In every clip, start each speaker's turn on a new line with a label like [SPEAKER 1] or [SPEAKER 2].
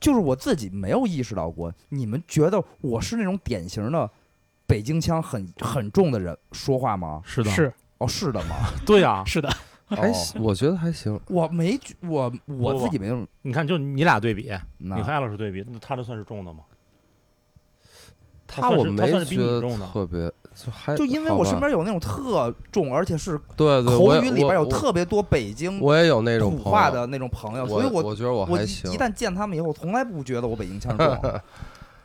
[SPEAKER 1] 就是我自己没有意识到过。你们觉得我是那种典型的北京腔很很重的人说话吗？
[SPEAKER 2] 是的，
[SPEAKER 3] 是
[SPEAKER 1] 哦，是 的吗？
[SPEAKER 2] 对啊呀、
[SPEAKER 3] 是的，
[SPEAKER 4] 还
[SPEAKER 1] 哦
[SPEAKER 4] 行，我觉得还行。
[SPEAKER 1] 我没觉我我
[SPEAKER 2] 不
[SPEAKER 1] 自己没有。
[SPEAKER 2] 你看，就你俩对比，
[SPEAKER 1] 那
[SPEAKER 2] 你和艾老师对比，那他这算是重的吗？他算
[SPEAKER 4] 我
[SPEAKER 2] 是他
[SPEAKER 4] 没
[SPEAKER 2] 算是比
[SPEAKER 4] 觉
[SPEAKER 2] 你
[SPEAKER 4] 得
[SPEAKER 2] 重的
[SPEAKER 4] 特别，就还
[SPEAKER 1] 就因为
[SPEAKER 4] 好
[SPEAKER 1] 我
[SPEAKER 4] 吧
[SPEAKER 1] 身边有那种特重，而且是
[SPEAKER 4] 对对，
[SPEAKER 1] 口
[SPEAKER 4] 我
[SPEAKER 1] 语
[SPEAKER 4] 也
[SPEAKER 1] 里边有
[SPEAKER 4] 我
[SPEAKER 1] 特别多北京
[SPEAKER 4] 我也有那种
[SPEAKER 1] 土
[SPEAKER 4] 朋
[SPEAKER 1] 话
[SPEAKER 4] 友
[SPEAKER 1] 的那种朋友，
[SPEAKER 4] 我
[SPEAKER 1] 所以我
[SPEAKER 4] 我觉得我
[SPEAKER 1] 我
[SPEAKER 4] 还
[SPEAKER 1] 一
[SPEAKER 4] 行
[SPEAKER 1] 一。旦见他们以后，从来不觉得我北京腔 重。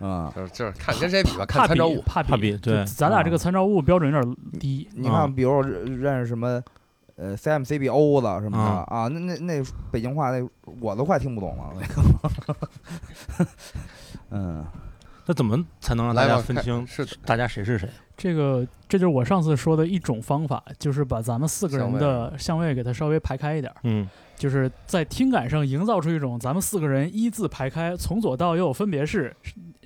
[SPEAKER 1] 嗯，
[SPEAKER 4] 就是就是看跟谁比 吧，
[SPEAKER 3] 怕
[SPEAKER 4] 看参
[SPEAKER 3] 比
[SPEAKER 4] 照物。啊嗯
[SPEAKER 3] 怕
[SPEAKER 2] 怕比对
[SPEAKER 3] 就咱俩这个参照物标准有点低，
[SPEAKER 1] 你看，比如认识什么。呃，CMCBO 的什么的
[SPEAKER 2] 啊
[SPEAKER 1] 啊，那那那北京话那我都快听不懂了。那个 嗯，
[SPEAKER 2] 那怎么才能让大
[SPEAKER 4] 来
[SPEAKER 2] 家
[SPEAKER 4] 吧，
[SPEAKER 2] 分
[SPEAKER 4] 看
[SPEAKER 2] 清
[SPEAKER 4] 是的
[SPEAKER 2] 大家谁是谁？
[SPEAKER 3] 这个这就是我上次说的一种方法，就是把咱们四个人的相位给它稍微排开一点儿，
[SPEAKER 2] 嗯，
[SPEAKER 3] 就是在听感上营造出一种咱们四个人一字排开，从左到右分别是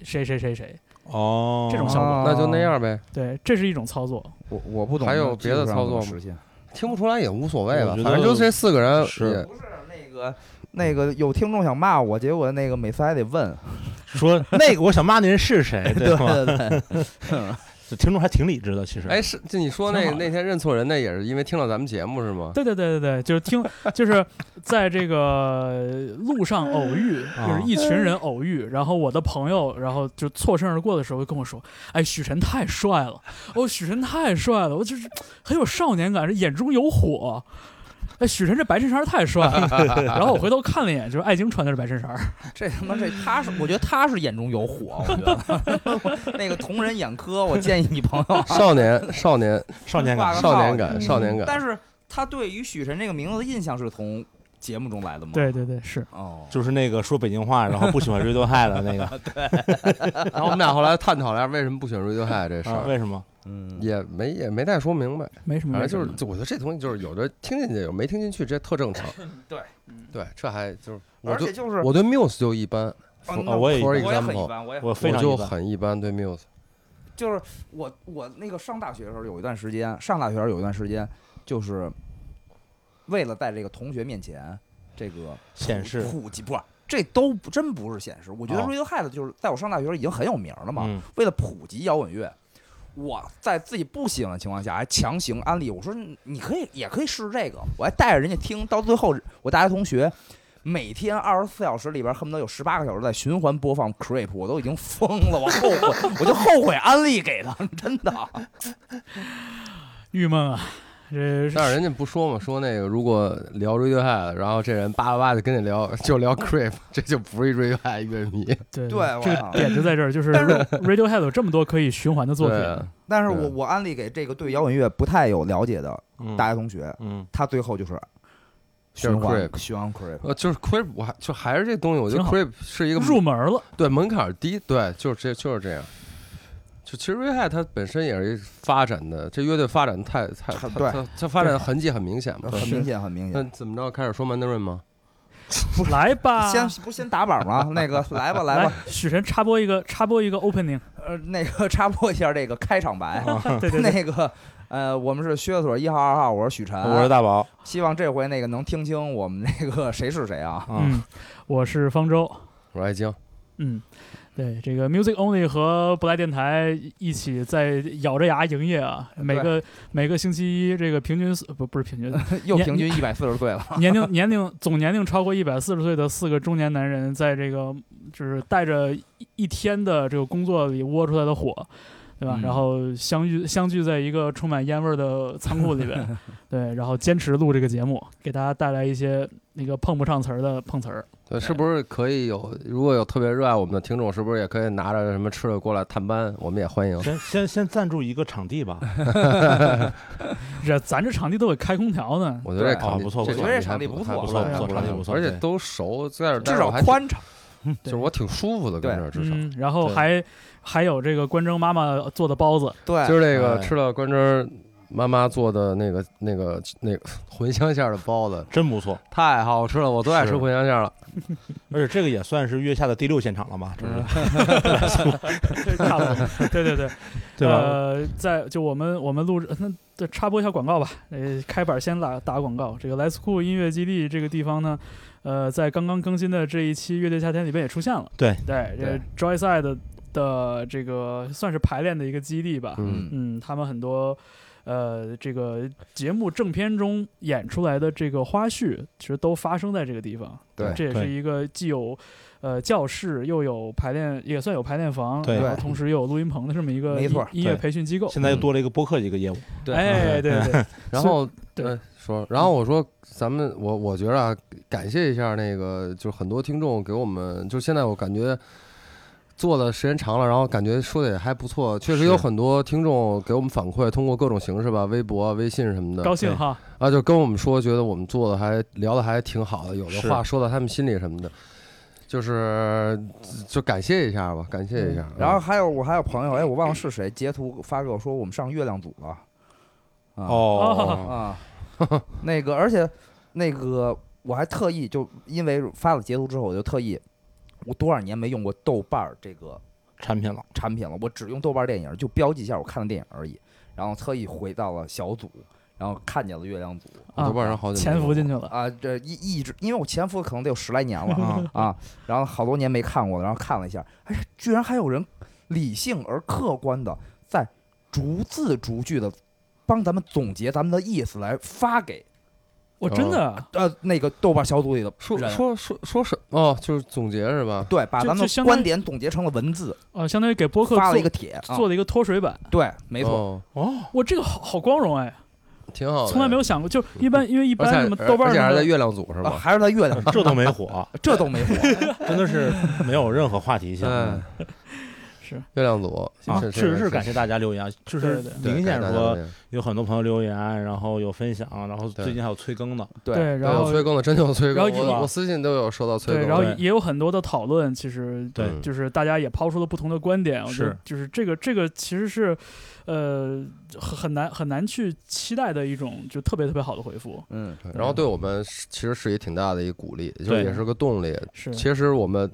[SPEAKER 3] 谁谁谁谁。
[SPEAKER 2] 哦，
[SPEAKER 3] 这种效果
[SPEAKER 4] 那就那样呗，
[SPEAKER 3] 对，这是一种操作。
[SPEAKER 1] 啊我我不懂。
[SPEAKER 4] 还有别的操作吗
[SPEAKER 1] 实现？
[SPEAKER 4] 听不出来也无所谓了
[SPEAKER 2] 我觉，得
[SPEAKER 4] 反正就这四个人
[SPEAKER 2] 是
[SPEAKER 4] 也
[SPEAKER 1] 不是那个那个有听众想骂我，结果那个每次还得问。
[SPEAKER 2] 说那个我想骂那人是谁，对吧？
[SPEAKER 1] 对嗯
[SPEAKER 2] 这听众还挺理智的，其实。
[SPEAKER 4] 哎，，是就你说
[SPEAKER 3] 挺
[SPEAKER 4] 那
[SPEAKER 3] 好的
[SPEAKER 4] 那天认错人，那也是因为听了咱们节目是吗？
[SPEAKER 3] 对对对对对，就是听，就是在这个路上偶遇，就是一群人偶遇，然后我的朋友，然后就错身而过的时候跟我说：“哎，许晨太帅了，哦，许晨太帅了，我就是很有少年感，是眼中有火。”哎，许晨这白衬衫太帅 了，然后我回头看了一眼，就是艾晶穿的是白衬衫，
[SPEAKER 1] 这他妈这他是，我觉得他是眼中有火，我觉得 那个同仁眼科，我建议你朋友
[SPEAKER 4] 少年少年
[SPEAKER 2] 少年感
[SPEAKER 1] 挂，
[SPEAKER 4] 少年
[SPEAKER 3] 嗯
[SPEAKER 4] 感少年
[SPEAKER 1] 但
[SPEAKER 4] 感，
[SPEAKER 1] 是他对于许晨这个名字的印象是从节目中来的吗？，
[SPEAKER 3] 对对对，是。
[SPEAKER 1] 哦，
[SPEAKER 2] 就是那个说北京话，然后不喜欢 Radiohead 的那个，
[SPEAKER 4] 然后我们俩后来探讨了一下为什么不选 Radiohead 这事
[SPEAKER 2] 啊
[SPEAKER 4] 儿，
[SPEAKER 2] 为什么？
[SPEAKER 1] 嗯，
[SPEAKER 4] 也没也没太说明白。
[SPEAKER 3] 没什么，
[SPEAKER 4] 反正就是，
[SPEAKER 3] 没什么
[SPEAKER 4] 就我觉得这东西就是有的听进去，有的没听进去，这特正常。
[SPEAKER 1] 对
[SPEAKER 3] 嗯
[SPEAKER 1] 嗯
[SPEAKER 4] 对，这还就是我
[SPEAKER 1] 而且
[SPEAKER 4] 对
[SPEAKER 1] 就是
[SPEAKER 4] 我对 Muse 就一般，
[SPEAKER 1] 哦
[SPEAKER 4] 我
[SPEAKER 1] 那
[SPEAKER 2] 啊我也
[SPEAKER 1] 我
[SPEAKER 4] For
[SPEAKER 1] 也很
[SPEAKER 4] example，
[SPEAKER 1] 一般，我也很
[SPEAKER 2] 我非
[SPEAKER 4] 我
[SPEAKER 2] 常
[SPEAKER 4] 就
[SPEAKER 2] 一般
[SPEAKER 4] 很一般对 Muse。
[SPEAKER 1] 就是我我那个上大学的时候有一段时间，上大学的时候有一段时间，就是为了在这个同学面前这个
[SPEAKER 2] 显示
[SPEAKER 1] 普及不是，这都不真不是显示。我觉得
[SPEAKER 2] 哦
[SPEAKER 1] Radiohead 就是在我上大学时候已经很有名了嘛，
[SPEAKER 2] 嗯
[SPEAKER 1] 为了普及摇滚乐。我在自己不喜欢的情况下，还强行安利。我说你你可以，也可以试这个。我还带着人家听到最后，我大学同学每天二十四小时里边，恨不得有十八个小时在循环播放 Creep，我都已经疯了，我后悔，我就后悔安利给他，真的。
[SPEAKER 3] 郁闷啊，这
[SPEAKER 4] 但是人家不说嘛，说那个如果聊 Radiohead，然后这人叭叭叭的跟你聊，就聊 Creep，这 就不是 Radiohead 乐迷。
[SPEAKER 3] 对
[SPEAKER 1] 对我
[SPEAKER 3] 这个点就在这儿，就是 Radiohead 有这么多可以循环 的作品，
[SPEAKER 4] 对
[SPEAKER 1] 但是
[SPEAKER 4] 对
[SPEAKER 1] 我我安利给这个对摇滚乐不太有了解的
[SPEAKER 2] 嗯
[SPEAKER 1] 大学同学，
[SPEAKER 2] 嗯，
[SPEAKER 1] 他最后就是
[SPEAKER 4] 就是
[SPEAKER 1] 循环
[SPEAKER 4] Creep
[SPEAKER 1] 循环 Creep。
[SPEAKER 4] 呃，就是 Creep，我还就还是这东西，我觉得
[SPEAKER 3] 挺好
[SPEAKER 4] Creep 是一个
[SPEAKER 3] 入门了。
[SPEAKER 4] 对门槛低，对，就是这就是这样。就其实 Radiohead 它本身也是一发展的，这乐队发展得太太
[SPEAKER 1] 很
[SPEAKER 4] 它
[SPEAKER 1] 对
[SPEAKER 4] 它它发展的痕迹很明显 嘛。
[SPEAKER 1] 很明显，很明
[SPEAKER 4] 那
[SPEAKER 1] 显。
[SPEAKER 4] 怎么着开始说 Mandarin 吗？
[SPEAKER 3] 来吧，
[SPEAKER 1] 先不是先打板吗？那个来吧，来
[SPEAKER 3] 来
[SPEAKER 1] 吧，，
[SPEAKER 3] 许晨插播一个插播一个 opening，
[SPEAKER 1] 呃，那个 插播一下这个开场白，啊
[SPEAKER 3] 对对对，
[SPEAKER 1] 那个呃，我们是薛所一号、二号，我是许晨，
[SPEAKER 2] 我是大宝，
[SPEAKER 1] 希望这回那个能听清我们那个谁是谁 啊？
[SPEAKER 2] 嗯，
[SPEAKER 3] 嗯，我是方舟，
[SPEAKER 4] 我说爱晶，
[SPEAKER 3] 嗯，对，这个 Music Only 和不来电台一起在咬着牙营业啊，每个每个星期一，这个平均四不不是平均，
[SPEAKER 1] 又平均一百四十岁了，
[SPEAKER 3] 年龄年龄总年龄超过一百四十岁的四个中年男人，在这个就是带着一一天的这个工作里窝出来的火，对吧？
[SPEAKER 1] 嗯
[SPEAKER 3] 然后相聚相聚在一个充满烟味儿的仓库里边，对，然后坚持录这个节目，给大家带来一些那个碰不上词儿的碰词儿。
[SPEAKER 4] 对，是不是可以有？如果有特别热爱我们的听众，是不是也可以拿着什么吃的过来探班？我们也欢迎。
[SPEAKER 2] 先先先赞助一个场地吧，
[SPEAKER 3] 这咱这场地都得开空调呢，
[SPEAKER 4] 我觉得
[SPEAKER 1] 对
[SPEAKER 4] 这场
[SPEAKER 2] 哦
[SPEAKER 4] 地
[SPEAKER 2] 不错不
[SPEAKER 4] 这
[SPEAKER 2] 错
[SPEAKER 1] 我觉得这场地
[SPEAKER 4] 还
[SPEAKER 1] 不
[SPEAKER 4] 还
[SPEAKER 1] 错
[SPEAKER 4] 不
[SPEAKER 2] 不
[SPEAKER 4] 错，
[SPEAKER 2] 错不
[SPEAKER 4] 还
[SPEAKER 2] 错
[SPEAKER 4] 不
[SPEAKER 2] 场地不错
[SPEAKER 4] 而且
[SPEAKER 2] 对
[SPEAKER 4] 都熟，在这
[SPEAKER 1] 至少
[SPEAKER 4] 还挺，
[SPEAKER 1] 宽敞。
[SPEAKER 4] 就是我挺舒服的，跟这儿至少。
[SPEAKER 3] 嗯，然后
[SPEAKER 2] 对
[SPEAKER 3] 还还有这个关征妈妈做的包子，
[SPEAKER 1] 对，
[SPEAKER 4] 今儿这个
[SPEAKER 2] 哎
[SPEAKER 4] 吃了关蒸妈妈做的那个那个那个 茴香馅儿的包子
[SPEAKER 2] 真不错。
[SPEAKER 4] 太好吃了，我最爱吃
[SPEAKER 2] 是
[SPEAKER 4] 茴香馅儿了。
[SPEAKER 2] 而且这个也算是月下的第六现场了嘛，这
[SPEAKER 4] 嗯
[SPEAKER 2] 是
[SPEAKER 3] 差不多，对对对，
[SPEAKER 2] 对吧？
[SPEAKER 3] 呃，在就我们我们录制，那这插播一下广告吧。呃，开板先打打广告。这个莱斯库音乐基地这个地方呢，呃，在刚刚更新的这一期《乐队夏天》里边也出现了。
[SPEAKER 2] 对
[SPEAKER 3] 对，这
[SPEAKER 4] 对
[SPEAKER 3] 个 Joyside 的的这个算是排练的一个基地吧。
[SPEAKER 4] 嗯，
[SPEAKER 3] 嗯，他们很多呃，这个节目正片中演出来的这个花絮，其实都发生在这个地方。
[SPEAKER 4] 对
[SPEAKER 3] 这也是
[SPEAKER 2] 对
[SPEAKER 3] 一个既有呃教室，又有排练，也算有排练房，
[SPEAKER 2] 对
[SPEAKER 3] 然后同时又有录音棚的这么一个
[SPEAKER 1] 没错
[SPEAKER 3] 音音乐
[SPEAKER 2] 对
[SPEAKER 3] 培训机构。
[SPEAKER 2] 现在又多了一个播客一个业务，
[SPEAKER 4] 对
[SPEAKER 3] 哎，对
[SPEAKER 4] 嗯
[SPEAKER 3] 对对，
[SPEAKER 4] 然后
[SPEAKER 3] 对
[SPEAKER 4] 呃说，然后我说咱们我我觉得啊，感谢一下那个就是很多听众给我们，就现在我感觉。做的时间长了，然后感觉说的也还不错，确实
[SPEAKER 2] 是
[SPEAKER 4] 有很多听众给我们反馈，通过各种形式吧，微博、啊微信什么的，
[SPEAKER 3] 高兴哈，
[SPEAKER 4] 啊，就跟我们说，觉得我们做的还聊的还挺好的，有的
[SPEAKER 2] 是
[SPEAKER 4] 话说到他们心里什么的，就是就感谢一下吧，感谢一下。
[SPEAKER 3] 嗯
[SPEAKER 4] 啊
[SPEAKER 1] 然后还有我还有朋友，哎，我忘了是谁截图发给我说我们上月亮组了。啊
[SPEAKER 2] 哦，
[SPEAKER 4] 啊，
[SPEAKER 1] 啊，那个，而且那个我还特意就因为发了截图之后，我就特意，我多少年没用过豆瓣儿这个
[SPEAKER 2] 产品了，
[SPEAKER 1] 产品了，我只用豆瓣儿电影，就标记一下我看的电影而已。然后特意回到了小组，然后看见了月亮组
[SPEAKER 4] 我
[SPEAKER 3] 啊
[SPEAKER 4] 豆瓣上好久没
[SPEAKER 3] 潜伏
[SPEAKER 4] 用
[SPEAKER 3] 进去了。
[SPEAKER 1] 啊，这一一直因为我潜伏可能得有十来年 了
[SPEAKER 2] 啊，
[SPEAKER 1] 啊，然后好多年没看过了，然后看了一下，哎，居然还有人理性而客观的在逐字逐句的帮咱们总结咱们的意思来发给
[SPEAKER 3] 我真的啊，
[SPEAKER 1] 呃，那个豆瓣小组里的
[SPEAKER 4] 说
[SPEAKER 1] 人
[SPEAKER 4] 说说说什么？哦，就是总结是吧？
[SPEAKER 1] 对，把
[SPEAKER 3] 就
[SPEAKER 1] 咱
[SPEAKER 3] 就
[SPEAKER 1] 们
[SPEAKER 3] 相当于
[SPEAKER 1] 观点总结成了文字，
[SPEAKER 4] 哦
[SPEAKER 3] 呃，相当于给播客
[SPEAKER 1] 发
[SPEAKER 3] 做
[SPEAKER 1] 了一个帖，啊
[SPEAKER 3] 做了一个脱水版。
[SPEAKER 1] 对，没错，
[SPEAKER 4] 哦，
[SPEAKER 2] 哦，
[SPEAKER 3] 我这个好好光荣哎，
[SPEAKER 4] 挺好的。
[SPEAKER 3] 从来没有想过，就一般因为一
[SPEAKER 4] 哦而且，
[SPEAKER 3] 般什么豆瓣
[SPEAKER 4] 而且还
[SPEAKER 3] 上
[SPEAKER 4] 是在
[SPEAKER 3] 的
[SPEAKER 4] 月亮组 是
[SPEAKER 1] 啊
[SPEAKER 4] 吧？
[SPEAKER 1] 还是在月亮，
[SPEAKER 2] 这都没火，
[SPEAKER 1] 这都没火，
[SPEAKER 2] 真的是没有任何话题性。
[SPEAKER 4] 嗯，
[SPEAKER 3] 是
[SPEAKER 4] 月亮组
[SPEAKER 2] 啊，
[SPEAKER 4] 是
[SPEAKER 2] 确实是感谢大家留言啊，就是
[SPEAKER 3] 对对
[SPEAKER 4] 对
[SPEAKER 2] 明显
[SPEAKER 4] 感谢大家
[SPEAKER 2] 说
[SPEAKER 4] 留言
[SPEAKER 2] 有很多朋友留言，然后有分享，然后
[SPEAKER 4] 对
[SPEAKER 2] 最近还有催更的，
[SPEAKER 1] 对，
[SPEAKER 3] 对，
[SPEAKER 4] 对
[SPEAKER 3] 然
[SPEAKER 4] 有
[SPEAKER 3] 后
[SPEAKER 4] 催更的，真的有催更
[SPEAKER 3] 然后，有
[SPEAKER 4] 我我私信都有收到催
[SPEAKER 3] 对，
[SPEAKER 4] 更。
[SPEAKER 3] 然后
[SPEAKER 2] 对
[SPEAKER 3] 也有很多的讨论，其实
[SPEAKER 2] 对
[SPEAKER 4] 嗯
[SPEAKER 3] 就是大家也抛出了不同的观点，我觉得
[SPEAKER 2] 是
[SPEAKER 3] 就是这个这个其实是，呃，很很难很难去期待的一种就特别特别好的回复，
[SPEAKER 1] 嗯，
[SPEAKER 4] 对然后对我们是其实是一挺大的一个鼓励，就是
[SPEAKER 2] 对
[SPEAKER 4] 也是个动力。
[SPEAKER 3] 是
[SPEAKER 4] 其实我们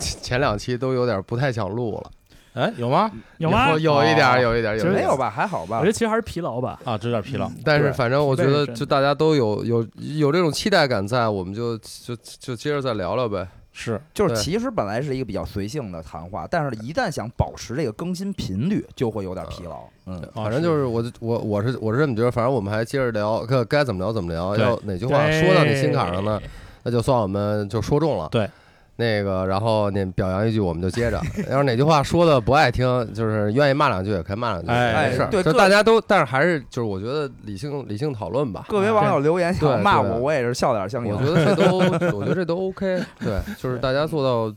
[SPEAKER 4] 前两期都有点不太想录了，
[SPEAKER 2] 哎，有吗？
[SPEAKER 3] 有吗？哦
[SPEAKER 4] 有有一点儿，有一点儿，
[SPEAKER 3] 其
[SPEAKER 4] 有
[SPEAKER 3] 实
[SPEAKER 4] 一
[SPEAKER 1] 没
[SPEAKER 4] 点
[SPEAKER 1] 有
[SPEAKER 4] 儿。
[SPEAKER 1] 吧，还好
[SPEAKER 3] 我
[SPEAKER 1] 吧
[SPEAKER 3] 觉得，其实还是疲劳吧，嗯
[SPEAKER 2] 啊，这有点疲劳。
[SPEAKER 4] 但是
[SPEAKER 1] 对
[SPEAKER 4] 反正我觉
[SPEAKER 3] 疲惫
[SPEAKER 4] 得，
[SPEAKER 3] 是真的
[SPEAKER 4] 就大家都有有有这种期待感在，我们就就就接着再聊聊呗。
[SPEAKER 2] 是
[SPEAKER 1] 就是
[SPEAKER 4] 对
[SPEAKER 1] 其实本来是一个比较随性的谈话，但是一旦想保持这个更新频率，就会有点疲劳，嗯，
[SPEAKER 2] 啊
[SPEAKER 4] 反正就是我我我是我是这么觉得，反正我们还接着聊，该该怎么聊怎么聊，
[SPEAKER 2] 对
[SPEAKER 4] 要哪句话
[SPEAKER 3] 对
[SPEAKER 4] 说到你心坎上呢，那就算我们就说中了。
[SPEAKER 2] 对。
[SPEAKER 4] 那个，然后你表扬一句，我们就接着。要是哪句话说的不爱听，就是愿意骂两句也可以骂两句，
[SPEAKER 2] 哎
[SPEAKER 4] 没事儿。
[SPEAKER 1] 对
[SPEAKER 4] 就
[SPEAKER 1] 各
[SPEAKER 4] 大家都，但是还是就是我觉得理性理性讨论吧。
[SPEAKER 1] 各位网友留言
[SPEAKER 4] 对
[SPEAKER 1] 想骂
[SPEAKER 4] 对
[SPEAKER 1] 我，我也是笑脸相迎
[SPEAKER 4] 我觉，得这都，我觉得这都 OK。对， 就是大家做到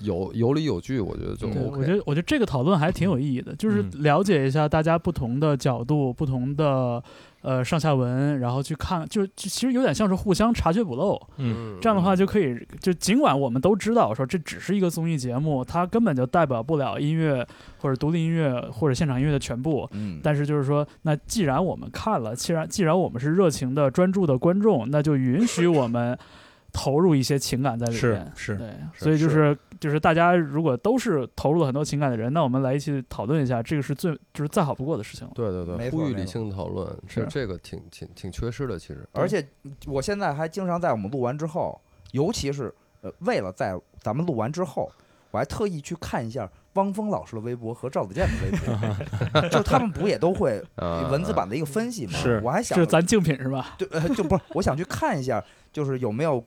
[SPEAKER 4] 有有理有据，我觉得就
[SPEAKER 3] 对，我
[SPEAKER 4] OK
[SPEAKER 3] 觉。得我觉得这个讨论还挺有意义的，就是
[SPEAKER 2] 嗯
[SPEAKER 3] 了解一下大家不同的角度、不同的呃上下文，然后去看，就就其实有点像是互相察觉补漏。
[SPEAKER 2] 嗯，
[SPEAKER 3] 这样的话就可以，就尽管我们都知道说这只是一个综艺节目，它根本就代表不了音乐或者独立音乐或者现场音乐的全部。
[SPEAKER 1] 嗯，
[SPEAKER 3] 但是就是说，那既然我们看了，既然既然我们是热情的、专注的观众，那就允许我们投入一些情感在里
[SPEAKER 2] 是
[SPEAKER 3] 面。
[SPEAKER 2] 是，
[SPEAKER 3] 对，
[SPEAKER 4] 是
[SPEAKER 3] 所以就是是就是大家如果都是投入了很多情感的人，那我们来一起讨论一下，这个是最就是再好不过的事情了。
[SPEAKER 4] 嗯对对
[SPEAKER 1] 没
[SPEAKER 4] 对，
[SPEAKER 1] 错
[SPEAKER 4] 呼吁
[SPEAKER 1] 没
[SPEAKER 4] 理
[SPEAKER 1] 错
[SPEAKER 4] 性讨论，这
[SPEAKER 3] 是
[SPEAKER 4] 这个挺挺挺缺失的，其实。
[SPEAKER 1] 而且我现在还经常在我们录完之后，尤其是呃，为了在咱们录完之后，我还特意去看一下汪峰老师的微博和赵子健的微博，就是他们不也都会
[SPEAKER 4] 啊
[SPEAKER 1] 文字版的一个分析吗？
[SPEAKER 2] 是
[SPEAKER 1] 我还
[SPEAKER 3] 这
[SPEAKER 1] 想
[SPEAKER 3] 是咱竞品是吧？
[SPEAKER 1] 对，呃就不是我想去看一下，就是有没有。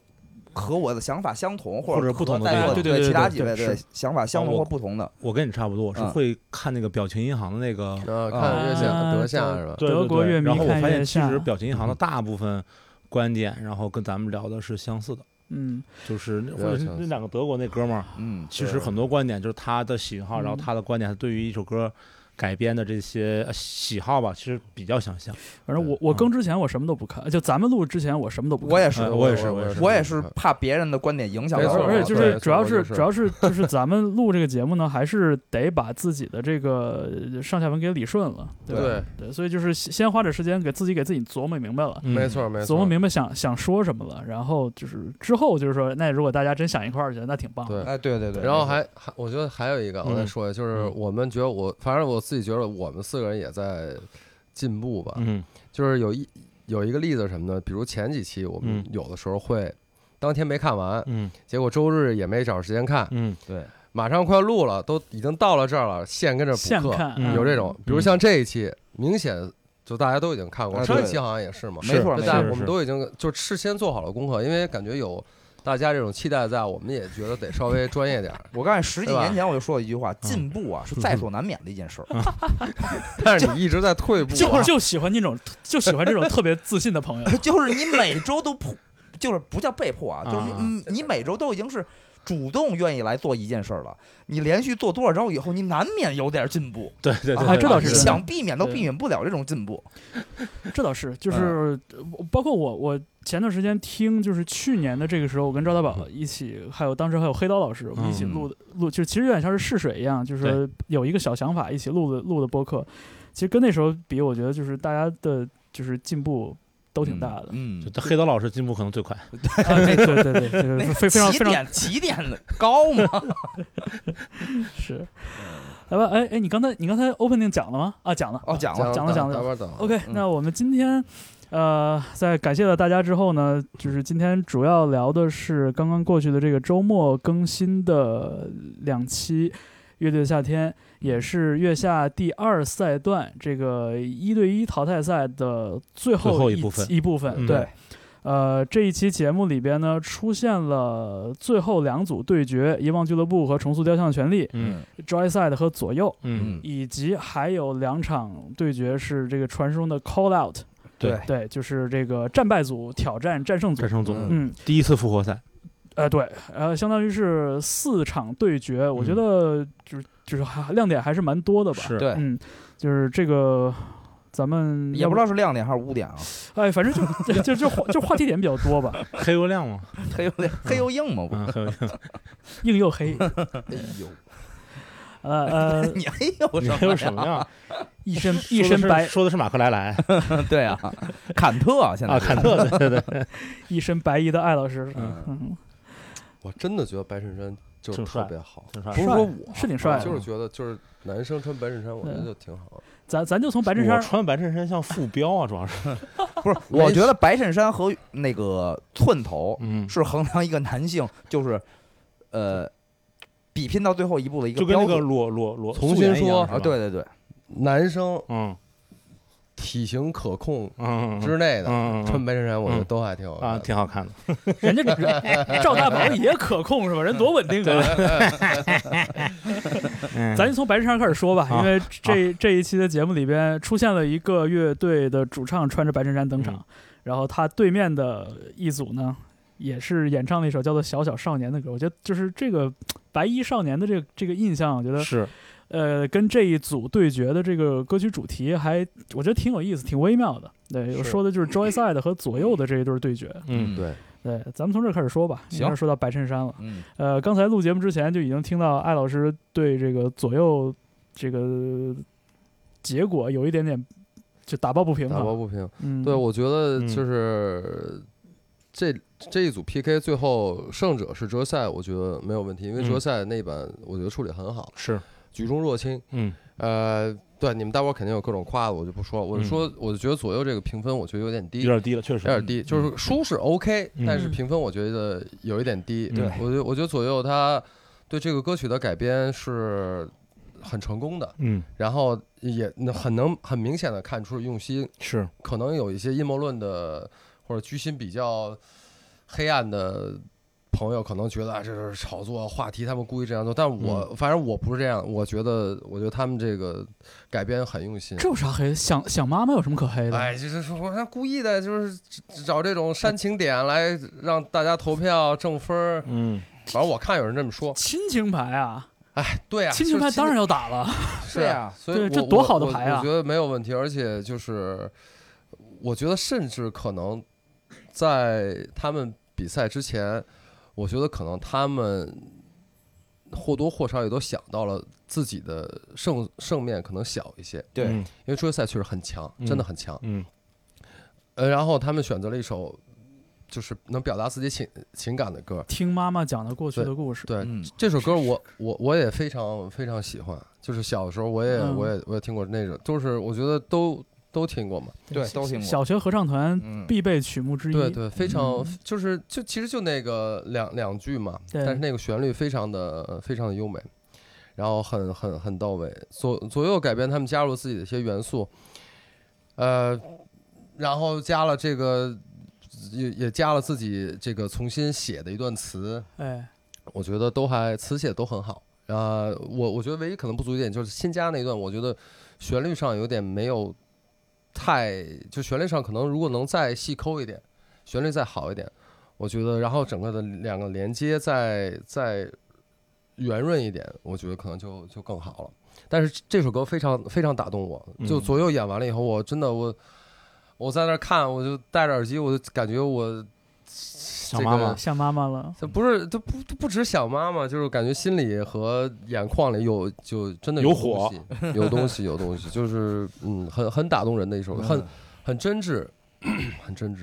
[SPEAKER 1] 和我的想法相同，
[SPEAKER 2] 或
[SPEAKER 1] 或
[SPEAKER 2] 者
[SPEAKER 1] 者
[SPEAKER 2] 不同的
[SPEAKER 1] 在
[SPEAKER 2] 地
[SPEAKER 1] 座
[SPEAKER 2] 方
[SPEAKER 1] 的
[SPEAKER 3] 对对对
[SPEAKER 1] 其他
[SPEAKER 3] 对
[SPEAKER 1] 几位
[SPEAKER 3] 是
[SPEAKER 1] 对想法相同
[SPEAKER 2] 我
[SPEAKER 1] 或不同的，
[SPEAKER 2] 我跟你差不多，我是
[SPEAKER 1] 嗯
[SPEAKER 2] 会看那个表情银行的那个
[SPEAKER 4] 啊，
[SPEAKER 1] 啊
[SPEAKER 4] 看月下德夏是吧？
[SPEAKER 2] 对
[SPEAKER 3] 德
[SPEAKER 2] 对
[SPEAKER 3] 国
[SPEAKER 2] 对
[SPEAKER 3] 乐迷
[SPEAKER 2] 然后我
[SPEAKER 3] 看
[SPEAKER 2] 发
[SPEAKER 3] 月
[SPEAKER 2] 现其
[SPEAKER 3] 下
[SPEAKER 2] 实表情银
[SPEAKER 4] 嗯
[SPEAKER 2] 行的大部分观点，然后跟咱们聊的是相似的，
[SPEAKER 3] 嗯，
[SPEAKER 2] 就是那
[SPEAKER 4] 有
[SPEAKER 2] 或
[SPEAKER 4] 点
[SPEAKER 2] 者是
[SPEAKER 4] 相似
[SPEAKER 2] 那两个德国那哥们儿，
[SPEAKER 1] 嗯，
[SPEAKER 2] 其实很多观点就是他的喜好，然后
[SPEAKER 3] 嗯
[SPEAKER 2] 他的观点，他对于一首歌改编的这些呃喜好吧，其实比较相像。
[SPEAKER 3] 反正我我
[SPEAKER 2] 嗯
[SPEAKER 3] 更之前我什么都不看，就咱们录之前我什么都不看。
[SPEAKER 1] 我也是，
[SPEAKER 2] 呃
[SPEAKER 1] 我
[SPEAKER 2] 我也是我也
[SPEAKER 1] 我也是怕别人的观点影响
[SPEAKER 4] 没
[SPEAKER 1] 到
[SPEAKER 4] 错
[SPEAKER 1] 我。
[SPEAKER 3] 而且就
[SPEAKER 4] 对
[SPEAKER 3] 是
[SPEAKER 4] 对
[SPEAKER 3] 主要
[SPEAKER 4] 我
[SPEAKER 3] 是
[SPEAKER 4] 就是
[SPEAKER 3] 主要是就是 咱们录这个节目呢，还是得把自己的这个上下文给理顺了，对吧？
[SPEAKER 4] 对，
[SPEAKER 3] 对，所以就是先先花点时间给自己给自己琢磨明白了，
[SPEAKER 2] 嗯
[SPEAKER 4] 没错，没
[SPEAKER 3] 琢
[SPEAKER 4] 错
[SPEAKER 3] 磨，明白想想说什么了，然后就是之后就是说，那如果大家真想一块儿去，那挺棒的。
[SPEAKER 4] 对。
[SPEAKER 1] 哎，对对对。
[SPEAKER 4] 然后还还，我觉得还有一个，我再
[SPEAKER 2] 嗯
[SPEAKER 4] 说一下，就是
[SPEAKER 2] 嗯
[SPEAKER 4] 我们觉得我，反正我自己觉得我们四个人也在进步吧。
[SPEAKER 2] 嗯
[SPEAKER 4] 就是有一有一个例子是什么呢？比如前几期我们
[SPEAKER 2] 嗯
[SPEAKER 4] 有的时候会当天没看完，
[SPEAKER 2] 嗯
[SPEAKER 4] 结果周日也没找时间看，
[SPEAKER 2] 嗯
[SPEAKER 1] 对，
[SPEAKER 4] 马上快要录了，都已经到了这儿了，现跟着
[SPEAKER 3] 现
[SPEAKER 4] 补课。
[SPEAKER 3] 看、啊
[SPEAKER 2] 嗯
[SPEAKER 4] 有这种，比如像这一期，明显就大家都已经看过，
[SPEAKER 1] 啊
[SPEAKER 4] 上一
[SPEAKER 1] 对
[SPEAKER 4] 期好像也是嘛。
[SPEAKER 1] 没错
[SPEAKER 4] 就
[SPEAKER 1] 没
[SPEAKER 4] 大家
[SPEAKER 1] 错
[SPEAKER 2] 是
[SPEAKER 4] 我们都已经就事先做好了功课，因为感觉有大家这种期待在，我们也觉得得稍微专业点儿。
[SPEAKER 1] 我告诉你，十几
[SPEAKER 4] 对吧
[SPEAKER 1] 年前我就说过一句话：进步啊是在所难免的一件事儿。
[SPEAKER 4] 但是你一直在退步啊，
[SPEAKER 3] 就就喜欢那种就喜欢这种特别自信的朋友。
[SPEAKER 1] 就是你每周都迫，就是不叫被迫啊，就是你
[SPEAKER 2] 啊
[SPEAKER 1] 嗯你每周都已经是主动愿意来做一件事儿了。你连续做多少周以后，你难免有点进步。
[SPEAKER 2] 对对对，
[SPEAKER 1] 啊
[SPEAKER 3] 这倒
[SPEAKER 1] 你
[SPEAKER 3] 是真的
[SPEAKER 1] 想避免都避免不了这种进步。
[SPEAKER 3] 这倒是，
[SPEAKER 1] 嗯
[SPEAKER 3] 就是呃包括我，我前段时间听，就是去年的这个时候，我跟赵大
[SPEAKER 1] 嗯
[SPEAKER 3] 宝一起，还有当时还有黑刀老师，我们一起录的、录，就其实有点像是试水一样，就是有一个小想法一起录的录的播客。其实跟那时候比，我觉得就是大家的就是进步都挺大的。
[SPEAKER 1] 嗯，
[SPEAKER 2] 就黑刀老师进步可能最快。
[SPEAKER 3] 啊对对对对，就是 非非常
[SPEAKER 1] 起
[SPEAKER 3] 非常
[SPEAKER 1] 点起点高 嘛。
[SPEAKER 3] 是。
[SPEAKER 1] 嗯
[SPEAKER 3] 来吧，哎哎，你刚才你刚才 opening 讲了吗？啊，讲了。
[SPEAKER 1] 哦，讲
[SPEAKER 4] 讲
[SPEAKER 1] 了，
[SPEAKER 3] 讲了讲了
[SPEAKER 4] 等会儿等会儿
[SPEAKER 2] 嗯
[SPEAKER 3] OK，那我们今天，呃，在感谢了大家之后呢，就是今天主要聊的是刚刚过去的这个周末更新的两期《乐队的夏天》，也是月下第二赛段这个一对一淘汰赛的最后
[SPEAKER 2] 最后
[SPEAKER 3] 一
[SPEAKER 2] 一部分
[SPEAKER 3] 一部分，
[SPEAKER 2] 嗯
[SPEAKER 3] 对。呃，这一期节目里边呢，出现了最后两组对决：遗忘俱乐部和重塑雕像权利
[SPEAKER 2] 嗯
[SPEAKER 3] （Joy Side 和左右）。
[SPEAKER 2] 嗯，
[SPEAKER 3] 以及还有两场对决是这个传说中的 call out，
[SPEAKER 1] 对，
[SPEAKER 3] 对，就是这个战败组挑战战胜组
[SPEAKER 2] 战。胜组
[SPEAKER 1] 嗯
[SPEAKER 3] 嗯，
[SPEAKER 2] 第一次复活赛，
[SPEAKER 3] 呃，对，呃，相当于是四场对决，我觉得就是就是还亮点还是蛮多的吧。，
[SPEAKER 2] 是
[SPEAKER 1] 对
[SPEAKER 3] 嗯，就是这个咱们
[SPEAKER 1] 也不知道，是亮点还是污点啊，
[SPEAKER 3] 哎，反正就 就就就话就话题点比较 多吧，
[SPEAKER 2] 黑油亮嘛，
[SPEAKER 1] 黑又亮黑又硬嘛不？
[SPEAKER 2] 嗯，黑油亮，
[SPEAKER 3] 硬又黑，
[SPEAKER 1] 哎呦，
[SPEAKER 3] 呃 呃，
[SPEAKER 1] 你哎呦
[SPEAKER 2] 你
[SPEAKER 1] 什
[SPEAKER 2] 还
[SPEAKER 1] 么
[SPEAKER 2] 有
[SPEAKER 1] 呀
[SPEAKER 2] 什么呀？
[SPEAKER 3] 一身
[SPEAKER 2] 说
[SPEAKER 3] 一
[SPEAKER 2] 的
[SPEAKER 3] 身
[SPEAKER 2] 是
[SPEAKER 3] 白
[SPEAKER 2] 说的是马克莱莱
[SPEAKER 1] 对啊，坎特啊现在
[SPEAKER 2] 啊，坎特，对对对，
[SPEAKER 3] 一身白衣的艾老师，
[SPEAKER 2] 嗯，
[SPEAKER 3] 嗯，
[SPEAKER 4] 我真的觉得白衬衫就
[SPEAKER 2] 挺
[SPEAKER 4] 特
[SPEAKER 2] 帅
[SPEAKER 4] 别好，
[SPEAKER 2] 挺帅
[SPEAKER 4] 不是
[SPEAKER 3] 帅
[SPEAKER 4] 说我啊
[SPEAKER 3] 是挺帅的
[SPEAKER 4] 就是觉得就是男生穿白衬衫，我觉得就挺好的。
[SPEAKER 3] 咱咱就从白衬
[SPEAKER 2] 我
[SPEAKER 3] 衫
[SPEAKER 2] 穿白衬衫像副标啊，主要是，
[SPEAKER 1] 不是，我觉得白衬衫和那个寸头
[SPEAKER 2] 嗯，
[SPEAKER 1] 是衡量一个男性，就是呃，比拼到最后一步的一
[SPEAKER 2] 就跟
[SPEAKER 1] 标
[SPEAKER 2] 那个
[SPEAKER 1] 准
[SPEAKER 2] 裸裸裸，
[SPEAKER 4] 重
[SPEAKER 2] 素颜
[SPEAKER 4] 新
[SPEAKER 2] 一样
[SPEAKER 4] 说
[SPEAKER 2] 是
[SPEAKER 1] 啊。
[SPEAKER 2] 吧
[SPEAKER 1] 对，对对，
[SPEAKER 4] 男生
[SPEAKER 2] 嗯
[SPEAKER 4] 体型可控
[SPEAKER 2] 嗯
[SPEAKER 4] 之内的
[SPEAKER 2] 嗯
[SPEAKER 4] 穿白衬衫，我觉得
[SPEAKER 2] 嗯
[SPEAKER 4] 都还挺好
[SPEAKER 2] 啊，
[SPEAKER 4] 看的。
[SPEAKER 2] 挺好看的，
[SPEAKER 3] 人家 人赵大宝也可控是吧？人多稳定啊！
[SPEAKER 2] 嗯
[SPEAKER 3] 咱就从白衬衫开始说吧，
[SPEAKER 2] 啊
[SPEAKER 3] 因为这这一期的节目里边出现了一个乐队的主唱穿着白衬衫登场
[SPEAKER 2] 嗯，
[SPEAKER 3] 然后他对面的一组呢，也是演唱了一首叫做《小小少年》的歌。我觉得就是这个白衣少年的这个这个印象，我觉得
[SPEAKER 2] 是
[SPEAKER 3] 呃跟这一组对决的这个歌曲主题还我觉得挺有意思，挺微妙的。对，
[SPEAKER 2] 是
[SPEAKER 3] 我说的就是 Joy Side 和左右的这一对对决。
[SPEAKER 2] 嗯
[SPEAKER 4] 对，
[SPEAKER 3] 对，咱们从这儿开始说吧，
[SPEAKER 1] 行
[SPEAKER 3] 应该是说到白衬衫了。
[SPEAKER 1] 嗯，
[SPEAKER 3] 呃，刚才录节目之前就已经听到艾老师对这个左右这个结果有一点点就打抱不平
[SPEAKER 4] 打
[SPEAKER 3] 吧
[SPEAKER 4] 抱。不平。
[SPEAKER 3] 嗯，
[SPEAKER 4] 对，我觉得
[SPEAKER 2] 嗯
[SPEAKER 4] 就是这这一组 PK 最后胜者是哲赛，我觉得没有问题，因为哲
[SPEAKER 2] 嗯
[SPEAKER 4] 赛那一版我觉得处理很好，
[SPEAKER 2] 是，
[SPEAKER 4] 举重若轻。
[SPEAKER 2] 嗯
[SPEAKER 4] 呃，对，你们大伙儿肯定有各种夸的，我就不说了。我就
[SPEAKER 2] 嗯
[SPEAKER 4] 说，我就觉得左右这个评分，我觉得有点低，
[SPEAKER 2] 有点低嗯了，确实
[SPEAKER 4] 有点低，就是输是 OK，、
[SPEAKER 2] 嗯
[SPEAKER 4] 但是评分我觉得有一点低。
[SPEAKER 2] 对
[SPEAKER 4] 我觉得我觉得左右他对这个歌曲的改编是很成功的，
[SPEAKER 2] 嗯
[SPEAKER 4] 然后也能很能很明显的看出用心，
[SPEAKER 2] 是，
[SPEAKER 4] 可能有一些阴谋论的或者居心比较黑暗的。朋友可能觉得啊，这是炒作话题，他们故意这样做。但我、
[SPEAKER 3] 嗯
[SPEAKER 4] 反正我不是这样，我觉得，我觉得他们这个改编很用心。
[SPEAKER 3] 这有啥黑？想想妈妈有什么可黑的？
[SPEAKER 4] 哎，就是说，我他故意的，就是找这种煽情点来让大家投票挣分儿。
[SPEAKER 2] 嗯
[SPEAKER 4] 反正我看有人这么说，
[SPEAKER 3] 亲情牌啊！
[SPEAKER 4] 哎，对呀、啊，
[SPEAKER 3] 亲情牌当然要打了，
[SPEAKER 4] 是啊
[SPEAKER 1] 对呀
[SPEAKER 4] 所以
[SPEAKER 3] 对
[SPEAKER 4] 我
[SPEAKER 3] 这
[SPEAKER 4] 我
[SPEAKER 3] 多好的
[SPEAKER 4] 我
[SPEAKER 3] 牌啊
[SPEAKER 4] 我觉得没有问题，而且就是我觉得甚至可能在他们比赛之前，我觉得可能他们或多或少也都想到了自己的胜胜面可能小一些，
[SPEAKER 1] 对，
[SPEAKER 2] 嗯
[SPEAKER 4] 因为职业赛确实很强，真的很强。
[SPEAKER 2] 嗯
[SPEAKER 4] 呃，然后他们选择了一首就是能表达自己情情感的歌，
[SPEAKER 3] 听妈妈讲的过去的故事。
[SPEAKER 4] 对，
[SPEAKER 1] 嗯，
[SPEAKER 4] 这首歌我我我也非常非常喜欢，就是小时候我也
[SPEAKER 3] 嗯
[SPEAKER 4] 我也我也听过那种，就是我觉得都都听过嘛。
[SPEAKER 1] 对都听过
[SPEAKER 3] 小学合唱团
[SPEAKER 1] 嗯
[SPEAKER 3] 必备曲目之一。
[SPEAKER 4] 对对，非常
[SPEAKER 3] 嗯
[SPEAKER 4] 就是就其实就那个两两句嘛，
[SPEAKER 3] 对
[SPEAKER 4] 但是那个旋律非常的非常的优美，然后很很很到位，左左右改编他们加入自己的一些元素，呃，然后加了这个也也加了自己这个重新写的一段词，
[SPEAKER 3] 哎，
[SPEAKER 4] 我觉得都还词写得都很好。呃，我我觉得唯一可能不足一点就是新加那一段，我觉得旋律上有点没有太，就旋律上可能如果能再细抠一点，旋律再好一点，我觉得，然后整个的两个连接再再圆润一点，我觉得可能就就更好了。但是这首歌非常非常打动我，
[SPEAKER 2] 嗯
[SPEAKER 4] 就左右演完了以后，我真的我我在那儿看，我就戴着耳机，我就感觉我
[SPEAKER 2] 想
[SPEAKER 4] 这
[SPEAKER 2] 妈
[SPEAKER 4] 个
[SPEAKER 2] 妈
[SPEAKER 3] 像妈妈了。
[SPEAKER 4] 这不是，这不这不止想妈妈，就是感觉心里和眼眶里有就真的
[SPEAKER 2] 有
[SPEAKER 4] 东
[SPEAKER 2] 火
[SPEAKER 4] 西，有东西，有东西，就是嗯，很很打动人的一首，歌，很很真挚，很真挚。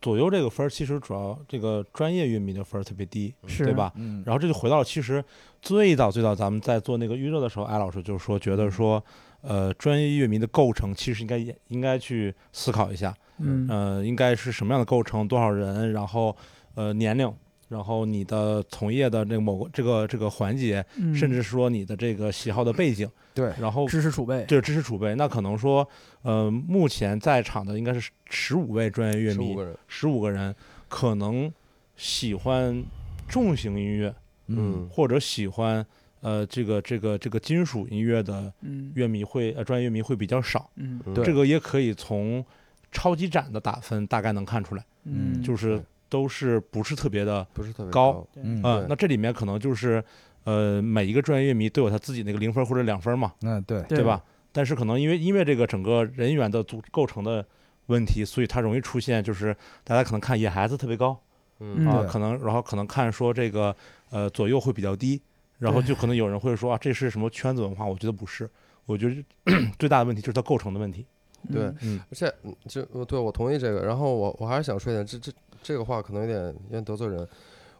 [SPEAKER 2] 左右这个分儿其实主要这个专业乐迷的分儿特别低，
[SPEAKER 3] 是
[SPEAKER 2] 对吧？？
[SPEAKER 1] 嗯，
[SPEAKER 2] 然后这就回到了其实最早最早咱们在做那个预热的时候，艾老师就说觉得说，呃，专业乐迷的构成其实应该也应该去思考一下，
[SPEAKER 3] 嗯，
[SPEAKER 2] 呃，应该是什么样的构成，多少人，然后呃年龄，然后你的从业的这个某个这个这个环节，
[SPEAKER 3] 嗯
[SPEAKER 2] 甚至说你的这个喜好的背景，
[SPEAKER 1] 对，
[SPEAKER 2] 然后
[SPEAKER 3] 知识储备。
[SPEAKER 2] 这个知识储备，那可能说，呃，目前在场的应该是十五位专业乐
[SPEAKER 4] 十五
[SPEAKER 2] 迷，
[SPEAKER 4] 个人，
[SPEAKER 2] 十五个人可能喜欢重型音乐。
[SPEAKER 4] 嗯，
[SPEAKER 2] 或者喜欢呃这个这个这个金属音乐的
[SPEAKER 3] 嗯
[SPEAKER 2] 乐迷会呃专业乐迷会比较少，
[SPEAKER 3] 嗯
[SPEAKER 4] 对
[SPEAKER 2] 这个也可以从超级展的打分大概能看出来，
[SPEAKER 3] 嗯，
[SPEAKER 2] 就是
[SPEAKER 4] 对
[SPEAKER 2] 都是不是特别的
[SPEAKER 4] 不是特别
[SPEAKER 2] 高
[SPEAKER 4] 高，
[SPEAKER 3] 对
[SPEAKER 1] 嗯，
[SPEAKER 2] 呃
[SPEAKER 4] 对，
[SPEAKER 2] 那这里面可能就是呃每一个专业乐迷都有他自己那个零分或者两分嘛，
[SPEAKER 1] 那对，
[SPEAKER 3] 对？
[SPEAKER 2] 吧？但是可能因为因为这个整个人员的组构成的问题，所以它容易出现就是大家可能看野孩子特别高，
[SPEAKER 4] 嗯
[SPEAKER 3] 嗯
[SPEAKER 2] 啊，
[SPEAKER 1] 对
[SPEAKER 2] 可能然后可能看说这个呃左右会比较低，然后就可能有人会说啊这是什么圈子文化？我觉得不是，我觉得 最大的问题就是它构成的问题。
[SPEAKER 3] 嗯
[SPEAKER 4] 对
[SPEAKER 2] 嗯，
[SPEAKER 4] 而且嗯这呃对我同意这个，然后我我还是想说一点，这这这个话可能有点有点得罪人，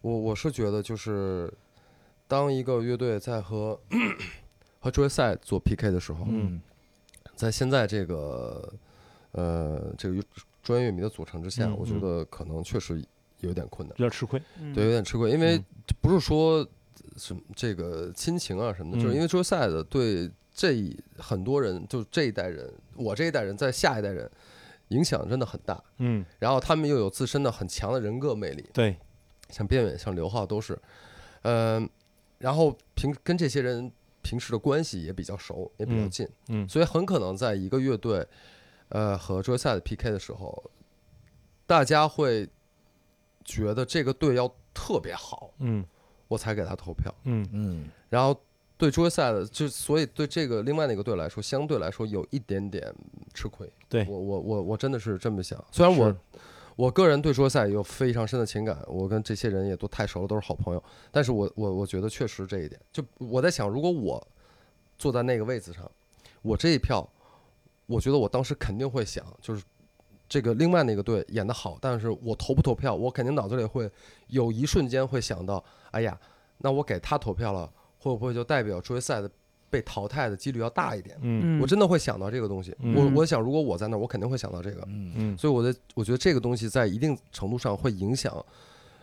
[SPEAKER 4] 我我是觉得就是当一个乐队在和 和职业赛做 PK 的时候，
[SPEAKER 1] 嗯
[SPEAKER 4] 在现在这个呃这个专业乐迷的组成之下，
[SPEAKER 2] 嗯
[SPEAKER 4] 我觉得可能确实有点困难，
[SPEAKER 2] 比较吃亏。
[SPEAKER 3] 嗯
[SPEAKER 4] 对，有点吃亏，因为
[SPEAKER 2] 嗯
[SPEAKER 4] 不是说什么这个亲情啊什么的，就是
[SPEAKER 2] 嗯
[SPEAKER 4] 因为桌赛的对这一很多人，就这一代人，我这一代人在下一代人影响真的很大，
[SPEAKER 2] 嗯，
[SPEAKER 4] 然后他们又有自身的很强的人格魅力，
[SPEAKER 2] 对，
[SPEAKER 4] 像边远、像刘浩都是，嗯、然后平跟这些人平时的关系也比较熟，也比较
[SPEAKER 2] 嗯
[SPEAKER 4] 近，
[SPEAKER 2] 嗯
[SPEAKER 4] 所以很可能在一个乐队，呃和桌赛的 PK 的时候，大家会觉得这个队要特别好，
[SPEAKER 2] 嗯
[SPEAKER 4] 我才给他投票，
[SPEAKER 2] 嗯
[SPEAKER 1] 嗯
[SPEAKER 4] 然后。对桌赛的，就所以对这个另外那个队来说，相对来说有一点点吃亏。
[SPEAKER 2] 对
[SPEAKER 4] 我我我我真的是这么想。虽然我
[SPEAKER 2] 是
[SPEAKER 4] 我个人对桌赛有非常深的情感，我跟这些人也都太熟了，都是好朋友。但是我我我觉得确实这一点，就我在想，如果我坐在那个位子上，我这一票，我觉得我当时肯定会想，就是这个另外那个队演得好，但是我投不投票，我肯定脑子里会有一瞬间会想到，哎呀，那我给他投票了，会不会就代表桌赛的被淘汰的几率要大一点？
[SPEAKER 2] 嗯
[SPEAKER 3] 嗯，
[SPEAKER 4] 我真的会想到这个东西。
[SPEAKER 2] 嗯
[SPEAKER 4] 我我想，如果我在那儿，我肯定会想到这个。
[SPEAKER 1] 嗯
[SPEAKER 2] 嗯
[SPEAKER 4] 所以我的我觉得这个东西在一定程度上会影响，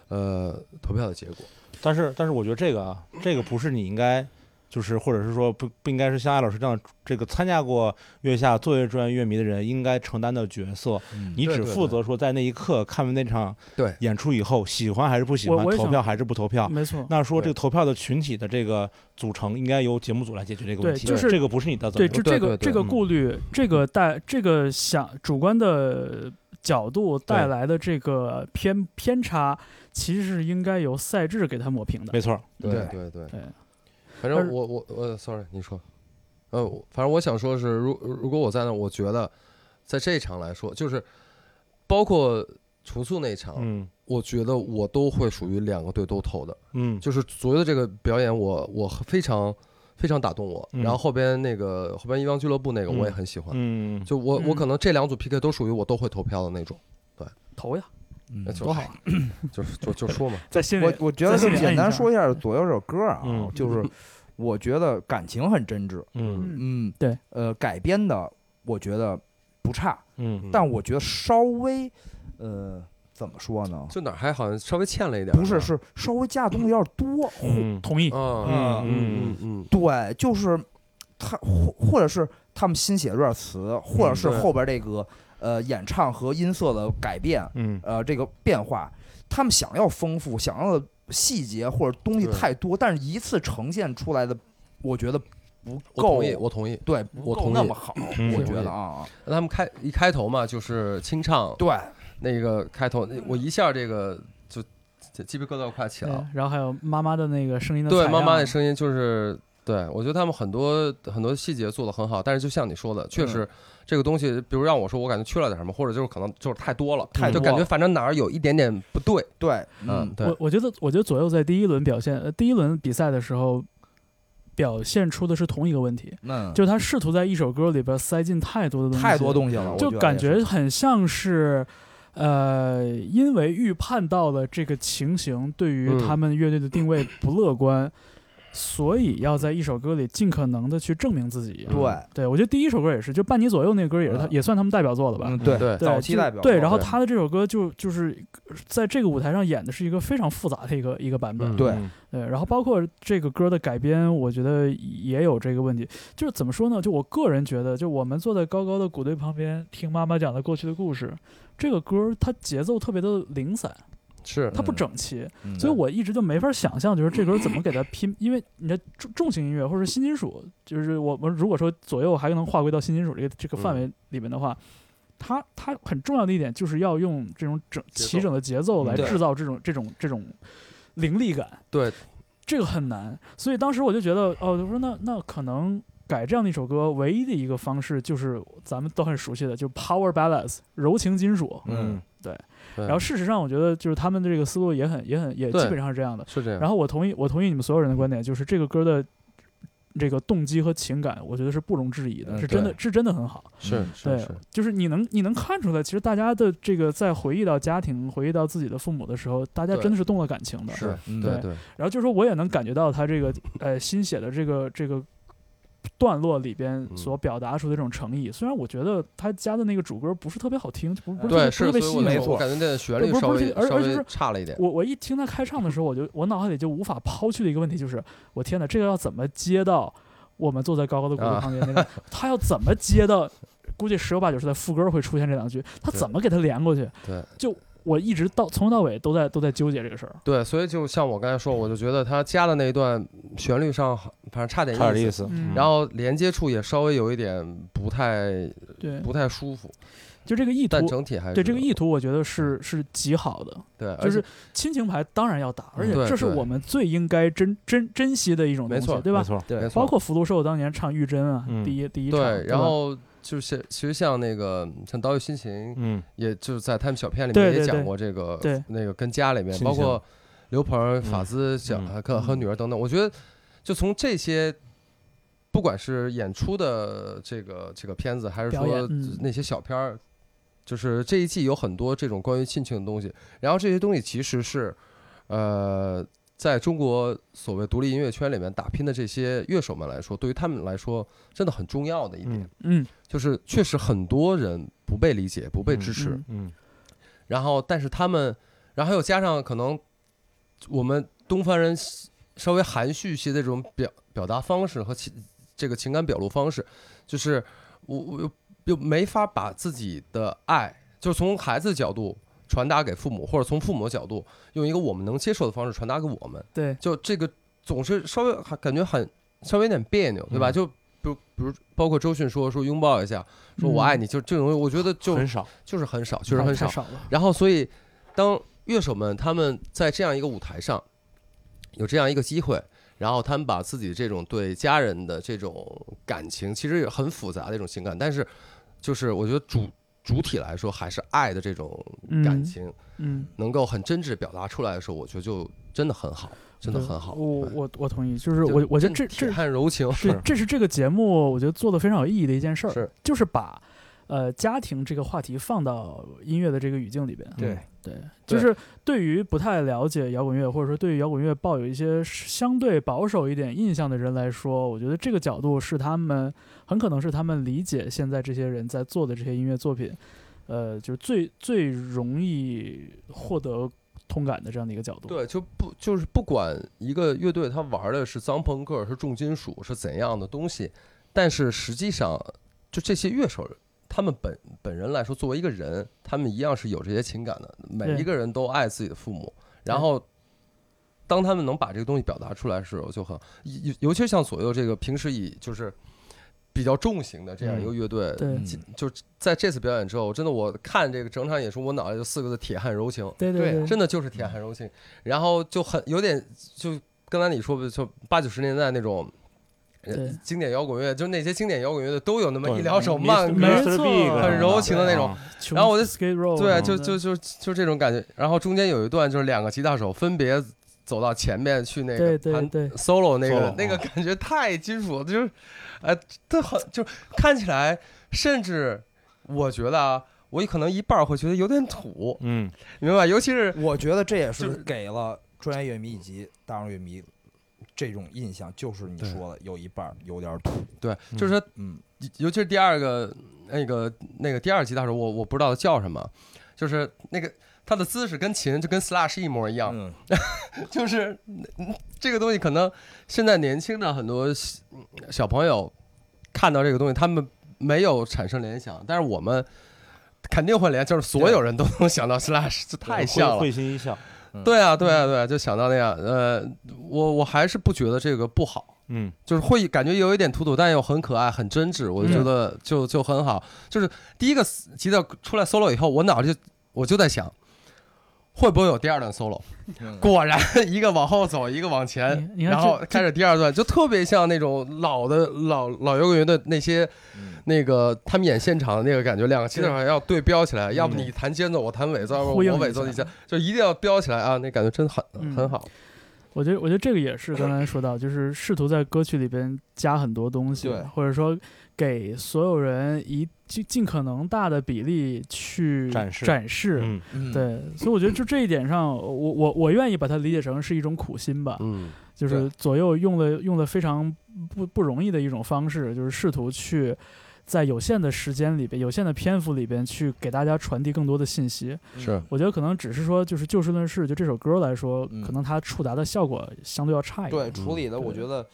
[SPEAKER 4] 呃，投票的结果。
[SPEAKER 2] 但是但是我觉得这个啊，这个不是你应该。就是，或者是说不不应该是像艾老师这样，这个参加过月下作为专业乐迷的人应该承担的角色，
[SPEAKER 1] 嗯
[SPEAKER 2] 你
[SPEAKER 4] 对
[SPEAKER 2] 只
[SPEAKER 4] 对
[SPEAKER 2] 负
[SPEAKER 4] 对
[SPEAKER 2] 责说在那一刻看完那场
[SPEAKER 4] 对
[SPEAKER 2] 演出以后，喜欢还是不喜欢
[SPEAKER 3] 我，也
[SPEAKER 2] 投
[SPEAKER 3] 想
[SPEAKER 2] 票还是不投票，
[SPEAKER 3] 嗯没错。
[SPEAKER 2] 那说这
[SPEAKER 4] 对
[SPEAKER 2] 个投票的群体的这个组成，应该由节目组来解决这个问题。
[SPEAKER 3] 对就是
[SPEAKER 2] 这个不是你的责
[SPEAKER 3] 对，
[SPEAKER 2] 任。
[SPEAKER 3] 这
[SPEAKER 4] 对
[SPEAKER 3] 这个
[SPEAKER 4] 对对
[SPEAKER 3] 这个
[SPEAKER 2] 嗯
[SPEAKER 3] 顾虑，这个带这个想主观的角度带来的这个偏偏差，其实是应该由赛制给它抹平的。
[SPEAKER 2] 没错儿，
[SPEAKER 1] 对
[SPEAKER 4] 对对，
[SPEAKER 3] 对
[SPEAKER 4] 反
[SPEAKER 3] 但
[SPEAKER 4] 正
[SPEAKER 3] 是
[SPEAKER 4] 我我我，sorry，你说，呃，我反正我想说的是，如如果我在那，我觉得在这一场来说，就是包括重塑那一场，
[SPEAKER 2] 嗯
[SPEAKER 4] 我觉得我都会属于两个队都投的，
[SPEAKER 2] 嗯
[SPEAKER 4] 就是所有的这个表演我，我非常非常打动我。
[SPEAKER 2] 嗯
[SPEAKER 4] 然后后边那个后边一汪俱乐部那个
[SPEAKER 2] 嗯
[SPEAKER 4] 我也很喜欢，
[SPEAKER 2] 嗯，
[SPEAKER 4] 就我我
[SPEAKER 3] 嗯
[SPEAKER 4] 可能这两组 PK 都属于我都会投票的那种，
[SPEAKER 3] 投呀，
[SPEAKER 1] 嗯
[SPEAKER 4] 那就
[SPEAKER 1] 多好。
[SPEAKER 4] 就就就说嘛，
[SPEAKER 3] 在心里
[SPEAKER 1] 我我觉得
[SPEAKER 3] 在心
[SPEAKER 1] 就
[SPEAKER 3] 里
[SPEAKER 1] 简
[SPEAKER 3] 摁一
[SPEAKER 1] 单
[SPEAKER 3] 下
[SPEAKER 1] 说一下左右这首歌啊，
[SPEAKER 2] 嗯
[SPEAKER 1] 就是我觉得感情很真挚，
[SPEAKER 2] 嗯
[SPEAKER 3] 嗯
[SPEAKER 1] 嗯，
[SPEAKER 3] 对，
[SPEAKER 1] 呃，改编的我觉得不差，
[SPEAKER 2] 嗯
[SPEAKER 1] 但我觉得稍微，呃，怎么说呢？
[SPEAKER 4] 就哪儿还好像稍微欠了一点儿吧，
[SPEAKER 1] 不是，是稍微加的东西有点多，
[SPEAKER 2] 嗯
[SPEAKER 3] 同意，
[SPEAKER 4] 嗯
[SPEAKER 1] 嗯
[SPEAKER 4] 嗯嗯
[SPEAKER 1] 对，就是他或或者是他们新写的这段词，或者是
[SPEAKER 4] 嗯对
[SPEAKER 1] 后边这个呃演唱和音色的改变，
[SPEAKER 2] 嗯
[SPEAKER 1] 呃这个变化，他们想要丰富，想要的细节或者东西
[SPEAKER 4] 对
[SPEAKER 1] 太多，但是一次呈现出来的，我觉得不
[SPEAKER 4] 我
[SPEAKER 1] 够
[SPEAKER 4] 同，意，我同意。
[SPEAKER 1] 对，不
[SPEAKER 4] 我同
[SPEAKER 1] 够
[SPEAKER 4] 意
[SPEAKER 1] 那么好，
[SPEAKER 2] 嗯
[SPEAKER 1] 我觉得啊，
[SPEAKER 4] 那他们开一开头嘛，就是清唱
[SPEAKER 1] 对，
[SPEAKER 4] 那个开头，我一下这个就这鸡皮疙瘩快起来
[SPEAKER 3] 对
[SPEAKER 4] 了。
[SPEAKER 3] 然后还有妈妈的那个声音的
[SPEAKER 4] 对，
[SPEAKER 3] 采
[SPEAKER 4] 妈妈
[SPEAKER 3] 样
[SPEAKER 4] 那声音就是，对我觉得他们很多很多细节做的很好，但是就像你说的，
[SPEAKER 1] 嗯
[SPEAKER 4] 确实这个东西，比如让我说，我感觉缺了点什么，或者就是可能就是太多了，
[SPEAKER 1] 太
[SPEAKER 4] 就
[SPEAKER 1] 多
[SPEAKER 4] 感觉
[SPEAKER 1] 了
[SPEAKER 4] 反正哪儿有一点点不对，
[SPEAKER 1] 对，
[SPEAKER 4] 嗯，
[SPEAKER 1] 嗯，
[SPEAKER 4] 对
[SPEAKER 3] 我，我觉得，我觉得左右在第一轮表现，呃，第一轮比赛的时候，表现出的是同一个问题，
[SPEAKER 4] 嗯
[SPEAKER 1] 那
[SPEAKER 3] 就是他试图在一首歌里边塞进太多的东西，
[SPEAKER 1] 嗯太多东西了，我
[SPEAKER 3] 就
[SPEAKER 1] 得
[SPEAKER 3] 感
[SPEAKER 1] 也
[SPEAKER 3] 觉
[SPEAKER 1] 是
[SPEAKER 3] 很像是，呃，因为预判到了这个情形对于
[SPEAKER 4] 嗯
[SPEAKER 3] 他们乐队的定位不乐观，所以要在一首歌里尽可能的去证明自己。
[SPEAKER 1] 对，
[SPEAKER 3] 对，我觉得第一首歌也是，就半尼左右那个歌也是他，
[SPEAKER 1] 嗯
[SPEAKER 3] 也算他们代表作了吧。
[SPEAKER 1] 嗯，对，
[SPEAKER 4] 对
[SPEAKER 3] 对
[SPEAKER 1] 早期
[SPEAKER 3] 就
[SPEAKER 1] 代表
[SPEAKER 3] 对，
[SPEAKER 1] 作
[SPEAKER 3] 然后
[SPEAKER 4] 对
[SPEAKER 3] 他的这首歌就就是在这个舞台上演的是一个非常复杂的一个一个版本，
[SPEAKER 4] 嗯
[SPEAKER 1] 对
[SPEAKER 2] 嗯
[SPEAKER 3] 对，然后包括这个歌的改编，我觉得也有这个问题，就是怎么说呢？就我个人觉得，就我们坐在高高的鼓堆旁边听妈妈讲的过去的故事，这个歌它节奏特别的零散，
[SPEAKER 4] 是
[SPEAKER 3] 它不
[SPEAKER 1] 嗯
[SPEAKER 3] 整齐，
[SPEAKER 1] 嗯
[SPEAKER 3] 所以我一直就没法想象，就是这歌怎么给它拼，因为你的重重型音乐或者是新金属，就是我们如果说左右还能划归到新金属这个这个范围里面的话，它它很重要的一点就是要用这种整
[SPEAKER 4] 节奏
[SPEAKER 3] 齐整的节奏来
[SPEAKER 1] 对
[SPEAKER 3] 制造这种这种这种凌厉感，
[SPEAKER 4] 对，
[SPEAKER 3] 这个很难。所以当时我就觉得，哦，我说那那可能。改这样的一首歌，唯一的一个方式就是咱们都很熟悉的，就是 power ballads 柔情金属。
[SPEAKER 2] 嗯
[SPEAKER 4] 对
[SPEAKER 3] 然后事实上，我觉得就是他们的这个思路也很、也很、也基
[SPEAKER 4] 对
[SPEAKER 3] 本上是这样的。
[SPEAKER 4] 是这样，
[SPEAKER 3] 然后我同意，我同意你们所有人的观点，就是这个歌的这个动机和情感，我觉得是不容置疑的，
[SPEAKER 1] 嗯
[SPEAKER 3] 是真的
[SPEAKER 4] 对，
[SPEAKER 3] 是真的很好。
[SPEAKER 4] 是
[SPEAKER 1] 嗯
[SPEAKER 4] 是
[SPEAKER 3] 对
[SPEAKER 4] 是，，
[SPEAKER 3] 就是你能你能看出来，其实大家的这个在回忆到家庭、回忆到自己的父母的时候，大家
[SPEAKER 4] 对
[SPEAKER 3] 真的是动了感情的。
[SPEAKER 1] 是嗯
[SPEAKER 4] 对对，
[SPEAKER 3] 然后就是说我也能感觉到他这个呃新写的这个这个段落里边
[SPEAKER 4] 嗯
[SPEAKER 3] 所表达出的这种诚意，虽然我觉得他加的那个主歌不是特别好听，就不是不是特别
[SPEAKER 4] 对
[SPEAKER 3] 不是
[SPEAKER 4] 是，
[SPEAKER 3] 特别
[SPEAKER 4] 所以
[SPEAKER 3] 吸
[SPEAKER 4] 我
[SPEAKER 3] 引
[SPEAKER 1] 没
[SPEAKER 4] 那
[SPEAKER 1] 错
[SPEAKER 4] 我感觉那个旋律
[SPEAKER 3] 不是
[SPEAKER 4] 稍
[SPEAKER 3] 不是
[SPEAKER 4] 微
[SPEAKER 3] 而
[SPEAKER 4] 稍
[SPEAKER 3] 而且
[SPEAKER 4] 微
[SPEAKER 3] 是
[SPEAKER 4] 差了一点，
[SPEAKER 3] 我我一听他开唱的时候，我就我脑海里就无法抛去的一个问题就是，我天哪，这个要怎么接到我们坐在高高的鼓
[SPEAKER 4] 啊
[SPEAKER 3] 楼旁边 那个？他要怎么接到？估计十有八九是在副歌会出现这两句，他
[SPEAKER 4] 对
[SPEAKER 3] 怎么给他连过去？
[SPEAKER 4] 对，
[SPEAKER 3] 就我一直到从头到尾都在都在纠结这个事儿。
[SPEAKER 4] 对，所以就像我刚才说，我就觉得他加的那一段旋律上，反正差点
[SPEAKER 2] 差点
[SPEAKER 4] 意
[SPEAKER 2] 意
[SPEAKER 4] 思，
[SPEAKER 2] 思，
[SPEAKER 3] 嗯
[SPEAKER 4] 然后连接处也稍微有一点不太
[SPEAKER 3] 对，
[SPEAKER 4] 呃不太舒服，
[SPEAKER 3] 就这个意图
[SPEAKER 4] 但，整体还是
[SPEAKER 3] 哎
[SPEAKER 4] 嗯
[SPEAKER 3] 对这个意图，我觉得是是极好的。
[SPEAKER 4] 对，
[SPEAKER 3] 就
[SPEAKER 4] 而
[SPEAKER 3] 是
[SPEAKER 4] 且
[SPEAKER 3] 亲情牌当然要打，而
[SPEAKER 4] 嗯
[SPEAKER 3] 且
[SPEAKER 4] 对
[SPEAKER 3] 这是
[SPEAKER 4] 对
[SPEAKER 3] 我们最应该珍珍珍惜的一种东
[SPEAKER 4] 没
[SPEAKER 3] 西
[SPEAKER 4] 错，
[SPEAKER 3] 对
[SPEAKER 2] 没
[SPEAKER 3] 吧？
[SPEAKER 2] 错，
[SPEAKER 1] 对
[SPEAKER 4] 没错
[SPEAKER 3] 包括福禄寿当年唱《玉珍》啊
[SPEAKER 2] 嗯，
[SPEAKER 3] 第一第一场，
[SPEAKER 4] 对，
[SPEAKER 3] 对
[SPEAKER 4] 然
[SPEAKER 3] 吧
[SPEAKER 4] 后就是其实像那个像岛屿心情，
[SPEAKER 2] 嗯
[SPEAKER 4] 也就是在他们小片里
[SPEAKER 3] 对
[SPEAKER 4] 面也
[SPEAKER 3] 对
[SPEAKER 4] 讲
[SPEAKER 3] 对
[SPEAKER 4] 过这个
[SPEAKER 3] 对
[SPEAKER 4] 那个跟家里面，
[SPEAKER 2] 心
[SPEAKER 4] 包
[SPEAKER 2] 情
[SPEAKER 4] 括刘鹏、法
[SPEAKER 2] 嗯
[SPEAKER 4] 兹讲
[SPEAKER 2] 嗯
[SPEAKER 4] 和和女儿等等，我觉得就从这些。不管是演出的这个这个片子，还是
[SPEAKER 3] 表
[SPEAKER 4] 说
[SPEAKER 3] 演嗯
[SPEAKER 4] 那些小片儿，就是这一季有很多这种关于亲情的东西。然后这些东西其实是，呃，在中国所谓独立音乐圈里面打拼的这些乐手们来说，对于他们来说真的很重要的一点。
[SPEAKER 2] 嗯
[SPEAKER 3] 嗯
[SPEAKER 4] 就是确实很多人不被理解、不被支持，
[SPEAKER 3] 嗯
[SPEAKER 2] 嗯
[SPEAKER 4] 然后但是他们，然后又加上可能我们东方人稍微含蓄一些的这种表表达方式和情这个情感表露方式，就是我我又又没法把自己的爱，就是从孩子的角度传达给父母，或者从父母的角度用一个我们能接受的方式传达给我们，
[SPEAKER 3] 对，
[SPEAKER 4] 就这个总是稍微还感觉很稍微有点别扭，对吧？
[SPEAKER 2] 嗯
[SPEAKER 4] 就比如比如包括周迅说说拥抱一下，说我爱
[SPEAKER 3] 你，
[SPEAKER 4] 你，就这种东西，我觉得就
[SPEAKER 2] 很少，
[SPEAKER 4] 就是很少，确实
[SPEAKER 3] 太
[SPEAKER 4] 很
[SPEAKER 3] 嗯
[SPEAKER 4] 少。
[SPEAKER 3] 太嗯少了。
[SPEAKER 4] 然后所以当乐手们他们在这样一个舞台上有这样一个机会，然后他们把自己这种对家人的这种感情，其实也很复杂的一种情感，但是就是我觉得主主体来说还是爱的这种感
[SPEAKER 3] 嗯
[SPEAKER 4] 情，
[SPEAKER 3] 嗯，
[SPEAKER 4] 能够很真挚地表达出来的时候，我觉得就真的很好，真的很好。
[SPEAKER 3] 我
[SPEAKER 4] 对
[SPEAKER 3] 我我同意，就是
[SPEAKER 4] 就
[SPEAKER 3] 我我觉
[SPEAKER 4] 真
[SPEAKER 3] 得这
[SPEAKER 4] 铁
[SPEAKER 3] 这
[SPEAKER 4] 汉柔情
[SPEAKER 3] 对
[SPEAKER 2] 是，
[SPEAKER 3] 这是这个节目我觉得做的非常有意义的一件事儿，
[SPEAKER 4] 是
[SPEAKER 3] 就是把呃家庭这个话题放到音乐的这个语境里边。
[SPEAKER 2] 对
[SPEAKER 3] 对，就是对于不太了解摇滚乐，或者说对于摇滚乐抱有一些相对保守一点印象的人来说，我觉得这个角度是他们很可能是他们理解现在这些人在做的这些音乐作品，呃，就是最最容易获得通感的这样的一个角度。
[SPEAKER 4] 对，就不就是不管一个乐队他玩的是脏朋克、是重金属、是怎样的东西，但是实际上就这些乐手。他们本本人来说，作为一个人，他们一样是有这些情感的。每
[SPEAKER 3] 对
[SPEAKER 4] 一个人都爱自己的父母，然
[SPEAKER 3] 对
[SPEAKER 4] 后当他们能把这个东西表达出来的时候，就很尤尤其是像左右这个平时以就是比较重型的这样一个乐队，
[SPEAKER 3] 对
[SPEAKER 1] 嗯
[SPEAKER 4] 就在这次表演之后，真的我看这个整场演出，我脑袋就四个字：铁汉柔情，
[SPEAKER 3] 对对
[SPEAKER 1] 对
[SPEAKER 3] 对，
[SPEAKER 4] 真的就是铁汉柔情。然后就很有点，就刚才你说的，就八九十年代那种。呃
[SPEAKER 3] 对
[SPEAKER 4] 经典摇滚乐，就那些经典摇滚乐的都有那么
[SPEAKER 2] 对
[SPEAKER 4] 一两首慢歌，
[SPEAKER 3] 没错
[SPEAKER 4] 很
[SPEAKER 2] 嗯
[SPEAKER 4] 柔情的那种。
[SPEAKER 3] 穷
[SPEAKER 4] 然后我就
[SPEAKER 3] skate row，
[SPEAKER 4] 对，啊
[SPEAKER 3] 嗯
[SPEAKER 4] 就就就就这种感觉。然后中间有一段就是两个吉他手分别走到前面去那
[SPEAKER 3] 对
[SPEAKER 4] 个
[SPEAKER 3] 对
[SPEAKER 4] 弹
[SPEAKER 3] 对
[SPEAKER 4] solo 那个
[SPEAKER 2] solo，
[SPEAKER 4] 那个
[SPEAKER 2] 嗯
[SPEAKER 4] 感觉太金属了，就是，哎，它很就是看起来，甚至我觉得啊，我可能一半儿会觉得有点土，
[SPEAKER 2] 嗯，
[SPEAKER 4] 你明白吧？尤其是
[SPEAKER 1] 我觉得这也是
[SPEAKER 4] 就是
[SPEAKER 1] 给了专业乐迷以及大众乐迷这种印象，就是你
[SPEAKER 4] 对
[SPEAKER 1] 说的有一半儿有点儿土，
[SPEAKER 4] 对，
[SPEAKER 2] 嗯
[SPEAKER 4] 就是说
[SPEAKER 1] 嗯，
[SPEAKER 4] 尤其是第二个那个那个第二吉他手，我我不知道他叫什么，就是那个他的姿势跟琴就跟 Slash 一模一样，
[SPEAKER 1] 嗯，
[SPEAKER 4] 就是嗯这个东西，可能现在年轻的很多小小朋友看到这个东西，他们没有产生联想，但是我们肯定会联，就是所有人都能想到 Slash，这太像了
[SPEAKER 2] 会。嗯心一笑。
[SPEAKER 4] 对啊，对啊，对啊，就想到那样。呃，我我还是不觉得这个不好，
[SPEAKER 2] 嗯，
[SPEAKER 4] 就是会感觉有一点土土，但又很可爱、很真
[SPEAKER 3] 嗯
[SPEAKER 4] 挚，我就觉得就就很好。就是第一个吉他出来 solo 以后，我脑子就我就在想，会不会有第二段 solo？
[SPEAKER 1] 嗯
[SPEAKER 4] 果然， 一个往后走，一个往前，
[SPEAKER 3] 你你看
[SPEAKER 4] 然后
[SPEAKER 3] 这
[SPEAKER 4] 开始第二段，就特别像那种老的老老摇滚乐的那些
[SPEAKER 1] 嗯
[SPEAKER 4] 那个他们演现场的那个感觉，两个吉他手要对标起来，要不
[SPEAKER 2] 嗯
[SPEAKER 4] 你弹尖奏，我弹尾奏，要不
[SPEAKER 3] 呼应
[SPEAKER 4] 我尾奏
[SPEAKER 3] 一
[SPEAKER 4] 一
[SPEAKER 3] 下
[SPEAKER 4] 下，就一定要标起来啊！那感觉真很
[SPEAKER 3] 嗯
[SPEAKER 4] 很好。
[SPEAKER 3] 我觉得，我觉得这个也是刚才说到，就是试图在歌曲里边加很多东西
[SPEAKER 1] 对，
[SPEAKER 3] 或者说给所有人一尽尽可能大的比例去
[SPEAKER 2] 展示
[SPEAKER 3] 展示。
[SPEAKER 2] 嗯，
[SPEAKER 1] 嗯，
[SPEAKER 3] 对，所以我觉得就这一点上，我我我愿意把它理解成是一种苦心吧，
[SPEAKER 4] 嗯，
[SPEAKER 3] 就是
[SPEAKER 4] 对
[SPEAKER 3] 左右用了用了非常不不容易的一种方式，就是试图去在有限的时间里边、有限的篇幅里边去给大家传递更多的信息。
[SPEAKER 4] 是
[SPEAKER 3] 我觉得可能只是说，就是就事论事，就这首歌来说，
[SPEAKER 1] 嗯
[SPEAKER 3] 可能它触达的效果相对要差一
[SPEAKER 1] 对，
[SPEAKER 3] 点。
[SPEAKER 1] 处理的我
[SPEAKER 3] 对
[SPEAKER 1] 觉得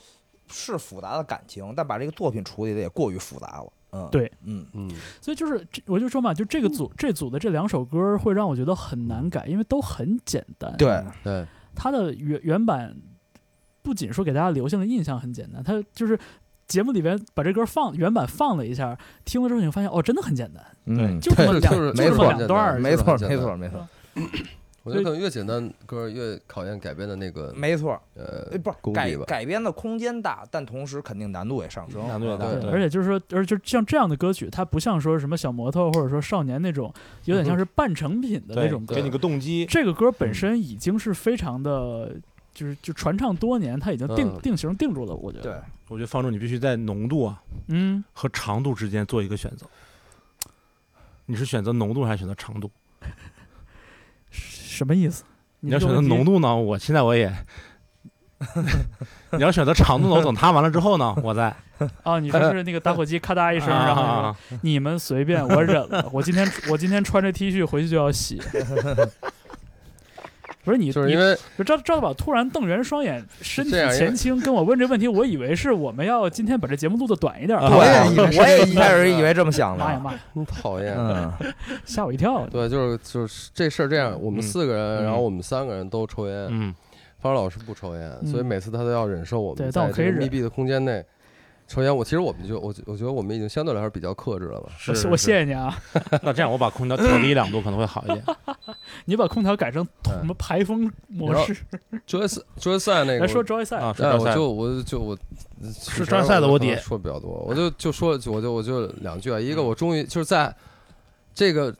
[SPEAKER 1] 是复杂的感情，但把这个作品处理的也过于复杂了。嗯，
[SPEAKER 3] 对，
[SPEAKER 1] 嗯，
[SPEAKER 4] 嗯，
[SPEAKER 3] 所以就是这我就说嘛，就这个组这组的这两首歌会让我觉得很难改，因为都很简单。，
[SPEAKER 1] 对，
[SPEAKER 4] 对，
[SPEAKER 3] 它的原原版不仅说给大家留下的印象很简单，它就是节目里边把这歌放原版放了一下，听了之后你会发现哦，真的很简单，
[SPEAKER 1] 嗯，
[SPEAKER 3] 就这么
[SPEAKER 4] 对
[SPEAKER 3] 两
[SPEAKER 4] 就是
[SPEAKER 3] 就
[SPEAKER 1] 没
[SPEAKER 3] 这
[SPEAKER 1] 错
[SPEAKER 3] 么两段
[SPEAKER 4] 嗯
[SPEAKER 3] 儿，
[SPEAKER 1] 没错，
[SPEAKER 4] 就
[SPEAKER 1] 没
[SPEAKER 4] 是很简单
[SPEAKER 1] 错，没错，
[SPEAKER 4] 我觉得可能越简单歌越考验改编的那个
[SPEAKER 1] 没错。
[SPEAKER 4] 呃
[SPEAKER 1] 呃，不
[SPEAKER 4] 功
[SPEAKER 1] 是改
[SPEAKER 4] 底吧
[SPEAKER 1] 改编的空间大，但同时肯定难度也上升，啊
[SPEAKER 2] 难度也大
[SPEAKER 4] 对
[SPEAKER 3] 对，而且就是说，而且就像这样的歌曲，它不像说什么小摩托或者说少年那种，有点像是半成品的那
[SPEAKER 2] 对
[SPEAKER 3] 种，歌
[SPEAKER 2] 给。你个动机。
[SPEAKER 3] 这个歌本身已经是非常的，就是就传唱多年，它已经定
[SPEAKER 4] 嗯
[SPEAKER 3] 定型定住了，我觉
[SPEAKER 1] 对
[SPEAKER 3] 得。，
[SPEAKER 2] 我觉得方舟，你必须在浓度啊
[SPEAKER 3] 嗯，
[SPEAKER 2] 和长度之间做一个选择。你是选择浓度还是选择长度？
[SPEAKER 3] 什么意思？
[SPEAKER 2] 你要选择浓
[SPEAKER 3] 度，
[SPEAKER 2] 度呢？我现在 我也。你要选择长度呢？我等他完了之后呢，我 再。
[SPEAKER 3] 啊，你说是那个打火机咔嗒一声，然后
[SPEAKER 2] 啊
[SPEAKER 3] 你说你们随便，我忍了。我今天我今天穿着 T 恤回去就要洗。 不是你，
[SPEAKER 4] 就是因为
[SPEAKER 3] 你赵赵大宝突然瞪圆双眼，身体
[SPEAKER 4] 这样因为
[SPEAKER 3] 前倾，跟我问这问题，我以为是我们要今天把这节目录的短一点儿。
[SPEAKER 2] 啊
[SPEAKER 1] 我
[SPEAKER 4] 对
[SPEAKER 1] 也
[SPEAKER 4] 啊
[SPEAKER 1] 以我也一开 始以为哎这么想
[SPEAKER 3] 妈呀
[SPEAKER 1] 的，
[SPEAKER 3] 妈呀，
[SPEAKER 4] 嗯讨厌，
[SPEAKER 1] 嗯，
[SPEAKER 3] 吓我一跳！
[SPEAKER 4] 对，就是就是这事儿这样，我们
[SPEAKER 2] 嗯
[SPEAKER 4] 四个人，
[SPEAKER 2] 嗯
[SPEAKER 4] 然后我们三个人都抽烟，
[SPEAKER 2] 嗯，
[SPEAKER 4] 方老师不抽烟，
[SPEAKER 3] 嗯
[SPEAKER 4] 所以每次他都要忍受我
[SPEAKER 3] 对
[SPEAKER 4] 们
[SPEAKER 3] 但
[SPEAKER 4] 在
[SPEAKER 3] 我可
[SPEAKER 4] 这
[SPEAKER 3] 以
[SPEAKER 4] 个
[SPEAKER 3] 忍
[SPEAKER 4] 密闭的空间内抽烟，我其实我们就我我觉得我们已经相对来说比较克制了吧。
[SPEAKER 2] 是
[SPEAKER 3] 我谢我谢谢你啊，
[SPEAKER 2] 那这样我把空调调低两度可能会好一 点。
[SPEAKER 3] 你把空调改成什
[SPEAKER 4] 嗯
[SPEAKER 3] 么排风模式？
[SPEAKER 4] Joyce Joyce 赛那
[SPEAKER 3] 来
[SPEAKER 4] 个，
[SPEAKER 3] 说 Joy 赛，
[SPEAKER 2] 啊，是
[SPEAKER 4] 哎，
[SPEAKER 2] 张
[SPEAKER 4] 我
[SPEAKER 2] 赛
[SPEAKER 4] 就我就我
[SPEAKER 5] 是张赛的
[SPEAKER 4] 我
[SPEAKER 5] 卧底
[SPEAKER 4] 说比较多，我就就说我就我就两句啊，一个我终于就是在这个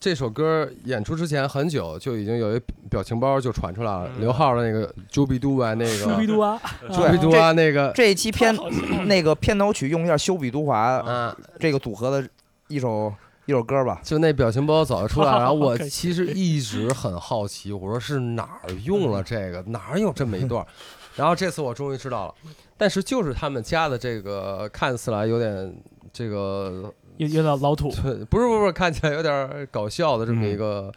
[SPEAKER 4] 这首歌演出之前很久就已经有一表情包就传出来了，
[SPEAKER 2] 嗯
[SPEAKER 4] 刘浩的那个 Jubi Do 啊，那个
[SPEAKER 3] 舒比
[SPEAKER 4] Jubi
[SPEAKER 3] 杜啊，
[SPEAKER 1] 对
[SPEAKER 4] Do 啊，那个
[SPEAKER 1] 这一期片
[SPEAKER 3] 好
[SPEAKER 1] 那个片头曲用一下修比都华
[SPEAKER 4] 啊，
[SPEAKER 1] 这个组合的一首一首歌吧。
[SPEAKER 4] 就那表情包早 就出来了。然后我
[SPEAKER 3] 感谢
[SPEAKER 4] 其实一直很好奇，我说是哪儿用了这个，哪儿有这么一 段儿？然后这次我终于知道了，但是就是他们家的这个看起来有点这个
[SPEAKER 3] 有有点老土，
[SPEAKER 4] 对，不是不是不是，看起来有点搞笑的这么一个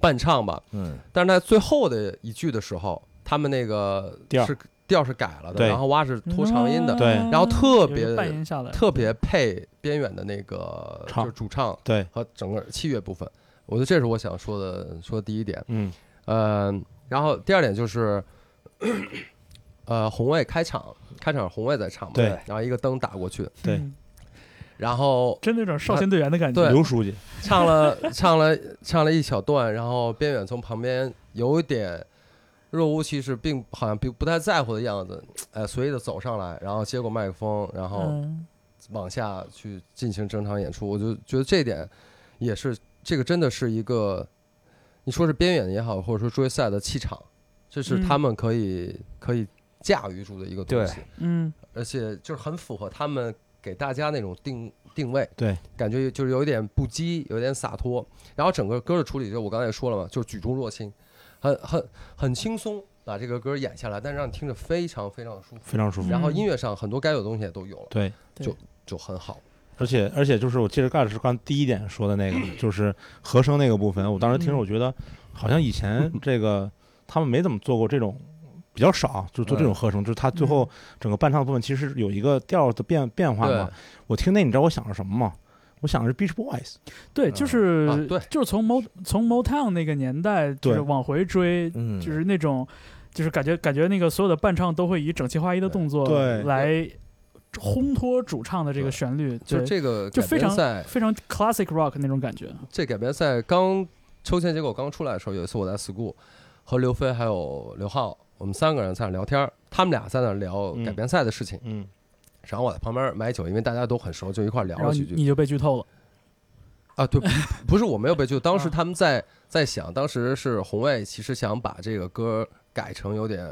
[SPEAKER 4] 伴唱吧。
[SPEAKER 2] 嗯，
[SPEAKER 4] 但是在最后的一句的时候，他们那个
[SPEAKER 2] 调
[SPEAKER 4] 是调是改了的，
[SPEAKER 2] 对
[SPEAKER 4] 然后蛙是拖长音
[SPEAKER 3] 哦
[SPEAKER 4] 的，
[SPEAKER 2] 对
[SPEAKER 4] 然后特别
[SPEAKER 3] 嗯有一个半音下来，嗯
[SPEAKER 4] 特别配边远的那个
[SPEAKER 2] 唱
[SPEAKER 4] 就是主唱
[SPEAKER 2] 对，
[SPEAKER 4] 和整个器乐部分。我觉得这是我想说的，说的第一点。
[SPEAKER 2] 嗯
[SPEAKER 4] 嗯，然后第二点就是，呃，红卫开场，开场红卫在唱嘛，
[SPEAKER 2] 对
[SPEAKER 4] 然后一个灯打过去，
[SPEAKER 2] 对
[SPEAKER 3] 嗯
[SPEAKER 4] 然后
[SPEAKER 3] 真的有种少先队员的感觉。嗯
[SPEAKER 4] 对
[SPEAKER 2] 刘书记，
[SPEAKER 4] 唱了唱了唱了一小段，然后边远从旁边有一点若无其事，并好像并不太在乎的样子，哎，随意的走上来，然后接过麦克风，然后
[SPEAKER 3] 嗯，
[SPEAKER 4] 往下去进行整场演出。我就觉得这点也是这个真的是一个，你说是边缘也好，或者说追赛的气场，这是
[SPEAKER 3] 嗯
[SPEAKER 4] 他们可以、可以驾驭住的一个东西，
[SPEAKER 3] 嗯，
[SPEAKER 4] 而且就是很符合他们给大家那种定定位，
[SPEAKER 2] 对，
[SPEAKER 4] 感觉就是有一点不羁，有点洒脱。然后整个歌的处理，就我刚才也说了嘛，就是举重若轻，很很很轻松把这个歌演下来，但是让你听着非常非常舒服。
[SPEAKER 2] 非常
[SPEAKER 3] 嗯
[SPEAKER 2] 舒服。
[SPEAKER 4] 然后音乐上很多该有的东西也都有了，
[SPEAKER 2] 对，
[SPEAKER 4] 就很好。
[SPEAKER 2] 而且而且就是我记得盖老师刚第一点说的那个， 就是和声那个部分，我当时
[SPEAKER 4] 嗯
[SPEAKER 2] 听着我觉得好像以前 这个他们没怎么做过这种。比较少，就做这
[SPEAKER 4] 嗯
[SPEAKER 2] 种和声，就是他最后整个伴唱部分其实有一个调儿的变变化
[SPEAKER 4] 对
[SPEAKER 2] 嘛。，我听那，你知道我想着什么吗？我想着 Beach Boys，
[SPEAKER 3] 对，就是、
[SPEAKER 4] 啊对
[SPEAKER 3] 就是从 Mo 从 Motown 那个年代，就是
[SPEAKER 2] 对
[SPEAKER 3] 往回追，
[SPEAKER 2] 嗯
[SPEAKER 3] 就是那种，就是感觉感觉那个所有的伴唱都会以整齐划一的动作
[SPEAKER 2] 对
[SPEAKER 3] 来烘托主唱的这个旋律，
[SPEAKER 4] 就
[SPEAKER 3] 对
[SPEAKER 4] 这个
[SPEAKER 3] 就
[SPEAKER 4] 改
[SPEAKER 3] 非
[SPEAKER 4] 编
[SPEAKER 3] 常
[SPEAKER 4] 赛，
[SPEAKER 3] 非常 classic rock 那种感觉。
[SPEAKER 4] 这改编赛刚抽签结果刚出来的时候，有一次我在 school 和刘飞还有刘浩，我们三个人在那聊天儿，他们俩在那聊
[SPEAKER 2] 嗯
[SPEAKER 4] 改编赛的事情，
[SPEAKER 2] 嗯，
[SPEAKER 4] 然后我在旁边买酒，因为大家都很熟，就一块聊
[SPEAKER 3] 然后
[SPEAKER 4] 了几
[SPEAKER 3] 你
[SPEAKER 4] 句
[SPEAKER 3] 你就被剧透了，
[SPEAKER 4] 啊。对，不 不是我没有被，就当时
[SPEAKER 3] 啊
[SPEAKER 4] 他们在在想，当时是红卫其实想把这个歌改成有点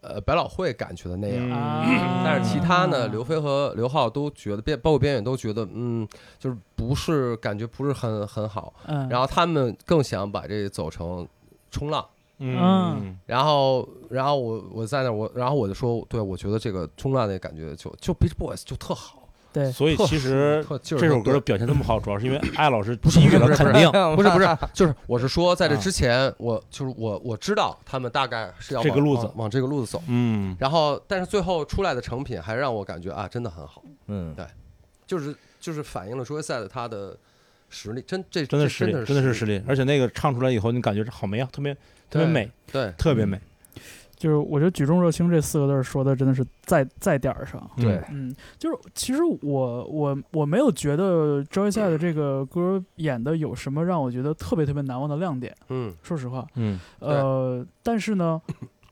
[SPEAKER 4] 呃百老汇感觉的那样，
[SPEAKER 2] 嗯
[SPEAKER 3] 啊
[SPEAKER 4] 但是其他呢，刘飞和刘浩都觉得，边包括边远都觉得，嗯，就是不是感觉不是很很好。
[SPEAKER 3] 嗯，
[SPEAKER 4] 然后他们更想把这走成冲浪。
[SPEAKER 2] 嗯，
[SPEAKER 4] 然后，然后我我在那儿我，然后我就说，对我觉得这个冲浪那感觉就就 Beach Boys 就特好，
[SPEAKER 3] 对，
[SPEAKER 2] 嗯所以
[SPEAKER 4] 特
[SPEAKER 2] 其实
[SPEAKER 4] 特劲儿
[SPEAKER 2] 这首歌
[SPEAKER 4] 特
[SPEAKER 2] 的
[SPEAKER 4] 对
[SPEAKER 2] 表现这么好，主要是因为艾老师
[SPEAKER 4] 是
[SPEAKER 2] 给予
[SPEAKER 4] 不是
[SPEAKER 2] 了
[SPEAKER 4] 不是
[SPEAKER 2] 肯定。
[SPEAKER 4] 不是 不是，就是我是说，在这
[SPEAKER 2] 啊
[SPEAKER 4] 之前，我就是我我知道他们大概是要
[SPEAKER 2] 这
[SPEAKER 4] 往
[SPEAKER 2] 个路子
[SPEAKER 4] 往往这个路子走，
[SPEAKER 2] 嗯
[SPEAKER 4] 然后但是最后出来的成品还让我感觉啊，真的很好，
[SPEAKER 2] 嗯，
[SPEAKER 4] 就是就是反映了 j o y c e 他的实力，真这
[SPEAKER 2] 真的
[SPEAKER 4] 这
[SPEAKER 2] 实力，真
[SPEAKER 4] 真
[SPEAKER 2] 的
[SPEAKER 4] 的
[SPEAKER 2] 是实
[SPEAKER 4] 实力，
[SPEAKER 2] 力。而且那个唱出来以后，你感觉好美啊，特别特别
[SPEAKER 4] 对
[SPEAKER 2] 美，
[SPEAKER 4] 对
[SPEAKER 2] 特别美。
[SPEAKER 3] 就是我觉得“举重若轻”这四个字儿说的真的是在在点儿上。
[SPEAKER 2] 嗯
[SPEAKER 1] 对，
[SPEAKER 3] 嗯，就是其实我我我没有觉得 Joy 赛的这个歌演的有什么让我觉得特别特别难忘的亮点，
[SPEAKER 4] 嗯
[SPEAKER 3] 说实话，
[SPEAKER 2] 嗯，
[SPEAKER 3] 呃，但是呢，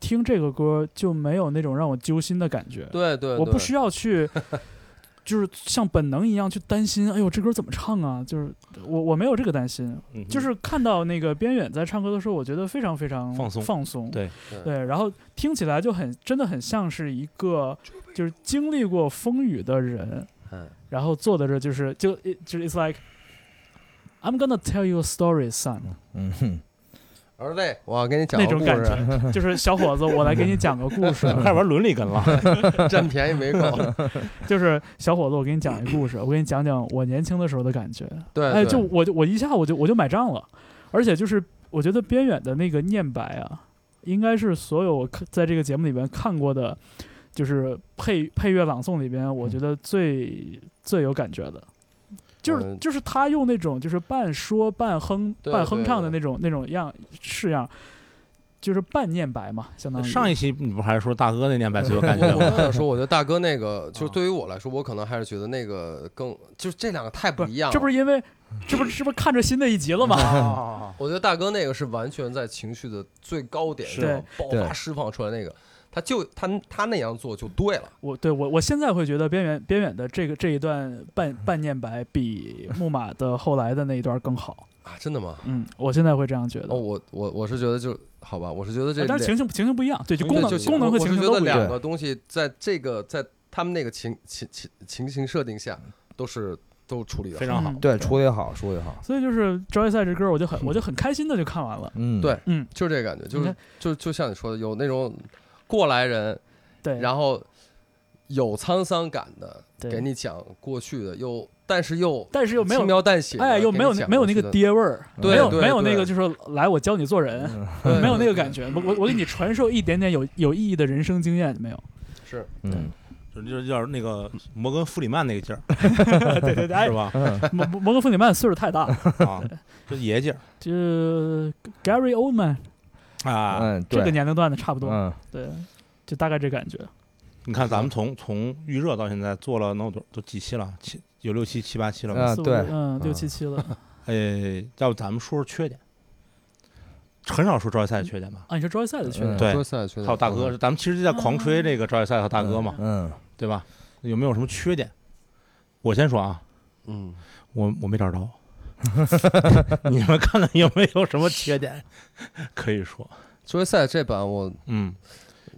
[SPEAKER 3] 听这个歌就没有那种让我揪心的感觉，
[SPEAKER 4] 对对，
[SPEAKER 3] 我不
[SPEAKER 4] 对
[SPEAKER 3] 需要去。就是像本能一样去担心，哎呦，这歌怎么唱啊？就是我我没有这个担心，
[SPEAKER 2] 嗯
[SPEAKER 3] 就是看到那个边远在唱歌的时候，我觉得非常非常
[SPEAKER 2] 放松
[SPEAKER 3] 放松，
[SPEAKER 2] 对
[SPEAKER 4] 对
[SPEAKER 3] 对，然后听起来就很真的很像是一个就是经历过风雨的人，
[SPEAKER 4] 嗯
[SPEAKER 3] 然后坐在这就是就就是 it's like I'm gonna tell you a story, son，
[SPEAKER 5] 嗯哼，
[SPEAKER 4] 儿子，我给你讲
[SPEAKER 3] 那
[SPEAKER 4] 个
[SPEAKER 3] 种
[SPEAKER 4] 故
[SPEAKER 3] 感
[SPEAKER 4] 事，
[SPEAKER 3] 觉，就是小伙子，我来给你讲个故事，
[SPEAKER 2] 开始
[SPEAKER 5] 嗯
[SPEAKER 2] 玩伦理根了。
[SPEAKER 4] 占便宜没够，
[SPEAKER 3] 就是小伙子，我给你讲一故事，我给你讲讲我年轻的时候的感觉，
[SPEAKER 4] 对，
[SPEAKER 3] 哎，
[SPEAKER 4] 对
[SPEAKER 3] 就我就我一下我就我就买账了，而且就是我觉得边远的那个念白啊，应该是所有我看在这个节目里边看过的，就是配配乐朗诵里边，
[SPEAKER 4] 嗯
[SPEAKER 3] 我觉得最最有感觉的。就是
[SPEAKER 4] 嗯
[SPEAKER 3] 就是他用那种就是半说半哼
[SPEAKER 4] 对
[SPEAKER 3] 半哼唱的
[SPEAKER 4] 对
[SPEAKER 3] 那种那种样式样，就是半念白嘛，相
[SPEAKER 5] 嗯
[SPEAKER 3] 当 于
[SPEAKER 2] 上一期你不还是说大哥那年百岁有
[SPEAKER 4] 我
[SPEAKER 2] 感觉嗯
[SPEAKER 4] 我
[SPEAKER 2] 吗？
[SPEAKER 4] 刚想说，我觉得大哥那个，就是对于我来说，我可能还是觉得那个更，就是这两个太不
[SPEAKER 3] 不是
[SPEAKER 4] 一样了。
[SPEAKER 3] 这不是因为这不是这不是看着新的一集了吗？
[SPEAKER 1] 啊，
[SPEAKER 4] 我觉得大哥那个是完全在情绪的最高点
[SPEAKER 2] 是
[SPEAKER 4] 上爆
[SPEAKER 1] 对
[SPEAKER 4] 发释放出来那个，他就他他那样做就对了。
[SPEAKER 3] 我对我我现在会觉得边缘边缘的这个这一段半
[SPEAKER 4] 嗯
[SPEAKER 3] 半念白比木马的后来的那一段更好。
[SPEAKER 4] 啊，真的吗？
[SPEAKER 3] 嗯，我现在会这样觉得。
[SPEAKER 4] 哦，我我我是觉得就好吧，我是觉得这
[SPEAKER 3] 哎但是
[SPEAKER 4] 两
[SPEAKER 3] 情形情形不一样，对，就功能
[SPEAKER 4] 嗯对
[SPEAKER 3] 功能和
[SPEAKER 4] 我
[SPEAKER 3] 情
[SPEAKER 4] 是
[SPEAKER 3] 形
[SPEAKER 4] 觉
[SPEAKER 3] 都
[SPEAKER 4] 得
[SPEAKER 3] 不一
[SPEAKER 4] 两
[SPEAKER 3] 样。
[SPEAKER 4] 个东西在这个在他们那个情情情情形设定下都是都处理 的
[SPEAKER 2] 非常好
[SPEAKER 3] 嗯，
[SPEAKER 1] 对，处理好，处理好，
[SPEAKER 3] 所以就是《职业赛》这歌，我就很
[SPEAKER 4] 嗯
[SPEAKER 3] 我就很开心的就看完了。
[SPEAKER 5] 嗯，
[SPEAKER 4] 对
[SPEAKER 3] 嗯，
[SPEAKER 4] 就是这个感觉，就
[SPEAKER 3] 你
[SPEAKER 4] 是
[SPEAKER 3] 看
[SPEAKER 4] 就就像你说的，有那种过来人，
[SPEAKER 3] 对，
[SPEAKER 4] 然后有沧桑感的，
[SPEAKER 3] 对
[SPEAKER 4] 给你讲过去的，又但是又
[SPEAKER 3] 但是又没有
[SPEAKER 4] 轻描淡写的，
[SPEAKER 3] 哎，又没有
[SPEAKER 4] 给你
[SPEAKER 3] 那
[SPEAKER 4] 讲
[SPEAKER 3] 没有那
[SPEAKER 4] 过
[SPEAKER 3] 个
[SPEAKER 4] 去
[SPEAKER 3] 爹味儿，
[SPEAKER 4] 对
[SPEAKER 3] 没有
[SPEAKER 4] 对
[SPEAKER 3] 没有
[SPEAKER 4] 对嗯
[SPEAKER 3] 那个就是来我教你做人，
[SPEAKER 4] 的，
[SPEAKER 2] 嗯
[SPEAKER 4] 对
[SPEAKER 3] 没有那个
[SPEAKER 4] 对
[SPEAKER 3] 感觉。我我我给你传授一点点有有意义的人生经验，没有？
[SPEAKER 4] 是
[SPEAKER 5] 嗯
[SPEAKER 2] 就就叫那个摩根弗里曼那个劲儿，
[SPEAKER 3] 对对对，哎
[SPEAKER 2] 是，吧？
[SPEAKER 3] 摩摩摩根弗里曼岁数太大了，
[SPEAKER 2] 啊，就爷劲儿
[SPEAKER 3] 就 Gary Oldman
[SPEAKER 2] 啊！
[SPEAKER 5] 嗯，
[SPEAKER 3] 这个
[SPEAKER 5] 对，
[SPEAKER 3] 年龄段的差不多，
[SPEAKER 5] 嗯，
[SPEAKER 3] 对，就大概这感觉。
[SPEAKER 2] 你看咱们从从预热到现在做了能有多都几期了？七有六七七八期了吧？
[SPEAKER 5] 啊
[SPEAKER 3] 四五
[SPEAKER 5] 对
[SPEAKER 3] 嗯，六
[SPEAKER 5] 嗯
[SPEAKER 3] 七期了。
[SPEAKER 2] 呃，要不咱们说说缺点，很少说招赛的缺点吧？
[SPEAKER 3] 啊，你说 Joy 赛的缺点
[SPEAKER 5] 嗯，
[SPEAKER 2] 对
[SPEAKER 4] 说赛缺点
[SPEAKER 2] 还有大哥，咱们其实在狂吹这个赵一赛和大哥嘛，
[SPEAKER 5] 嗯，
[SPEAKER 2] 对吧？有没有什么缺点？我先说啊，
[SPEAKER 4] 嗯，
[SPEAKER 2] 我我没找着， 你们看看有没有什么缺点可以说？
[SPEAKER 4] 说赛这版我
[SPEAKER 2] 嗯，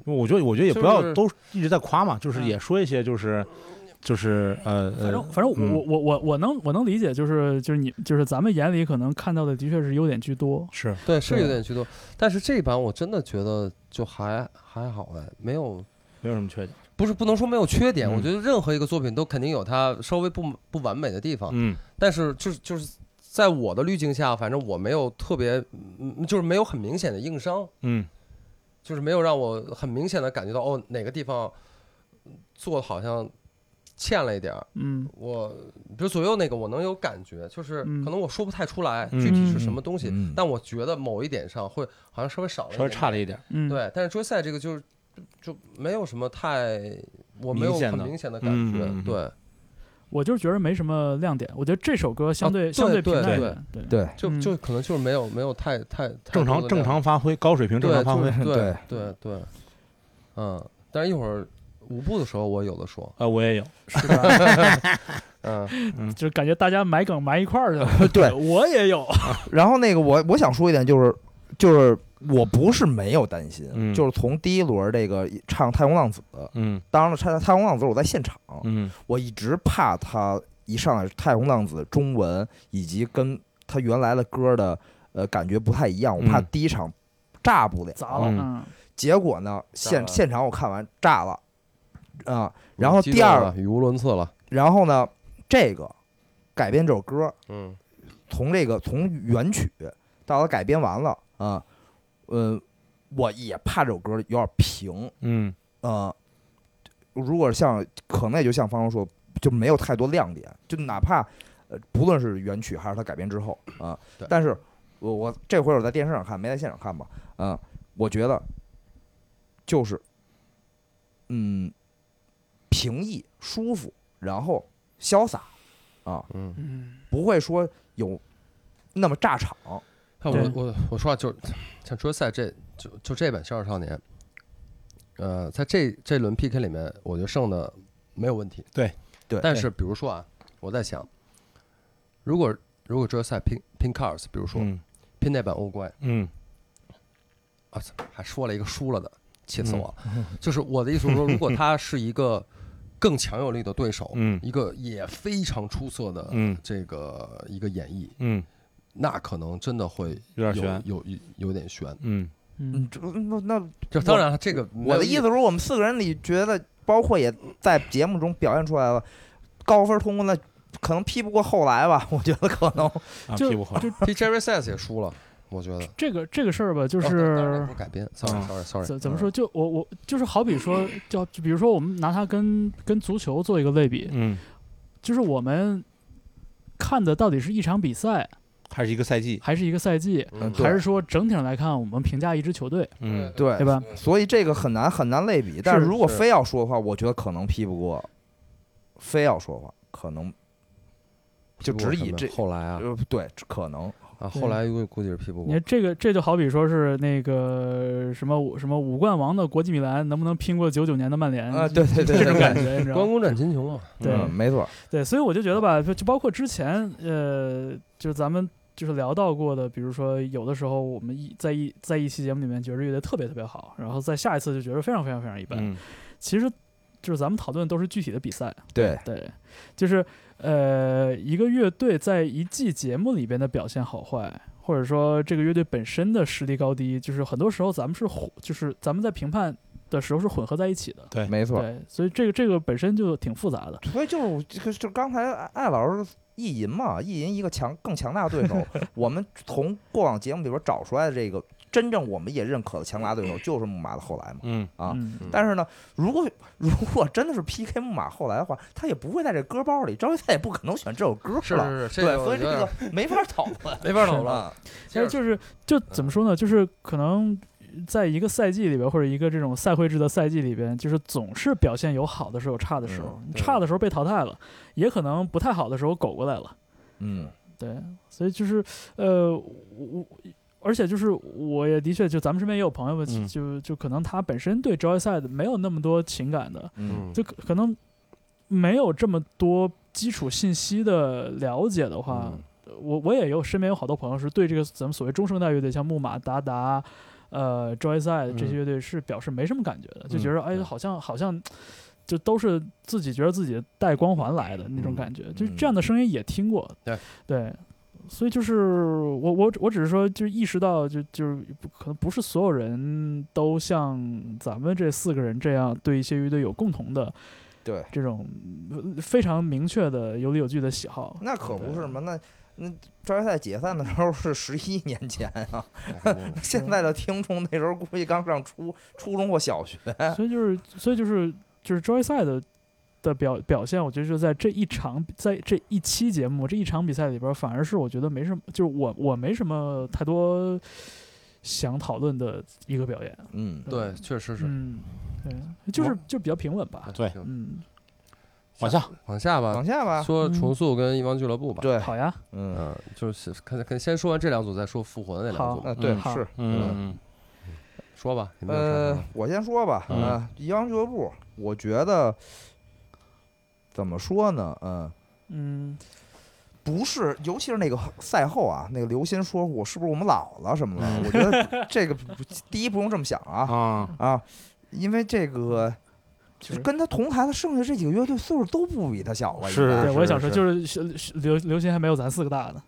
[SPEAKER 2] 我觉得我觉得也不要
[SPEAKER 4] 就是
[SPEAKER 2] 都一直在夸嘛，就是
[SPEAKER 3] 嗯
[SPEAKER 2] 也说一些就是就是呃
[SPEAKER 3] 反正
[SPEAKER 2] 呃
[SPEAKER 3] 反正我
[SPEAKER 2] 嗯
[SPEAKER 3] 我我我我能我能理解，就是就是你就是咱们眼里可能看到的的确是优点居多，
[SPEAKER 2] 是
[SPEAKER 4] 对是
[SPEAKER 3] 对
[SPEAKER 4] 有
[SPEAKER 2] 嗯
[SPEAKER 4] 点居多，但是这一版我真的觉得就还还好哎，没有
[SPEAKER 2] 没有什么缺点。
[SPEAKER 4] 不是不能说没有缺点，
[SPEAKER 2] 嗯
[SPEAKER 4] 我觉得任何一个作品都肯定有它稍微不不完美的地方，
[SPEAKER 2] 嗯，
[SPEAKER 4] 但是就是就是在我的滤镜下，反正我没有特别，嗯就是没有很明显的硬伤，
[SPEAKER 2] 嗯，
[SPEAKER 4] 就是没有让我很明显的感觉到哦哪个地方做的好像欠了一点儿。
[SPEAKER 3] 嗯
[SPEAKER 4] 我比如左右那个，我能有感觉，就是
[SPEAKER 3] 嗯
[SPEAKER 4] 可能我说不太出来
[SPEAKER 2] 嗯
[SPEAKER 4] 具体是什么东西，
[SPEAKER 5] 嗯嗯
[SPEAKER 4] 但我觉得某一点上会好像稍微少了，
[SPEAKER 2] 稍微差了。一点。
[SPEAKER 3] 嗯，，
[SPEAKER 4] 对，但是追赛这个就是就没有什么太，我没有
[SPEAKER 2] 明显的
[SPEAKER 4] 很明显的感觉，
[SPEAKER 2] 嗯嗯嗯
[SPEAKER 4] 对，
[SPEAKER 3] 我就觉得没什么亮点，我觉得这首歌相对
[SPEAKER 4] 啊对
[SPEAKER 3] 相平淡
[SPEAKER 4] 对
[SPEAKER 3] 一点，对
[SPEAKER 5] 对，
[SPEAKER 4] 就
[SPEAKER 3] 嗯
[SPEAKER 4] 就可能就是没有没有太太太
[SPEAKER 2] 正常
[SPEAKER 4] 多的
[SPEAKER 2] 正
[SPEAKER 4] 亮点
[SPEAKER 2] 常发挥，高水平正常
[SPEAKER 4] 对
[SPEAKER 2] 发挥。
[SPEAKER 4] 对
[SPEAKER 5] 对
[SPEAKER 4] 对对，嗯，但是一会儿舞步的时候我有的说，
[SPEAKER 2] 呃，我也有，
[SPEAKER 3] 是吧？
[SPEAKER 4] 嗯，
[SPEAKER 3] 就感觉大家埋梗埋一块儿去了。
[SPEAKER 1] 对。
[SPEAKER 3] 我也有，
[SPEAKER 1] 然后那个我我想说一点就是就是。我不是没有担心，
[SPEAKER 2] 嗯
[SPEAKER 1] 就是从第一轮这个唱《太空浪子》，
[SPEAKER 2] 嗯
[SPEAKER 1] 当然了，《太太空浪子》我在现场，
[SPEAKER 2] 嗯
[SPEAKER 1] 我一直怕他一上来《太空浪子》中文以及跟他原来的歌的呃感觉不太一样，我怕
[SPEAKER 2] 嗯
[SPEAKER 1] 第一场炸不了。
[SPEAKER 3] 砸了，
[SPEAKER 2] 嗯
[SPEAKER 3] 嗯，
[SPEAKER 1] 结果呢，
[SPEAKER 4] 了
[SPEAKER 1] 现现场我看完炸了，啊、然后第二，
[SPEAKER 4] 语无伦次了，
[SPEAKER 1] 然后呢，这个改编这首歌，
[SPEAKER 4] 嗯，
[SPEAKER 1] 从这个从原曲到它改编完了啊，呃，我也怕这首歌有点平，
[SPEAKER 2] 嗯
[SPEAKER 1] 呃，如果像可能也就像方舟说，就没有太多亮点，就哪怕呃，不论是原曲还是它改编之后啊、
[SPEAKER 4] 对
[SPEAKER 1] 但是我我这回我在电视上看，没在现场看吧，啊、我觉得就是嗯，平易舒服，然后潇洒啊，
[SPEAKER 4] 嗯，
[SPEAKER 3] 嗯，
[SPEAKER 1] 不会说有那么炸场，
[SPEAKER 4] 看
[SPEAKER 3] 对
[SPEAKER 4] 我我我说话就是像追赛这就就这版《笑傲少年》，呃，在这这轮 PK 里面，我觉得胜的没有问题，
[SPEAKER 2] 对
[SPEAKER 1] 对
[SPEAKER 4] 但是比如说啊，我在想，如果如果追赛拼拼 cars，比如说
[SPEAKER 2] 嗯
[SPEAKER 4] 拼那版欧冠，
[SPEAKER 2] 嗯
[SPEAKER 4] 啊，操还说了一个输了的，气死我了！ 就是我的意思是说，如果他是一个更强有力的对手，
[SPEAKER 2] 嗯
[SPEAKER 4] 一个也非常出色的
[SPEAKER 2] 嗯
[SPEAKER 4] 这个一个演绎，
[SPEAKER 2] 嗯，
[SPEAKER 4] 那可能真的会
[SPEAKER 2] 有点悬。
[SPEAKER 4] 有有有点悬。
[SPEAKER 2] 嗯，
[SPEAKER 3] 嗯
[SPEAKER 1] 嗯，这那那
[SPEAKER 4] 这
[SPEAKER 1] 我
[SPEAKER 4] 当然，这个没
[SPEAKER 1] 我
[SPEAKER 4] 有
[SPEAKER 1] 的意思是，我们四个人里觉得，包括也在节目中表现出来了，高分通过那可能批不过后来吧，我觉得可能。
[SPEAKER 2] 啊，
[SPEAKER 3] 就
[SPEAKER 2] 屁股好。
[SPEAKER 4] ，T Jerry Says 也输了，我觉得哦
[SPEAKER 3] 这个这个事儿吧，就
[SPEAKER 4] 就是不是改编，sorry
[SPEAKER 1] 嗯
[SPEAKER 4] sorry sorry，
[SPEAKER 3] 怎怎么说？就我我就是好比说，叫就比如说我们拿它跟跟足球做一个类比，
[SPEAKER 2] 嗯
[SPEAKER 3] 就是我们看的到底是一场比赛，
[SPEAKER 2] 还是一个赛季，
[SPEAKER 3] 还是一个赛季，
[SPEAKER 4] 嗯
[SPEAKER 1] 呃对
[SPEAKER 3] 还是说整体上来看，我们评价一支球队，
[SPEAKER 2] 嗯，
[SPEAKER 1] 对
[SPEAKER 3] 对吧？
[SPEAKER 1] 所以这个很难很难类比。但
[SPEAKER 3] 是
[SPEAKER 1] 如果
[SPEAKER 4] 是
[SPEAKER 1] 非要说的话，我觉得可能批不过，非要说的话，可能就只以这
[SPEAKER 4] 后来啊，
[SPEAKER 1] 呃对，可能
[SPEAKER 4] 啊后来估估计是批不
[SPEAKER 3] 你
[SPEAKER 4] 过
[SPEAKER 3] 看，这个，这就好比说是那个什么五什么五冠王的国际米兰，能不能拼过九九年的曼联
[SPEAKER 1] 啊，对对对
[SPEAKER 3] 嗯 这种
[SPEAKER 1] 对
[SPEAKER 3] 感
[SPEAKER 1] 对，
[SPEAKER 3] 觉，你知道
[SPEAKER 4] 关
[SPEAKER 3] 吗？
[SPEAKER 4] 公战秦琼嘛，
[SPEAKER 3] 对
[SPEAKER 1] 嗯，没错，
[SPEAKER 3] 对，所以我就觉得吧，就就包括之前呃，就是咱们就是聊到过的，比如说有的时候我们一在一在一期节目里面觉得乐队特别特别好，然后在下一次就觉得非常非常非常一般。
[SPEAKER 2] 嗯，
[SPEAKER 3] 其实就是咱们讨论都是具体的比赛，
[SPEAKER 1] 对
[SPEAKER 3] 对，就是呃，一个乐队在一季节目里边的表现好坏，或者说这个乐队本身的实力高低，就是很多时候咱们是混，就是咱们在评判的时候是混合在一起的。
[SPEAKER 1] 没错。
[SPEAKER 3] 对，所以这个这个本身就挺复杂的。
[SPEAKER 1] 所以就是就是就是刚才艾艾老师意淫嘛，意淫一个强更强大的对手。我们从过往节目里边找出来的这个真正我们也认可的强大对手，就是木马的后来嘛。
[SPEAKER 2] 嗯，
[SPEAKER 1] 啊
[SPEAKER 3] 嗯，
[SPEAKER 1] 但是呢，如果如果真的是 PK 木马后来的话，他也不会在这歌包里，张卫健也不可能选这首歌了。
[SPEAKER 4] 是是是，
[SPEAKER 1] 对，所以这
[SPEAKER 4] 有点，
[SPEAKER 1] 个没法讨论
[SPEAKER 4] 没法讨论。
[SPEAKER 1] 了。
[SPEAKER 3] 但是就是就怎么说呢？就是可能在一个赛季里边，或者一个这种赛会制的赛季里边，就是总是表现有好的时候，有差的时候，
[SPEAKER 4] 嗯对
[SPEAKER 3] 差的时候被淘汰了，也可能不太好的时候苟过来了。
[SPEAKER 1] 嗯，
[SPEAKER 3] 对，所以就是呃，我我而且就是我也的确，就咱们身边也有朋友们，
[SPEAKER 2] 嗯
[SPEAKER 3] 就就可能他本身对 Joyside 没有那么多情感的，
[SPEAKER 1] 嗯，
[SPEAKER 3] 就可可能没有这么多基础信息的了解
[SPEAKER 2] 嗯
[SPEAKER 3] 的话，我我也有身边有好多朋友是对这个咱们所谓中生代乐队，像木马、达达。呃，Joyside
[SPEAKER 1] 嗯
[SPEAKER 3] 这些乐队是表示没什么感觉的，就觉得哎，好像好像就都是自己觉得自己带光环来的
[SPEAKER 1] 嗯
[SPEAKER 3] 那种感觉，就是这样的声音也听过，
[SPEAKER 4] 对
[SPEAKER 3] 对，所以就是我我我只是说，就意识到就就是不可能不是所有人都像咱们这四个人这样对一些乐队有共同的
[SPEAKER 1] 对，
[SPEAKER 3] 这种呃非常明确的有理有据的喜好，
[SPEAKER 1] 那可不是
[SPEAKER 3] 对
[SPEAKER 1] 嘛，那。那专业赛解散的时候是十一年前啊，
[SPEAKER 4] 哎
[SPEAKER 1] 现在的听众那时候估计刚上初初中或小学。
[SPEAKER 3] 所以就是，所以就是，就是 Joyside 的的表表现，我觉得就在这一场，在这一期节目这一场比赛里边儿，反而是我觉得没什么，就是我我没什么太多想讨论的一个表演。
[SPEAKER 1] 嗯，
[SPEAKER 4] 对，确实是。
[SPEAKER 3] 嗯，对，就是就比较平稳吧
[SPEAKER 4] 哎。
[SPEAKER 2] 对
[SPEAKER 4] 行
[SPEAKER 3] 嗯，
[SPEAKER 2] 往下，
[SPEAKER 4] 往下吧
[SPEAKER 1] 往，下吧。
[SPEAKER 4] 说
[SPEAKER 3] 嗯
[SPEAKER 4] 重塑跟一方俱乐部吧。
[SPEAKER 1] 对，
[SPEAKER 3] 好呀，
[SPEAKER 1] 嗯，
[SPEAKER 4] 嗯，就是看看先说完这两组，再说复活的那两
[SPEAKER 3] 好
[SPEAKER 4] 组吧。
[SPEAKER 1] 啊，对，
[SPEAKER 2] 嗯
[SPEAKER 3] 好
[SPEAKER 1] 是，
[SPEAKER 2] 嗯，
[SPEAKER 4] 说吧，你们有啥看
[SPEAKER 1] 呃
[SPEAKER 4] 法，
[SPEAKER 1] 我先说吧，
[SPEAKER 2] 嗯
[SPEAKER 1] 呃，一阳俱乐部，我觉得怎么说呢，嗯，
[SPEAKER 3] 嗯，
[SPEAKER 1] 不是，尤其是那个赛后啊，那个刘鑫说我是不是我们老了什么的，我觉得这个不第一不用这么想啊
[SPEAKER 2] 啊，
[SPEAKER 1] 啊，因为这个
[SPEAKER 3] 就是。
[SPEAKER 1] 跟他同台的剩下这几个乐队岁数都不比他小了，
[SPEAKER 2] 是
[SPEAKER 1] 应该
[SPEAKER 3] 对，我也想说，
[SPEAKER 2] 是
[SPEAKER 3] 就是是刘刘鑫还没有咱四个大呢，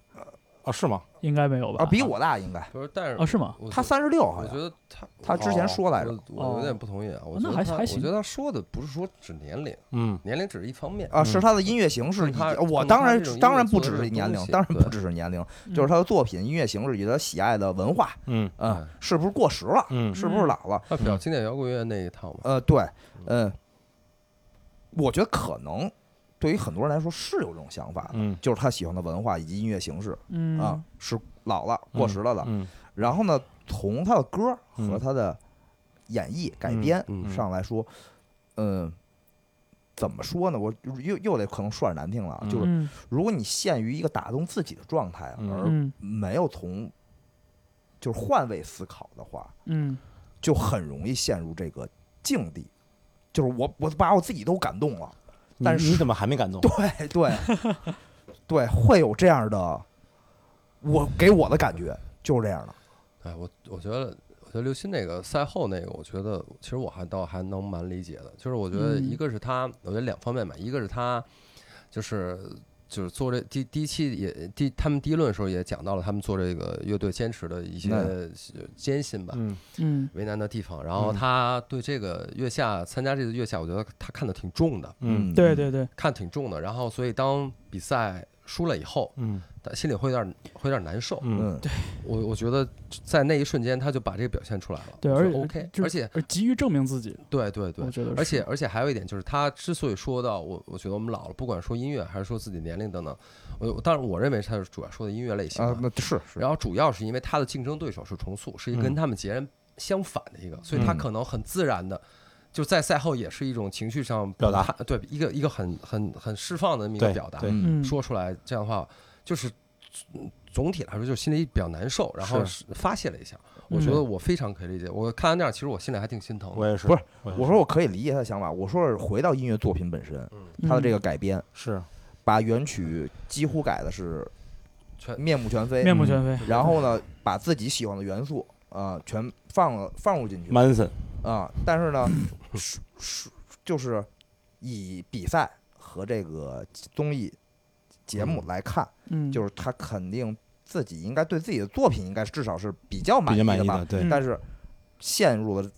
[SPEAKER 2] 啊是吗？
[SPEAKER 3] 应该没有吧？
[SPEAKER 1] 啊，比我大应该，
[SPEAKER 4] 不是，但
[SPEAKER 3] 啊
[SPEAKER 4] 是
[SPEAKER 3] 是吗？
[SPEAKER 4] 我
[SPEAKER 1] 哦他
[SPEAKER 4] 觉
[SPEAKER 1] 三十六好
[SPEAKER 4] 我觉
[SPEAKER 1] 像，
[SPEAKER 4] 得他哦
[SPEAKER 1] 他之前说来着，
[SPEAKER 4] 我我有点不同意啊。我觉
[SPEAKER 3] 哦那
[SPEAKER 4] 得
[SPEAKER 3] 还
[SPEAKER 4] 他
[SPEAKER 3] 还行
[SPEAKER 4] 我觉得他说的不是说指年龄，
[SPEAKER 2] 嗯
[SPEAKER 4] 年龄只是一方面。
[SPEAKER 1] 啊，是他的音乐形式
[SPEAKER 4] 更
[SPEAKER 1] 以及，
[SPEAKER 4] 他
[SPEAKER 1] 我
[SPEAKER 4] 更
[SPEAKER 1] 当
[SPEAKER 4] 他
[SPEAKER 1] 然
[SPEAKER 4] 这种音
[SPEAKER 1] 当
[SPEAKER 4] 乐
[SPEAKER 1] 然不
[SPEAKER 4] 做
[SPEAKER 1] 只
[SPEAKER 4] 的
[SPEAKER 1] 是年龄
[SPEAKER 4] 东，西
[SPEAKER 1] 当然不
[SPEAKER 4] 对
[SPEAKER 1] 只是年龄，就是他的作品、音乐形式以及他喜爱的文化，
[SPEAKER 2] 嗯
[SPEAKER 1] 嗯
[SPEAKER 4] 对，
[SPEAKER 1] 是不是过时了？
[SPEAKER 2] 嗯
[SPEAKER 1] 是不是
[SPEAKER 3] 嗯
[SPEAKER 1] 老了？
[SPEAKER 4] 他比较经典摇滚乐那一套嘛。
[SPEAKER 1] 呃，对，嗯，我觉得可能对于很多人来说是有这种想法的，
[SPEAKER 2] 嗯
[SPEAKER 1] 就是他喜欢的文化以及音乐形式
[SPEAKER 3] 嗯
[SPEAKER 1] 啊，是老了、过时了的。
[SPEAKER 2] 嗯
[SPEAKER 1] 然后呢，从他的歌和
[SPEAKER 2] 嗯
[SPEAKER 1] 他的演绎改编
[SPEAKER 4] 嗯
[SPEAKER 1] 上来说，嗯。怎么说呢？我又又得可能说点难听了啊，就是
[SPEAKER 3] 嗯
[SPEAKER 1] 如果你陷于一个打动自己的状态
[SPEAKER 2] 嗯
[SPEAKER 1] 而
[SPEAKER 3] 嗯
[SPEAKER 1] 没有从就是换位思考的话，
[SPEAKER 3] 嗯
[SPEAKER 1] 就很容易陷入这个境地，就是我我把我自己都感动了，但
[SPEAKER 2] 你
[SPEAKER 1] 是
[SPEAKER 2] 你怎么还没感动？
[SPEAKER 1] 对对 对，会有这样的，我给我的感觉就是这样的，
[SPEAKER 4] 哎，我我觉得，我觉得刘鑫那个赛后那个，我觉得其实我还倒还能蛮理解的，就是我觉得
[SPEAKER 3] 嗯
[SPEAKER 4] 一个是他，我觉得两方面吧，一个是他就是。就是做这第第一期也第他们第一轮的时候也讲到了他们做这个乐队坚持的一些
[SPEAKER 1] 嗯
[SPEAKER 4] 艰辛吧，
[SPEAKER 2] 嗯
[SPEAKER 3] 嗯
[SPEAKER 4] 为难的地方。然后
[SPEAKER 2] 嗯
[SPEAKER 4] 他对这个月下参加这次月下，我觉得他看得挺重的，
[SPEAKER 2] 嗯
[SPEAKER 3] 对对对，
[SPEAKER 4] 看挺重的。然后所以当比赛输了以后，
[SPEAKER 2] 嗯
[SPEAKER 4] 但心里会有点会有点难受。
[SPEAKER 2] 嗯
[SPEAKER 5] 嗯，
[SPEAKER 4] 我我觉得在那一瞬间，他就把这个表现出来了，
[SPEAKER 3] 对
[SPEAKER 4] 我觉得
[SPEAKER 3] 而
[SPEAKER 4] OK，
[SPEAKER 3] 就是
[SPEAKER 4] 而且
[SPEAKER 3] 而急于证明自己，
[SPEAKER 4] 对对对
[SPEAKER 3] 我，觉得是，
[SPEAKER 4] 而且而且还有一点就是，他之所以说到我，我觉得我们老了，不管说音乐还是说自己年龄等等，我当然我认为他是主要说的音乐类型啊
[SPEAKER 1] 啊，那是是，
[SPEAKER 4] 然后主要是因为他的竞争对手是重塑，是一个跟
[SPEAKER 2] 嗯
[SPEAKER 4] 他们截然相反的一个，所以他
[SPEAKER 5] 嗯
[SPEAKER 4] 可能很自然的。就在赛后也是一种情绪上
[SPEAKER 2] 表达
[SPEAKER 4] 他，对一个一个很很很释放的那么一个
[SPEAKER 2] 对
[SPEAKER 4] 表达，
[SPEAKER 2] 对，
[SPEAKER 5] 嗯
[SPEAKER 3] 嗯，
[SPEAKER 4] 说出来这样的话，就是嗯总体来说就心里比较难受，然后是发泄了一下。我觉
[SPEAKER 3] 嗯
[SPEAKER 4] 得我非常可以理解，我看到那样，其实我心里还挺心疼的。
[SPEAKER 2] 我也是，
[SPEAKER 1] 不是
[SPEAKER 2] 也是，
[SPEAKER 1] 我说我可以理解他的想法，我说是回到音乐作品本身，
[SPEAKER 3] 嗯
[SPEAKER 1] 他的这个改编，
[SPEAKER 2] 是
[SPEAKER 1] 把原曲几乎改的是
[SPEAKER 4] 全
[SPEAKER 1] 面目全非，
[SPEAKER 3] 嗯面目全非，
[SPEAKER 1] 然后呢，把自己喜欢的元素啊、呃全放了放入进去啊、
[SPEAKER 2] Manson，
[SPEAKER 1] 但是呢，是是就是以比赛和这个综艺节目来看，
[SPEAKER 3] 嗯，
[SPEAKER 1] 就是他肯定自己应该对自己的作品应该至少是比较满
[SPEAKER 2] 比较满
[SPEAKER 1] 的
[SPEAKER 2] 意
[SPEAKER 1] 吧
[SPEAKER 2] 的，，对
[SPEAKER 3] 嗯，
[SPEAKER 1] 但是陷入了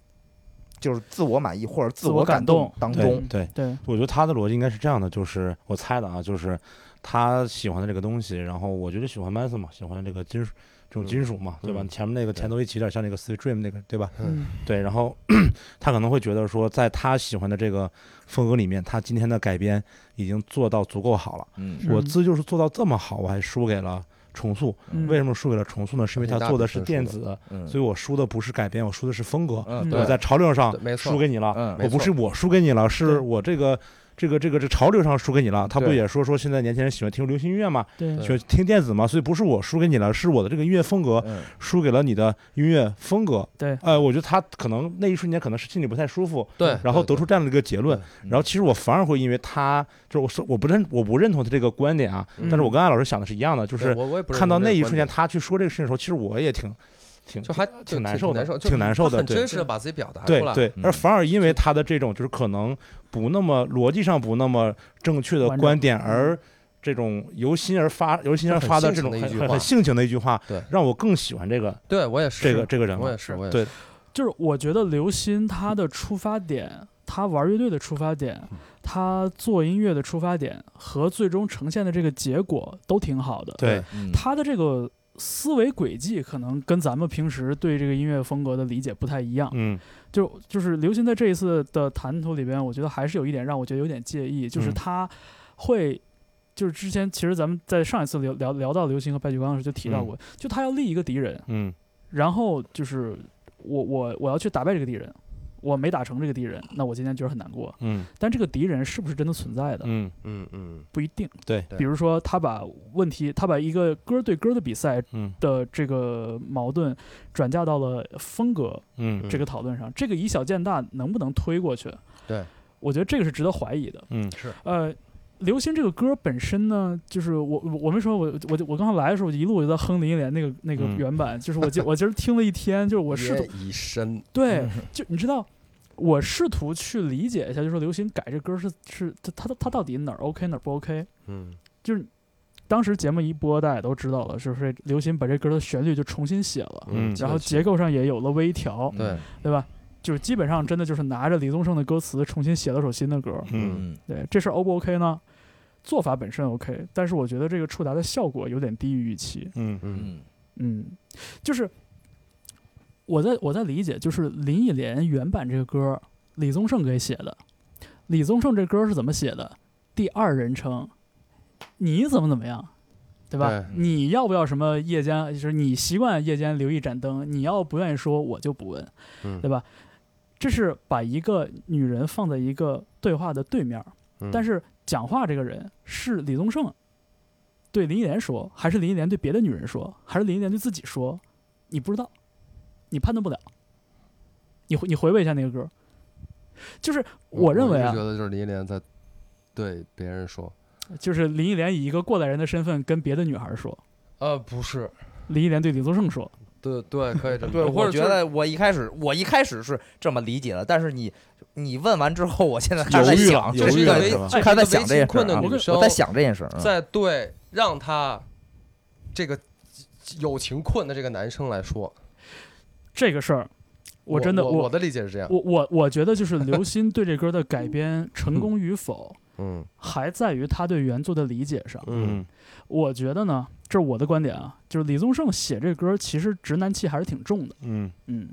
[SPEAKER 1] 就是自我满意或者自
[SPEAKER 3] 自我
[SPEAKER 1] 我
[SPEAKER 3] 感
[SPEAKER 1] 感动
[SPEAKER 3] 动
[SPEAKER 1] 当
[SPEAKER 2] 对
[SPEAKER 1] 中，
[SPEAKER 2] 对。
[SPEAKER 3] 对，
[SPEAKER 2] 我觉得他的逻辑应该是这样的，就是我猜的啊，就是他喜欢的这个东西，然后我觉得喜欢 Manson 嘛，喜欢这个金属这种金属嘛，对吧？
[SPEAKER 4] 嗯
[SPEAKER 2] 前面那个
[SPEAKER 4] 对
[SPEAKER 2] 前头一起有点像那个 Sweet Dream 那个，对吧？
[SPEAKER 3] 嗯
[SPEAKER 2] 对，然后 他可能会觉得说，在他喜欢的这个风格里面，他今天的改编已经做到足够好了。
[SPEAKER 1] 嗯
[SPEAKER 3] 是
[SPEAKER 2] 我自就是做到这么好，我还输给了重塑。
[SPEAKER 3] 嗯
[SPEAKER 2] 为什么输给了重塑呢？是因为他做的是电子，
[SPEAKER 1] 嗯，
[SPEAKER 2] 所以我输的不是改编，我输的是风格。
[SPEAKER 1] 嗯
[SPEAKER 3] 对
[SPEAKER 2] 我在潮流上
[SPEAKER 4] 对没错
[SPEAKER 2] 输给你了，
[SPEAKER 1] 嗯
[SPEAKER 2] 我
[SPEAKER 4] 没
[SPEAKER 2] 不
[SPEAKER 4] 错
[SPEAKER 2] 是我输给你了，是
[SPEAKER 3] 对
[SPEAKER 2] 我这个这个这个这潮流上输给你了。他不
[SPEAKER 1] 对
[SPEAKER 2] 也说说现在年轻人喜欢听流行音乐嘛，
[SPEAKER 3] 对
[SPEAKER 2] 喜欢听电子嘛，所以不是我输给你了，是我的这个音乐风格
[SPEAKER 1] 嗯
[SPEAKER 2] 输给了你的音乐风格。
[SPEAKER 3] 对，
[SPEAKER 2] 呃，我觉得他可能那一瞬间可能是心里不太舒服，
[SPEAKER 4] 对
[SPEAKER 2] 然后
[SPEAKER 4] 对
[SPEAKER 2] 得出这样的一个结论。
[SPEAKER 1] 嗯
[SPEAKER 2] 然后其实我反而会因为他，就是我说我不认我不认同他这个观点啊，
[SPEAKER 4] 嗯
[SPEAKER 2] 但是我跟艾老师想的是一样的，就
[SPEAKER 4] 就是我我也不认
[SPEAKER 2] 看到
[SPEAKER 4] 同这
[SPEAKER 2] 那
[SPEAKER 4] 个
[SPEAKER 2] 一
[SPEAKER 4] 观
[SPEAKER 2] 瞬
[SPEAKER 4] 点
[SPEAKER 2] 间他去说这个事情的时候，其实我也挺挺
[SPEAKER 4] 就还就
[SPEAKER 2] 挺难受的
[SPEAKER 4] 难受，就
[SPEAKER 2] 挺难受的
[SPEAKER 4] 他很
[SPEAKER 2] 对
[SPEAKER 4] 真实的把自己表达
[SPEAKER 2] 对
[SPEAKER 4] 出来。
[SPEAKER 2] 对，而
[SPEAKER 1] 嗯
[SPEAKER 2] 反而因为他的这种就是可能不那么逻辑上不那么正确的
[SPEAKER 3] 完整
[SPEAKER 2] 观点，
[SPEAKER 4] 嗯
[SPEAKER 2] 而这种由心而发、由心
[SPEAKER 4] 就
[SPEAKER 2] 而
[SPEAKER 4] 很
[SPEAKER 2] 发的这
[SPEAKER 4] 性情
[SPEAKER 2] 种
[SPEAKER 4] 的一
[SPEAKER 2] 很
[SPEAKER 4] 句
[SPEAKER 2] 很
[SPEAKER 4] 话
[SPEAKER 2] 很性情的一句话，
[SPEAKER 4] 对
[SPEAKER 2] 让我更喜欢这个
[SPEAKER 4] 对我也是
[SPEAKER 2] 这个这个人
[SPEAKER 4] 我
[SPEAKER 2] 了
[SPEAKER 4] 也。是我也
[SPEAKER 2] 对
[SPEAKER 4] 是
[SPEAKER 3] 就是我觉得刘鑫他的出发点，他玩乐队的出发点，他做音乐的出发点和最终呈现的这个结果都挺好的。
[SPEAKER 2] 对，
[SPEAKER 1] 嗯
[SPEAKER 3] 他的这个思维轨迹可能跟咱们平时对这个音乐风格的理解不太一样。
[SPEAKER 2] 嗯
[SPEAKER 3] 就就是刘鑫在这一次的谈吐里边，我觉得还是有一点让我觉得有点介意，就是
[SPEAKER 2] 嗯
[SPEAKER 3] 他会。就是之前，其实咱们在上一次聊聊聊到刘星和白举纲的时候就提到过，就他要立一个敌人，
[SPEAKER 2] 嗯
[SPEAKER 3] 然后就是我我我要去打败这个敌人，我没打成这个敌人，那我今天觉得很难过。
[SPEAKER 2] 嗯
[SPEAKER 3] 但这个敌人是不是真的存在的，
[SPEAKER 2] 嗯
[SPEAKER 4] 嗯嗯
[SPEAKER 3] 不一定。
[SPEAKER 2] 对
[SPEAKER 4] 对
[SPEAKER 3] 比如说他把问题，他把一个歌对歌的比赛
[SPEAKER 2] 嗯
[SPEAKER 3] 的这个矛盾转嫁到了风格
[SPEAKER 2] 嗯
[SPEAKER 3] 这个讨论上，这个以小见大能不能推过去？
[SPEAKER 4] 对，
[SPEAKER 3] 我觉得这个是值得怀疑的。
[SPEAKER 2] 嗯
[SPEAKER 3] 呃，刘星这个歌本身呢，就是我我我没说，我我我刚才来的时候，我一路我就在哼林忆莲那个那个
[SPEAKER 2] 嗯
[SPEAKER 3] 原版，就是我今我今儿听了一天，就是我试图
[SPEAKER 4] 也以身
[SPEAKER 2] 嗯
[SPEAKER 3] 对，就你知道，我试图去理解一下，就是说刘星改这歌是是他他他到底哪儿 OK 哪儿不 OK？
[SPEAKER 4] 嗯
[SPEAKER 3] 就是当时节目一播，大家也都知道了，就是刘星把这歌的旋律就重新写了，
[SPEAKER 2] 嗯
[SPEAKER 3] 然后结构上也有了微调，
[SPEAKER 1] 嗯
[SPEAKER 4] 对
[SPEAKER 3] 对吧？就是基本上真的就是拿着李宗盛的歌词重新写了首新的歌，
[SPEAKER 2] 嗯
[SPEAKER 1] 嗯
[SPEAKER 3] 对这事儿 O 不 OK 呢？做法本身 OK，但是我觉得这个触达的效果有点低于预期。
[SPEAKER 2] 嗯
[SPEAKER 4] 嗯
[SPEAKER 1] 嗯
[SPEAKER 3] 嗯，就是我在我在理解，就是林忆莲原版这个歌，李宗盛给写的。李宗盛这歌是怎么写的？第二人称，你怎么怎么样，对吧？
[SPEAKER 4] 对
[SPEAKER 3] 你要不要什么夜间？就是你习惯夜间留一盏灯，你要不愿意说，我就不问，
[SPEAKER 4] 嗯
[SPEAKER 3] 对吧？这是把一个女人放在一个对话的对面儿，
[SPEAKER 4] 嗯
[SPEAKER 3] 但是讲话这个人是李宗盛对林忆莲说，还是林忆莲对别的女人说，还是林忆莲对自己说，你不知道，你判断不了。你回你回味一下那个歌，就是我认为
[SPEAKER 4] 一直
[SPEAKER 3] 啊
[SPEAKER 4] 觉，得就是林忆莲在对别人说，
[SPEAKER 3] 就是林忆莲以一个过来人的身份跟别的女孩说，
[SPEAKER 4] 呃，不是，
[SPEAKER 3] 林忆莲对李宗盛说，
[SPEAKER 4] 对对，可以这么
[SPEAKER 1] 对，
[SPEAKER 4] 说或
[SPEAKER 1] 我
[SPEAKER 4] 者
[SPEAKER 1] 觉
[SPEAKER 4] 就是
[SPEAKER 1] 得我一开始我一开始是这么理解的，但是你你问完之后，我现在还
[SPEAKER 2] 犹
[SPEAKER 1] 在
[SPEAKER 2] 豫了
[SPEAKER 1] 想，
[SPEAKER 2] 犹
[SPEAKER 1] 这是
[SPEAKER 2] 豫
[SPEAKER 1] 一
[SPEAKER 2] 了
[SPEAKER 1] 个
[SPEAKER 2] 是
[SPEAKER 1] 危
[SPEAKER 2] 吧？
[SPEAKER 4] 这
[SPEAKER 1] 看
[SPEAKER 4] 是
[SPEAKER 1] 在
[SPEAKER 4] 一
[SPEAKER 1] 想
[SPEAKER 4] 个围
[SPEAKER 1] 这件
[SPEAKER 4] 棋困
[SPEAKER 1] 事儿
[SPEAKER 4] 的
[SPEAKER 1] 啊
[SPEAKER 4] 女生，
[SPEAKER 1] 我在想这件事儿啊，
[SPEAKER 4] 在对让他这个友情困的这个男生来说，
[SPEAKER 3] 这个事儿，我真的
[SPEAKER 4] 我
[SPEAKER 3] 我
[SPEAKER 4] 的理解是这样，
[SPEAKER 3] 我我我觉得就是刘鑫对这歌的改编成功与否，
[SPEAKER 4] 嗯
[SPEAKER 3] 还在于他对原作的理解上。
[SPEAKER 4] 嗯
[SPEAKER 3] 我觉得呢，这是我的观点啊，就是李宗盛写这歌，其实直男气还是挺重的。
[SPEAKER 2] 嗯
[SPEAKER 3] 嗯，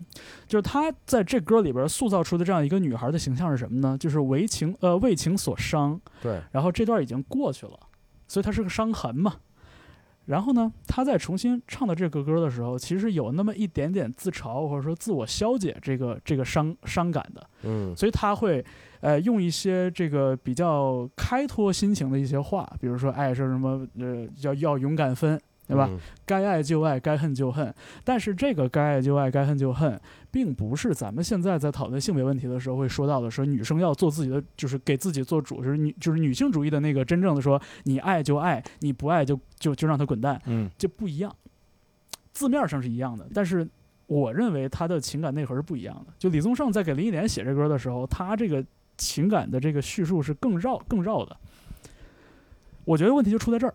[SPEAKER 3] 就是他在这歌里边塑造出的这样一个女孩的形象是什么呢？就是为情呃为情所伤，
[SPEAKER 4] 对，
[SPEAKER 3] 然后这段已经过去了，所以它是个伤痕嘛。然后呢，他在重新唱到这个歌的时候，其实有那么一点点自嘲或者说自我消解这个这个伤伤感的，
[SPEAKER 4] 嗯
[SPEAKER 3] 所以他会呃用一些这个比较开拓心情的一些话，比如说爱是什么呃要要勇敢分，对
[SPEAKER 4] 嗯
[SPEAKER 3] 吧？？该爱就爱，该恨就恨。但是这个该爱就爱，该恨就恨，并不是咱们现在在讨论性别问题的时候会说到的，说女生要做自己的，就是给自己做主，就是女就是女性主义的那个真正的说，你爱就爱，你不爱就就就让他滚蛋，
[SPEAKER 2] 嗯
[SPEAKER 3] 这不一样。字面上是一样的，但是我认为他的情感内核是不一样的。就李宗盛在给林忆莲写这歌的时候，他这个情感的这个叙述是更绕更绕的。我觉得问题就出在这儿，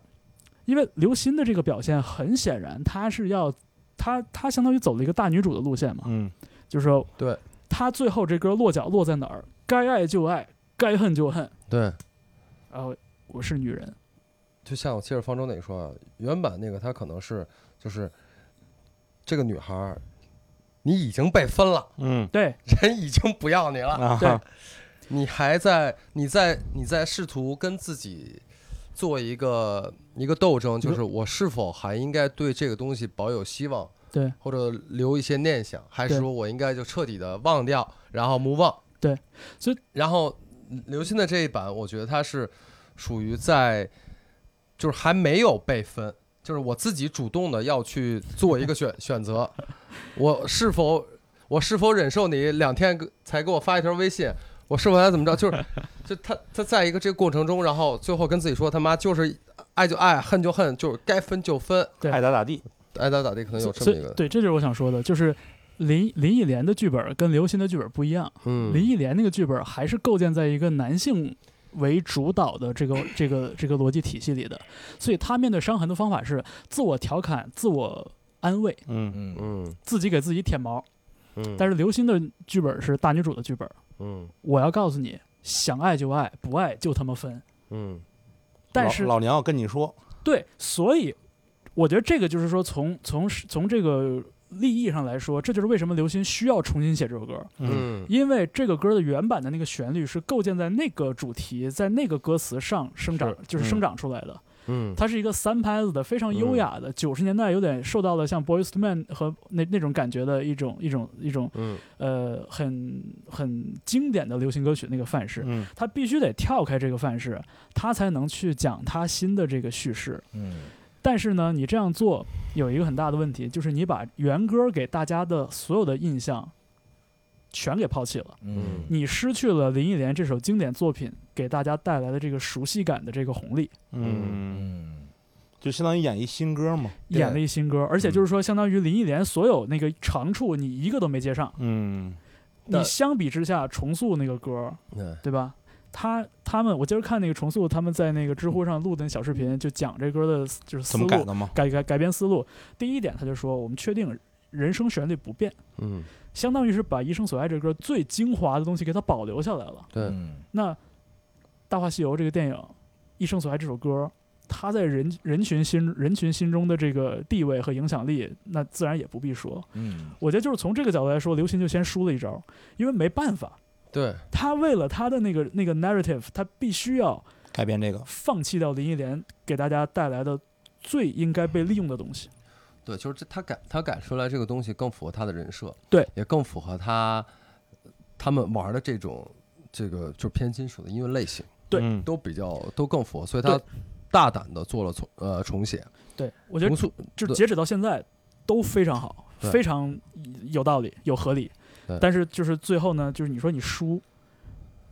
[SPEAKER 3] 因为刘欣的这个表现很显然，他是要他他相当于走了一个大女主的路线嘛，
[SPEAKER 2] 嗯
[SPEAKER 3] 就是说
[SPEAKER 4] 对
[SPEAKER 3] 他最后这歌落脚落在哪儿，该爱就爱，该恨就恨，
[SPEAKER 4] 对，
[SPEAKER 3] 然后我是女人，
[SPEAKER 4] 就像我接着方舟那里说啊，原版那个他可能是就是这个女孩儿，你已经被分了，
[SPEAKER 2] 嗯
[SPEAKER 3] 对
[SPEAKER 4] 人已经不要你了，
[SPEAKER 2] 啊
[SPEAKER 3] 对
[SPEAKER 4] 你还在你在你在试图跟自己做一个一个斗争，就是我是否还应该对这个东西保有希望，
[SPEAKER 3] 对，
[SPEAKER 4] 或者留一些念想，还是
[SPEAKER 3] 对
[SPEAKER 4] 说我应该就彻底的忘掉，然后 move on？
[SPEAKER 3] 对，所以
[SPEAKER 4] 然后刘鑫的这一版，我觉得他是属于在就是还没有被分，就是我自己主动的要去做一个 选选择，我是否我是否忍受你两天给才给我发一条微信，我是否该怎么着？就是就他他在一个这个过程中，然后最后跟自己说他妈就是爱就爱，恨就恨，就是该分就分，哎
[SPEAKER 2] 爱咋咋地，
[SPEAKER 4] 爱咋咋地，可能有这
[SPEAKER 3] 所
[SPEAKER 4] 么一
[SPEAKER 3] 以
[SPEAKER 4] 个，
[SPEAKER 3] 对，这就是我想说的，就是林林忆莲的剧本跟刘欣的剧本不一样。
[SPEAKER 4] 嗯，
[SPEAKER 3] 林忆莲那个剧本还是构建在一个男性为主导的这个这个这个逻辑体系里的，所以他面对伤痕的方法是自我调侃、自我安慰、
[SPEAKER 2] 嗯
[SPEAKER 5] 嗯
[SPEAKER 4] 嗯
[SPEAKER 3] 自己给自己舔毛。
[SPEAKER 4] 嗯，
[SPEAKER 3] 但
[SPEAKER 4] 是
[SPEAKER 3] 是刘欣的剧本是大女主的剧本，
[SPEAKER 4] 嗯
[SPEAKER 3] 我要告诉你，想爱就爱，不爱就他妈分。
[SPEAKER 4] 嗯
[SPEAKER 3] 但
[SPEAKER 2] 老
[SPEAKER 3] 是
[SPEAKER 2] 老娘要跟你说，
[SPEAKER 3] 对，所以我觉得这个就是说从，从从这个立意上来说，这就是为什么刘欣需要重新写这首歌。
[SPEAKER 4] 嗯
[SPEAKER 3] 因为这个歌的原版的那个旋律是构建在那个主题，在那个歌词上生长，就是生长出来的。
[SPEAKER 4] 嗯，
[SPEAKER 3] 它是一个三拍子的，非常优雅的，九十、年代有点受到了像 Boys to Men 和那那种感觉的一种一种一种
[SPEAKER 4] 嗯
[SPEAKER 3] 呃很很经典的流行歌曲那个范式。
[SPEAKER 2] 嗯
[SPEAKER 3] 它必须得跳开这个范式，它才能去讲它新的这个叙事。
[SPEAKER 5] 嗯
[SPEAKER 3] 但是呢，你这样做有一个很大的问题，就是你把原歌给大家的所有的印象全给抛弃了。
[SPEAKER 5] 嗯
[SPEAKER 3] 你失去了林忆莲这首经典作品给大家带来的这个熟悉感的这个红利，
[SPEAKER 2] 嗯，
[SPEAKER 5] 嗯
[SPEAKER 2] 就相当于演一新歌嘛，
[SPEAKER 4] 对
[SPEAKER 3] 演了一新歌，而且
[SPEAKER 2] 嗯
[SPEAKER 3] 就是说，相当于林忆莲所有那个长处你一个都没接上。
[SPEAKER 2] 嗯
[SPEAKER 3] 你相比之下，重塑那个歌，
[SPEAKER 4] 嗯
[SPEAKER 3] 对吧？他他们，我今儿看那个重塑他们在那个知乎上录的那小视频，就讲这歌的，就是思
[SPEAKER 2] 怎
[SPEAKER 3] 路
[SPEAKER 2] 么改的嘛？
[SPEAKER 3] 改改改变思路。第一点，他就说我们确定人生旋律不变，
[SPEAKER 4] 嗯，
[SPEAKER 3] 相当于是把《一生所爱》这歌最精华的东西给它保留下来了。
[SPEAKER 4] 对，
[SPEAKER 5] 嗯
[SPEAKER 3] 那《大话西游》这个电影，《一生所爱》这首歌，它在人人群心人群心中的这个地位和影响力，那自然也不必说。
[SPEAKER 5] 嗯
[SPEAKER 3] 我觉得就是从这个角度来说，刘鑫就先输了一招，因为没办法，
[SPEAKER 4] 对，
[SPEAKER 3] 他为了他的那个那个 narrative，他必须要
[SPEAKER 2] 改变这个，
[SPEAKER 3] 放弃掉林忆莲给大家带来的最应该被利用的东西。
[SPEAKER 4] 对，就是这他改他改出来这个东西更符合他的人设，
[SPEAKER 3] 对，
[SPEAKER 4] 也更符合他他们玩的这种这个就是偏金属的音乐类型，
[SPEAKER 3] 对
[SPEAKER 2] 嗯
[SPEAKER 4] 都比较都更符合，所以他
[SPEAKER 3] 对
[SPEAKER 4] 大胆的做了重呃重写，
[SPEAKER 3] 对我觉
[SPEAKER 4] 重
[SPEAKER 3] 得
[SPEAKER 4] 塑
[SPEAKER 3] 就是
[SPEAKER 4] 对
[SPEAKER 3] 截止到现在都非常好，
[SPEAKER 4] 对
[SPEAKER 3] 非常有道理，有合理
[SPEAKER 4] 对。
[SPEAKER 3] 但是就是最后呢，就是你说你输，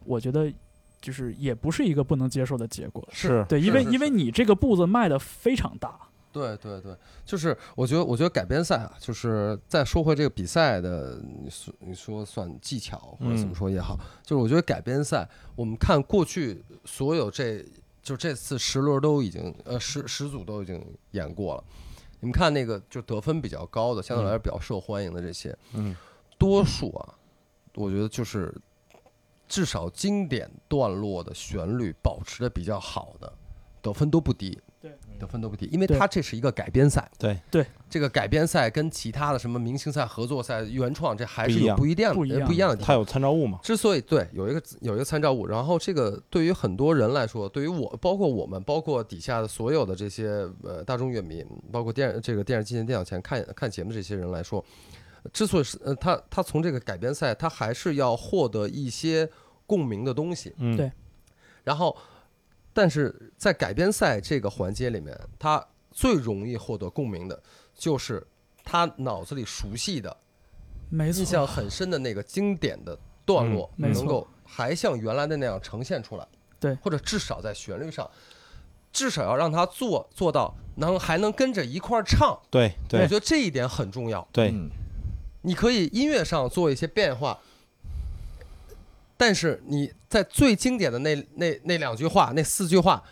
[SPEAKER 3] 我觉得就是也不是一个不能接受的结果。
[SPEAKER 2] 是
[SPEAKER 3] 对，因为
[SPEAKER 4] 是
[SPEAKER 3] 因为
[SPEAKER 4] 是
[SPEAKER 3] 你这个步子迈得非常大，
[SPEAKER 4] 对对对，就是我觉得我觉得改编赛啊，就是再说回这个比赛的，你说你说算技巧或者怎么
[SPEAKER 2] 嗯
[SPEAKER 4] 说也好，就是我觉得改编赛，我们看过去所有这就这次十轮都已经呃十十组都已经演过了，你们看那个就得分比较高的，相对来说比较受欢迎的这些，
[SPEAKER 2] 嗯
[SPEAKER 4] 多数啊，我觉得就是至少经典段落的旋律保持的比较好的，得分都不低。
[SPEAKER 3] 对，
[SPEAKER 4] 得分都不低，因为
[SPEAKER 3] 对
[SPEAKER 4] 它这是一个改编赛。
[SPEAKER 2] 对
[SPEAKER 3] 对，
[SPEAKER 4] 这个改编赛跟其他的什么明星赛、合作赛、原创这还
[SPEAKER 2] 不
[SPEAKER 4] 是
[SPEAKER 2] 一
[SPEAKER 4] 有
[SPEAKER 2] 样
[SPEAKER 4] 不一样的
[SPEAKER 3] 不一样
[SPEAKER 4] 不一样的地
[SPEAKER 2] 它
[SPEAKER 4] 方。
[SPEAKER 2] 有参照物嘛？
[SPEAKER 4] 之所以对有一个有一个参照物，然后这个对于很多人来说，对于我，包括我们，包括底下的所有的这些呃大众乐迷，包括电这个电视机前、电脑前看看节目的这些人来说，之所以是呃他他从这个改编赛，他还是要获得一些共鸣的东西。
[SPEAKER 2] 嗯，
[SPEAKER 3] 对
[SPEAKER 4] 然后，但是在改编赛这个环节里面，他最容易获得共鸣的，就是他脑子里熟悉的、
[SPEAKER 3] 没
[SPEAKER 4] 印
[SPEAKER 3] 错
[SPEAKER 4] 象，很深的那个经典的段落，
[SPEAKER 3] 嗯没错
[SPEAKER 4] 能够还像原来的那样呈现出来。
[SPEAKER 3] 对
[SPEAKER 4] 或者至少在旋律上，至少要让他做做到能还能跟着一块儿唱。
[SPEAKER 2] 对
[SPEAKER 4] 我
[SPEAKER 2] 对
[SPEAKER 4] 觉得这一点很重要。
[SPEAKER 2] 对，
[SPEAKER 5] 嗯
[SPEAKER 4] 你可以音乐上做一些变化，但是你在最经典的那那那两句话，那四句话，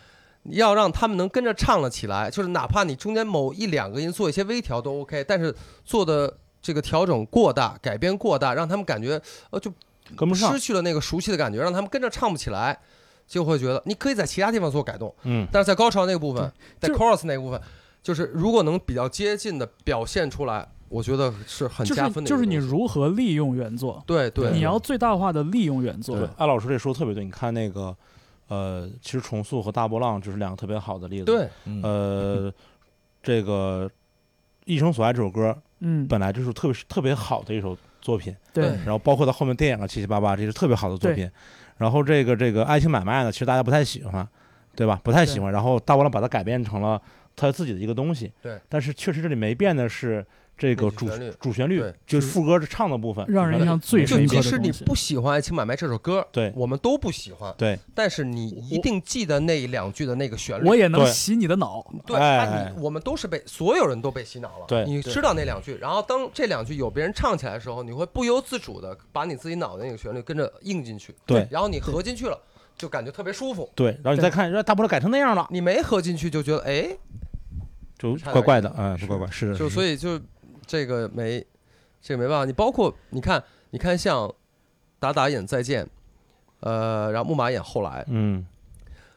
[SPEAKER 4] 你要让他们能跟着唱了起来，就是哪怕你中间某一两个音做一些微调都 OK，但是做的这个调整过大，改编过大，让他们感觉呃就
[SPEAKER 2] 跟不上
[SPEAKER 4] 失。去了那个熟悉的感觉，让他们跟着唱不起来。就会觉得你可以在其他地方做改动，
[SPEAKER 2] 嗯，
[SPEAKER 4] 但是在高潮那个部分，在
[SPEAKER 3] 对就
[SPEAKER 4] chorus 那个部分，就是如果能比较接近的表现出来，我觉得是很
[SPEAKER 3] 就
[SPEAKER 4] 加
[SPEAKER 3] 是
[SPEAKER 4] 分的一个东西。
[SPEAKER 3] 就是你如何利用原作，
[SPEAKER 4] 对对，
[SPEAKER 3] 你要最大化的利用原作
[SPEAKER 2] 对。，艾老师这说得特别对。你看那个，呃，其实重塑和大波浪就是两个特别好的例子。，
[SPEAKER 4] 对
[SPEAKER 5] 嗯
[SPEAKER 2] 呃，这个《一生所爱》这首歌
[SPEAKER 3] 嗯，
[SPEAKER 2] 本来就是特别特别好的一首作品，
[SPEAKER 3] 对
[SPEAKER 4] 对，
[SPEAKER 2] 然后包括到后面电影啊七七八八，这是特别好的作品。然后这个这个《爱情买卖》呢，其实大家不太喜欢，对吧？不太喜欢。然后大波浪把它改编成了他自己的一个东西。
[SPEAKER 4] 对。
[SPEAKER 2] 但是确实这里没变的是这个
[SPEAKER 4] 那句
[SPEAKER 2] 主
[SPEAKER 4] 旋律
[SPEAKER 2] 主旋律
[SPEAKER 4] 对，
[SPEAKER 2] 就是副歌唱的部分，
[SPEAKER 3] 让人印象最
[SPEAKER 4] 就
[SPEAKER 3] 深刻
[SPEAKER 4] 即
[SPEAKER 3] 的
[SPEAKER 4] 使
[SPEAKER 3] 东
[SPEAKER 4] 你
[SPEAKER 3] 西
[SPEAKER 4] 不喜欢《爱情买卖》这首歌，
[SPEAKER 2] 对
[SPEAKER 4] 我们都不喜欢，
[SPEAKER 2] 对，
[SPEAKER 4] 但是你一定记得那两句的那个旋律。
[SPEAKER 3] 我也能
[SPEAKER 2] 对
[SPEAKER 3] 洗你的脑。
[SPEAKER 4] 对，
[SPEAKER 2] 哎
[SPEAKER 4] 他
[SPEAKER 2] 哎
[SPEAKER 4] 你我们都是被所有人都被洗脑了。
[SPEAKER 2] 对
[SPEAKER 4] 你知道那两句，然后当这两句有别人唱起来的时候，你会不由自主的把你自己脑袋那个旋律跟着应进去。
[SPEAKER 2] 对
[SPEAKER 4] 然后你合进去了，就感觉特别舒服。
[SPEAKER 2] 对，然后你再看，哎让大波浪改成那样了，
[SPEAKER 4] 你没合进去就觉得哎，
[SPEAKER 2] 就
[SPEAKER 4] 差点
[SPEAKER 2] 怪怪的
[SPEAKER 4] 意，思
[SPEAKER 2] 嗯，是怪怪，是的，
[SPEAKER 4] 就是所以就这个没这个没办法。你包括你看，你看像达达演《再见》，呃，然后木马演《后来》，
[SPEAKER 2] 嗯，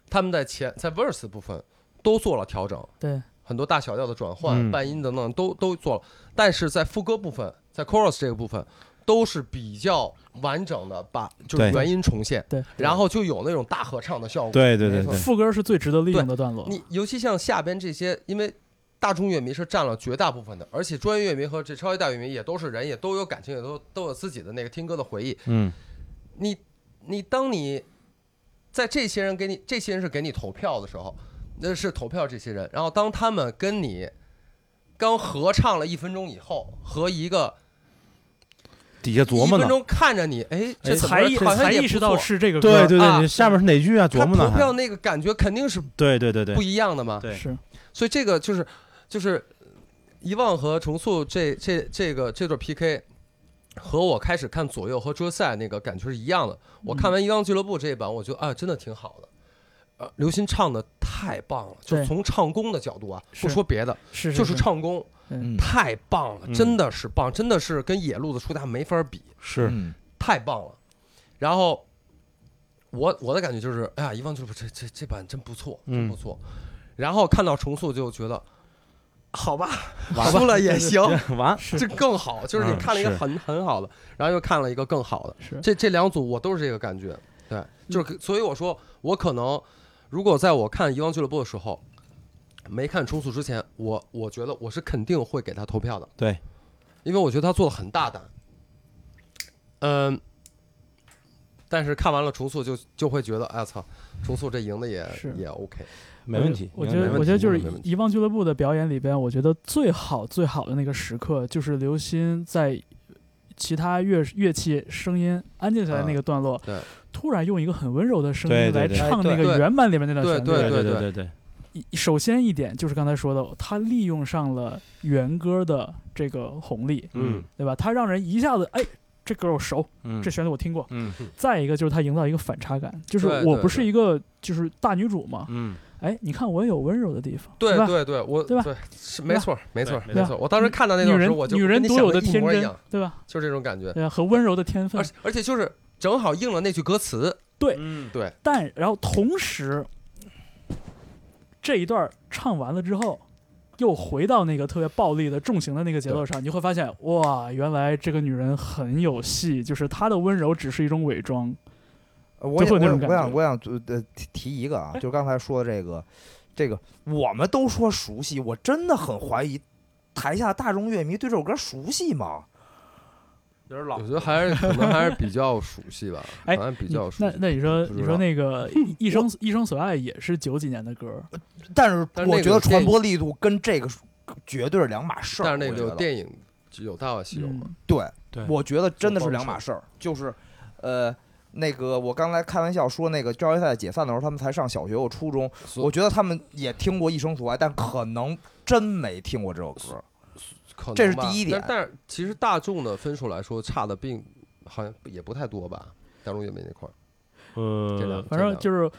[SPEAKER 4] 他们在前在 verse 部分都做了调整，
[SPEAKER 3] 对，
[SPEAKER 4] 很多大小调的转换、
[SPEAKER 2] 嗯
[SPEAKER 4] 半音等等都都做了，但是在副歌部分，在 chorus 这个部分都是比较完整的，把就
[SPEAKER 2] 对
[SPEAKER 4] 是原音重现，
[SPEAKER 3] 对，
[SPEAKER 4] 然后就有那种大合唱的效果。
[SPEAKER 2] 对对对
[SPEAKER 4] 没错
[SPEAKER 2] 对，
[SPEAKER 3] 副歌是最值得利用的段落。哎
[SPEAKER 4] 你尤其像下边这些，因为大众乐迷是占了绝大部分的，而且专业乐迷和这超级大乐迷也都是人，也都有感情，也都都有自己的那个听歌的回忆。
[SPEAKER 2] 嗯，
[SPEAKER 4] 你你当你在这些人给你这些人是给你投票的时候，那是投票这些人，然后当他们跟你刚合唱了一分钟以后，和一个
[SPEAKER 2] 底下琢
[SPEAKER 4] 一
[SPEAKER 2] 磨
[SPEAKER 4] 分
[SPEAKER 2] 呢，
[SPEAKER 4] 钟看着你，哎，这怎么
[SPEAKER 3] 才意
[SPEAKER 4] 好像
[SPEAKER 3] 才
[SPEAKER 4] 也
[SPEAKER 3] 意
[SPEAKER 4] 不
[SPEAKER 3] 识到
[SPEAKER 4] 错
[SPEAKER 3] 是这个 歌
[SPEAKER 2] 对
[SPEAKER 3] 儿，
[SPEAKER 2] 对
[SPEAKER 4] 啊
[SPEAKER 2] 对，你下面是哪句啊？琢
[SPEAKER 4] 他
[SPEAKER 2] 磨呢
[SPEAKER 4] 投票
[SPEAKER 2] 还，
[SPEAKER 4] 那个感觉肯定是
[SPEAKER 2] 对对对对
[SPEAKER 4] 不，一样的嘛。
[SPEAKER 2] 对
[SPEAKER 3] 是
[SPEAKER 4] 所以这个就是就是遗忘和重塑这这这个这对 PK，和我开始看左右和遮赛那个感觉是一样的。我
[SPEAKER 3] 嗯
[SPEAKER 4] 看完《遗忘俱乐部》这一版，我觉得啊，真的挺好的。呃，刘鑫唱的太棒了，就
[SPEAKER 3] 对
[SPEAKER 4] 从唱功的角度啊，
[SPEAKER 3] 是
[SPEAKER 4] 不说别的，
[SPEAKER 3] 是
[SPEAKER 4] 就是唱功
[SPEAKER 5] 嗯
[SPEAKER 4] 太棒了，
[SPEAKER 2] 嗯
[SPEAKER 4] 真的是棒，真的是跟野路子出大没法比。
[SPEAKER 2] 是
[SPEAKER 5] 嗯
[SPEAKER 4] 太棒了。然后我我的感觉就是，哎呀，遗忘俱乐部这这这版真不错，真
[SPEAKER 2] 嗯
[SPEAKER 4] 不错。然后看到重塑就觉得，好吧，
[SPEAKER 2] 完
[SPEAKER 4] 输了也行，
[SPEAKER 2] 完，
[SPEAKER 4] 这更 好。 就是你
[SPEAKER 2] 嗯
[SPEAKER 4] 看了一个
[SPEAKER 2] 是
[SPEAKER 4] 很很好的，然后又看了一个更好的，
[SPEAKER 3] 是
[SPEAKER 4] 这这两组我都是这个感觉。对，
[SPEAKER 2] 嗯
[SPEAKER 4] 就是所以我说，我可能如果在我看遗忘俱乐部的时候。没看重塑之前，我我觉得我是肯定会给他投票的，
[SPEAKER 2] 对，
[SPEAKER 4] 因为我觉得他做的很大胆。嗯，但是看完了重塑就就会觉得，哎操，重塑这赢的也
[SPEAKER 3] 是
[SPEAKER 4] 也 OK。
[SPEAKER 2] 没问题，
[SPEAKER 3] 呃我
[SPEAKER 2] 应
[SPEAKER 3] 觉
[SPEAKER 2] 该没
[SPEAKER 3] 得，
[SPEAKER 2] 问题
[SPEAKER 3] 我觉得就是
[SPEAKER 4] 没
[SPEAKER 3] 《
[SPEAKER 4] 问题
[SPEAKER 3] 遗忘俱乐部》的表演里边，我觉得最好最好的那个时刻，就是刘鑫在其他乐乐器声音安静下来那个段落，
[SPEAKER 4] 对
[SPEAKER 3] 突然用一个很温柔的声
[SPEAKER 2] 啊对
[SPEAKER 3] 音
[SPEAKER 2] 对
[SPEAKER 3] 来
[SPEAKER 2] 对
[SPEAKER 3] 唱
[SPEAKER 5] 对
[SPEAKER 3] 那个
[SPEAKER 4] 对
[SPEAKER 3] 原版里面那段
[SPEAKER 4] 对
[SPEAKER 3] 旋律。
[SPEAKER 4] 对
[SPEAKER 2] 对
[SPEAKER 4] 对
[SPEAKER 2] 对对，
[SPEAKER 3] 一首先一点就是刚才说的，他利用上了原歌的这个红利，
[SPEAKER 2] 嗯
[SPEAKER 3] 对吧？他让人一下子哎。这歌我熟，
[SPEAKER 2] 嗯，
[SPEAKER 3] 这旋律我听过。
[SPEAKER 2] 嗯
[SPEAKER 3] 再一个就是他营造一个反差感，就是
[SPEAKER 4] 对
[SPEAKER 3] 我
[SPEAKER 4] 对
[SPEAKER 3] 不是
[SPEAKER 4] 对
[SPEAKER 3] 一个就是大女主嘛，
[SPEAKER 2] 嗯，
[SPEAKER 3] 哎，你看我也有温柔的地错
[SPEAKER 4] 对
[SPEAKER 3] 吧？
[SPEAKER 4] 对对，我
[SPEAKER 3] 对吧
[SPEAKER 4] 是没错儿没错儿
[SPEAKER 2] 对
[SPEAKER 4] 没错儿。我当时看到那
[SPEAKER 3] 女
[SPEAKER 4] 段时
[SPEAKER 3] 人
[SPEAKER 4] 候，我就
[SPEAKER 3] 女人
[SPEAKER 4] 跟你
[SPEAKER 3] 独
[SPEAKER 4] 想
[SPEAKER 3] 有
[SPEAKER 4] 的一
[SPEAKER 3] 天
[SPEAKER 4] 模一
[SPEAKER 3] 真
[SPEAKER 4] 样，，
[SPEAKER 3] 对吧？
[SPEAKER 4] 就是这种感觉。
[SPEAKER 3] 对啊，和温柔的天分
[SPEAKER 4] 而，且而且就是正好应了那句歌词。
[SPEAKER 2] 嗯，
[SPEAKER 4] 对，
[SPEAKER 3] 但然后同时，这一段唱完了之后，又回到那个特别暴力的重型的那个节奏上，你会发现，哇，原来这个女人很有戏，就是她的温柔只是一种伪装。
[SPEAKER 1] 我
[SPEAKER 3] 就会
[SPEAKER 1] 也
[SPEAKER 3] 那
[SPEAKER 1] 我
[SPEAKER 3] 种
[SPEAKER 1] 也我
[SPEAKER 3] 感觉
[SPEAKER 1] 想我想呃提提一个
[SPEAKER 4] 哎
[SPEAKER 1] 啊，就刚才说的这个，这个我们都说熟悉，我真的很怀疑台下大众乐迷对这首歌熟悉吗？有点
[SPEAKER 4] 我觉得还是可能还是比较熟悉吧，
[SPEAKER 3] 哎
[SPEAKER 4] 好像比
[SPEAKER 3] 你
[SPEAKER 4] 较熟
[SPEAKER 3] 那
[SPEAKER 4] 悉。
[SPEAKER 3] 那你说
[SPEAKER 4] 不知
[SPEAKER 3] 你说
[SPEAKER 4] 道
[SPEAKER 3] 那个一一生一生所爱也是九几年的歌，
[SPEAKER 1] 但是
[SPEAKER 4] 但是
[SPEAKER 1] 我
[SPEAKER 4] 那
[SPEAKER 1] 觉得
[SPEAKER 4] 个
[SPEAKER 1] 传
[SPEAKER 4] 电
[SPEAKER 1] 播力度跟这个是绝对是两码事儿。
[SPEAKER 4] 但是那
[SPEAKER 1] 我觉
[SPEAKER 4] 个
[SPEAKER 1] 得
[SPEAKER 4] 电影有大话西游嘛，
[SPEAKER 3] 嗯
[SPEAKER 1] 对，
[SPEAKER 2] 对
[SPEAKER 1] 我觉得真的是
[SPEAKER 4] 包
[SPEAKER 1] 两
[SPEAKER 4] 成
[SPEAKER 1] 码事儿。就是，呃，那个我刚才开玩笑说，那个交谊赛解散的时候，他们才上小学，我初中，
[SPEAKER 4] 所
[SPEAKER 1] 我觉得他们也听过《一生所爱》，但可能真没听过这首歌。
[SPEAKER 4] 可能
[SPEAKER 1] 这是
[SPEAKER 4] 吧
[SPEAKER 1] 第一点
[SPEAKER 4] 但但是其实大众的分数来说，差的并好像也不太多吧，大众乐迷那块儿。这两
[SPEAKER 2] 呃，
[SPEAKER 3] 反正就是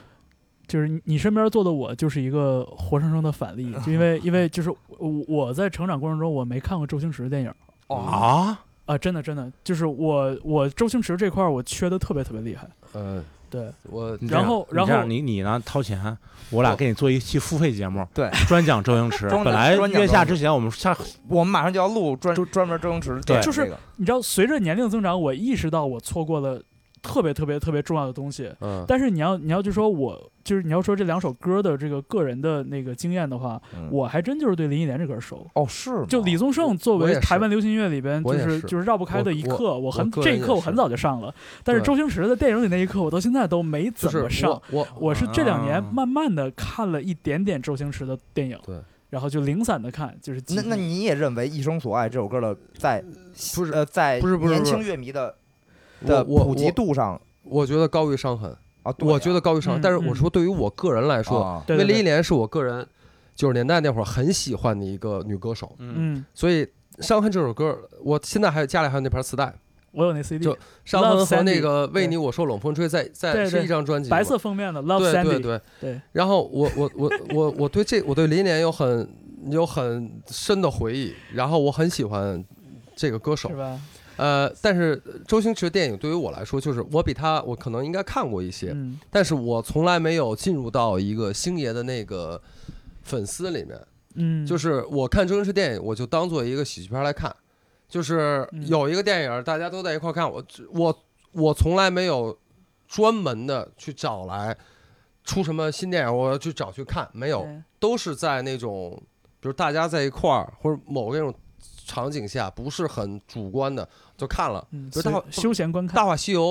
[SPEAKER 3] 就是你身边坐的我就是一个活生生的反例，就因为因为就是我我在成长过程中我没看过周星驰的电影。
[SPEAKER 1] 哦，
[SPEAKER 2] 啊，
[SPEAKER 3] 啊，真的真的，就是我我周星驰这块儿我缺的特别特别厉害，
[SPEAKER 4] 嗯，
[SPEAKER 3] 对，
[SPEAKER 4] 我
[SPEAKER 2] 你这
[SPEAKER 3] 然
[SPEAKER 2] 样
[SPEAKER 3] 后
[SPEAKER 2] 你
[SPEAKER 3] 然
[SPEAKER 2] 这样
[SPEAKER 3] 后
[SPEAKER 2] 你你呢掏钱，我俩
[SPEAKER 4] 不
[SPEAKER 2] 给你做一期付费节目，
[SPEAKER 1] 对，
[SPEAKER 2] 专讲周星驰。
[SPEAKER 1] 专
[SPEAKER 2] 本
[SPEAKER 1] 讲
[SPEAKER 2] 来
[SPEAKER 1] 专讲
[SPEAKER 2] 约
[SPEAKER 1] 周
[SPEAKER 2] 下
[SPEAKER 1] 星
[SPEAKER 2] 之前我们下
[SPEAKER 1] 我们马上就要录专专门周星驰的电影
[SPEAKER 2] 对
[SPEAKER 3] 就是
[SPEAKER 1] 这个
[SPEAKER 3] 你知道，随着年龄增长，我意识到我错过了特别特别特别重要的东西。
[SPEAKER 4] 嗯，
[SPEAKER 3] 但是你要你要就说我就是你要说这两首歌的这个个人的那个经验的话，
[SPEAKER 1] 嗯
[SPEAKER 3] 我还真就是对林忆莲这歌熟。
[SPEAKER 1] 哦是吗
[SPEAKER 3] 就李宗盛作
[SPEAKER 4] 我
[SPEAKER 3] 为
[SPEAKER 4] 也是
[SPEAKER 3] 台湾流行音乐里边，
[SPEAKER 4] 我
[SPEAKER 3] 就
[SPEAKER 4] 也
[SPEAKER 3] 是
[SPEAKER 4] 是
[SPEAKER 3] 就是绕不开的一
[SPEAKER 4] 我
[SPEAKER 3] 课，我很
[SPEAKER 4] 我个
[SPEAKER 3] 这
[SPEAKER 4] 人
[SPEAKER 3] 一
[SPEAKER 4] 也
[SPEAKER 3] 课我很
[SPEAKER 4] 是
[SPEAKER 3] 早就上了，但是
[SPEAKER 4] 对
[SPEAKER 3] 周星驰的电影里那一课我到现在都没
[SPEAKER 4] 就
[SPEAKER 3] 怎
[SPEAKER 4] 是
[SPEAKER 3] 么上。
[SPEAKER 4] 我我
[SPEAKER 3] 我是这两年
[SPEAKER 2] 啊
[SPEAKER 3] 慢慢的看了一点点周星驰的电影，
[SPEAKER 4] 对，
[SPEAKER 3] 然后就零散的看，就是几
[SPEAKER 1] 那那
[SPEAKER 3] 部
[SPEAKER 1] 你也认为《一生所爱》这首歌的在
[SPEAKER 4] 不是
[SPEAKER 1] 呃在
[SPEAKER 4] 不是不是
[SPEAKER 1] 年
[SPEAKER 4] 不是
[SPEAKER 1] 轻乐迷的
[SPEAKER 4] 我
[SPEAKER 1] 的
[SPEAKER 4] 我
[SPEAKER 1] 普及度上
[SPEAKER 4] 我觉得高于伤痕，
[SPEAKER 1] 啊，对
[SPEAKER 4] 我
[SPEAKER 1] 呀
[SPEAKER 4] 觉得高于伤痕。
[SPEAKER 3] 嗯
[SPEAKER 4] 但是
[SPEAKER 3] 嗯
[SPEAKER 4] 我说对于我个人来说，
[SPEAKER 1] 啊
[SPEAKER 3] 哦对
[SPEAKER 4] 因为
[SPEAKER 3] 对
[SPEAKER 4] 林忆
[SPEAKER 3] 对，
[SPEAKER 4] 莲是我个人九十年代那会儿很喜欢的一个女歌手，
[SPEAKER 2] 嗯
[SPEAKER 3] 嗯，
[SPEAKER 4] 所以《伤痕》这首歌，我现在还有家里还有那盘磁带，《
[SPEAKER 3] 我有那 CD，
[SPEAKER 4] 就伤痕
[SPEAKER 3] Love》
[SPEAKER 4] 和那
[SPEAKER 3] Sandy，
[SPEAKER 4] 个《为你我受冷风吹》在在
[SPEAKER 3] 对
[SPEAKER 4] 是
[SPEAKER 3] 对
[SPEAKER 4] 一张专辑嘛，
[SPEAKER 3] 白色封面的 Love
[SPEAKER 4] 对
[SPEAKER 3] Sandy，
[SPEAKER 4] 对对
[SPEAKER 3] 对。
[SPEAKER 4] 然后我我我我我对这我对林忆莲有很有很深的回忆，然后我很喜欢这个歌手
[SPEAKER 3] 是，吧？
[SPEAKER 4] 呃，但是周星驰的电影对于我来说，就是我比他我可能应该看过一些，
[SPEAKER 3] 嗯，
[SPEAKER 4] 但是我从来没有进入到一个星爷的那个粉丝里面。
[SPEAKER 3] 嗯，
[SPEAKER 4] 就是是我看周星驰电影，我就当做一个喜剧片来看，就是
[SPEAKER 3] 嗯
[SPEAKER 4] 有一个电影大家都在一块儿看，我只我我从来没有专门的去找来出什么新电影，我要去找去看，没有，都是在那种比如大家在一块儿或者某个那种场景下，不是很主观的就看了。
[SPEAKER 3] 嗯，
[SPEAKER 4] 就
[SPEAKER 3] 随
[SPEAKER 4] 是大
[SPEAKER 3] 休闲观
[SPEAKER 4] 《大
[SPEAKER 3] 看，
[SPEAKER 4] 话西游》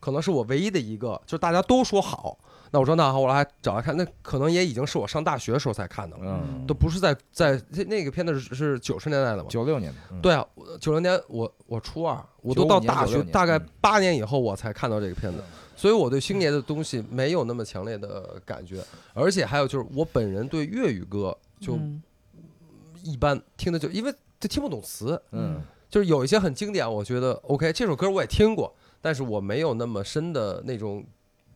[SPEAKER 4] 可能是我唯一的一个，就是大家都说好，那我说那好，我来找来看，那可能也已经是我上大学的时候才看的了，
[SPEAKER 1] 嗯
[SPEAKER 4] 都不是在在那那个片子是是九十年代的嘛？
[SPEAKER 1] 九六年的嗯
[SPEAKER 4] 对啊，九零年我我初二，我都到
[SPEAKER 1] 95年
[SPEAKER 4] 大学
[SPEAKER 1] 96年
[SPEAKER 4] 大概
[SPEAKER 1] 嗯
[SPEAKER 4] 八年以后我才看到这个片子，所以我对星爷的东西没有那么强烈的感觉，而且还有就是我本人对粤语歌就
[SPEAKER 3] 嗯
[SPEAKER 4] 一般听的就因为就听不懂词，
[SPEAKER 1] 嗯
[SPEAKER 4] 就是有一些很经典，我觉得 OK，这首歌我也听过，但是我没有那么深的那种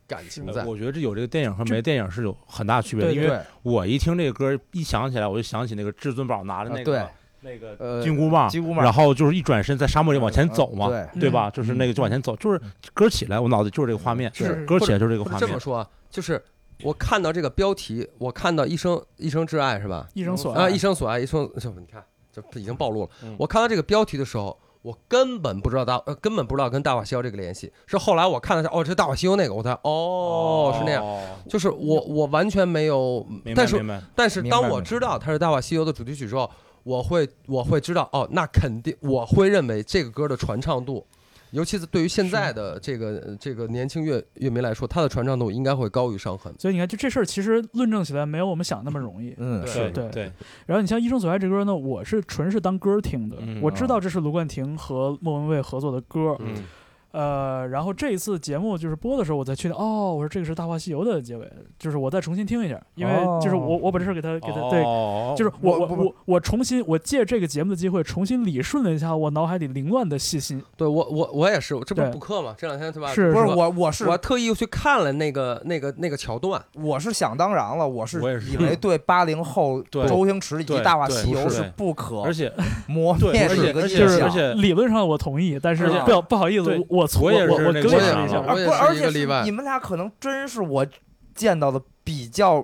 [SPEAKER 4] 感情嗯在
[SPEAKER 2] 呃。我觉得这有这个电影和
[SPEAKER 3] 这
[SPEAKER 2] 没电影是有很大区别的，
[SPEAKER 3] 对
[SPEAKER 2] 因为我一听这个歌一想起来，我就想起那个至尊宝拿着
[SPEAKER 1] 啊
[SPEAKER 2] 那
[SPEAKER 1] 对
[SPEAKER 2] 个那个
[SPEAKER 4] 嗯
[SPEAKER 1] 呃
[SPEAKER 2] 金箍棒，
[SPEAKER 1] 金箍棒嗯
[SPEAKER 2] 然后就是一转身在沙漠里往前走嘛，
[SPEAKER 4] 嗯
[SPEAKER 1] 对
[SPEAKER 2] 对吧？就是那个就往前走，就是歌起来，我脑子就是这个画面，
[SPEAKER 4] 是
[SPEAKER 3] 是
[SPEAKER 2] 歌起来就是这个
[SPEAKER 4] 或者
[SPEAKER 2] 画
[SPEAKER 4] 这
[SPEAKER 2] 面
[SPEAKER 4] 么。说啊，就是我看到这个标题，我看到一生一生挚爱是吧？
[SPEAKER 3] 一生所
[SPEAKER 4] 啊，
[SPEAKER 3] 爱
[SPEAKER 4] 一，生所爱，一生这你看，这已经暴露了
[SPEAKER 2] 嗯。
[SPEAKER 4] 我看到这个标题的时候，我根本不知道大，呃，根本不知道跟《大话西游》这个联系。是后来我看了一下，哦，这《大话西游》那个，我才哦，是那样。
[SPEAKER 2] 哦
[SPEAKER 4] 就是我我完全没有，
[SPEAKER 2] 明白
[SPEAKER 4] 但是
[SPEAKER 2] 明白，
[SPEAKER 4] 但是
[SPEAKER 1] 明白
[SPEAKER 4] 当我知道它是《大话西游》的主题曲之后，我会我会知道哦，那肯定我会认为这个歌的传唱度。尤其是对于现在的这个这个年轻乐乐迷来说，它的传唱度应该会高于伤痕。
[SPEAKER 3] 所以你看，就这事儿其实论证起来没有我们想那么容易。
[SPEAKER 1] 嗯
[SPEAKER 4] 对
[SPEAKER 1] 是
[SPEAKER 2] 对
[SPEAKER 3] 对
[SPEAKER 2] 对，
[SPEAKER 3] 然后你像《一生所爱》这歌呢，我是纯是当歌听的
[SPEAKER 2] 嗯，
[SPEAKER 3] 我知道这是卢冠廷和莫文蔚合作的歌，
[SPEAKER 2] 嗯，
[SPEAKER 3] 呃，然后这一次节目就是播的时候，我才确定，哦，我说这个是《大话西游》的结尾，就是我再重新听一下，因为就是我、
[SPEAKER 1] 哦
[SPEAKER 3] 我把这事儿给他给他、对，
[SPEAKER 2] 对
[SPEAKER 3] 就是我
[SPEAKER 1] 不
[SPEAKER 3] 我
[SPEAKER 1] 不
[SPEAKER 3] 我我重新我借这个节目的机会重新理顺了一下我脑海里凌乱的细心，
[SPEAKER 4] 对我我我也是，这不是
[SPEAKER 3] 对
[SPEAKER 4] 补课嘛？这两天对吧？
[SPEAKER 3] 是
[SPEAKER 1] 不
[SPEAKER 3] 是
[SPEAKER 1] 是
[SPEAKER 4] 我
[SPEAKER 1] 我我是
[SPEAKER 4] 我还特意又去看了那个那个那个桥段，
[SPEAKER 1] 我是想当然了，我是
[SPEAKER 2] 我也是
[SPEAKER 1] 以为对八零后
[SPEAKER 2] 对
[SPEAKER 1] 周星驰以及
[SPEAKER 2] 对
[SPEAKER 1] 《大话
[SPEAKER 2] 对
[SPEAKER 1] 西游
[SPEAKER 2] 不》是
[SPEAKER 1] 是不可
[SPEAKER 2] 而且
[SPEAKER 1] 磨
[SPEAKER 2] 对
[SPEAKER 1] 灭
[SPEAKER 2] 而
[SPEAKER 1] 的
[SPEAKER 2] 且
[SPEAKER 1] 一个
[SPEAKER 2] 而且
[SPEAKER 1] 印
[SPEAKER 3] 就是
[SPEAKER 1] 象，
[SPEAKER 2] 而且
[SPEAKER 3] 理论上我同意，但是
[SPEAKER 1] 而且
[SPEAKER 3] 不好不好意思
[SPEAKER 2] 对，
[SPEAKER 3] 我我错，
[SPEAKER 2] 我也是
[SPEAKER 3] 我我
[SPEAKER 2] 那
[SPEAKER 3] 跟
[SPEAKER 2] 个
[SPEAKER 3] 你
[SPEAKER 2] 我
[SPEAKER 3] 一
[SPEAKER 2] 也
[SPEAKER 4] 是
[SPEAKER 3] 下，
[SPEAKER 1] 啊
[SPEAKER 4] 我也
[SPEAKER 1] 不，
[SPEAKER 4] 是
[SPEAKER 1] 而
[SPEAKER 4] 一
[SPEAKER 1] 且
[SPEAKER 4] 个例外
[SPEAKER 1] 你们俩可能真是我见到的比较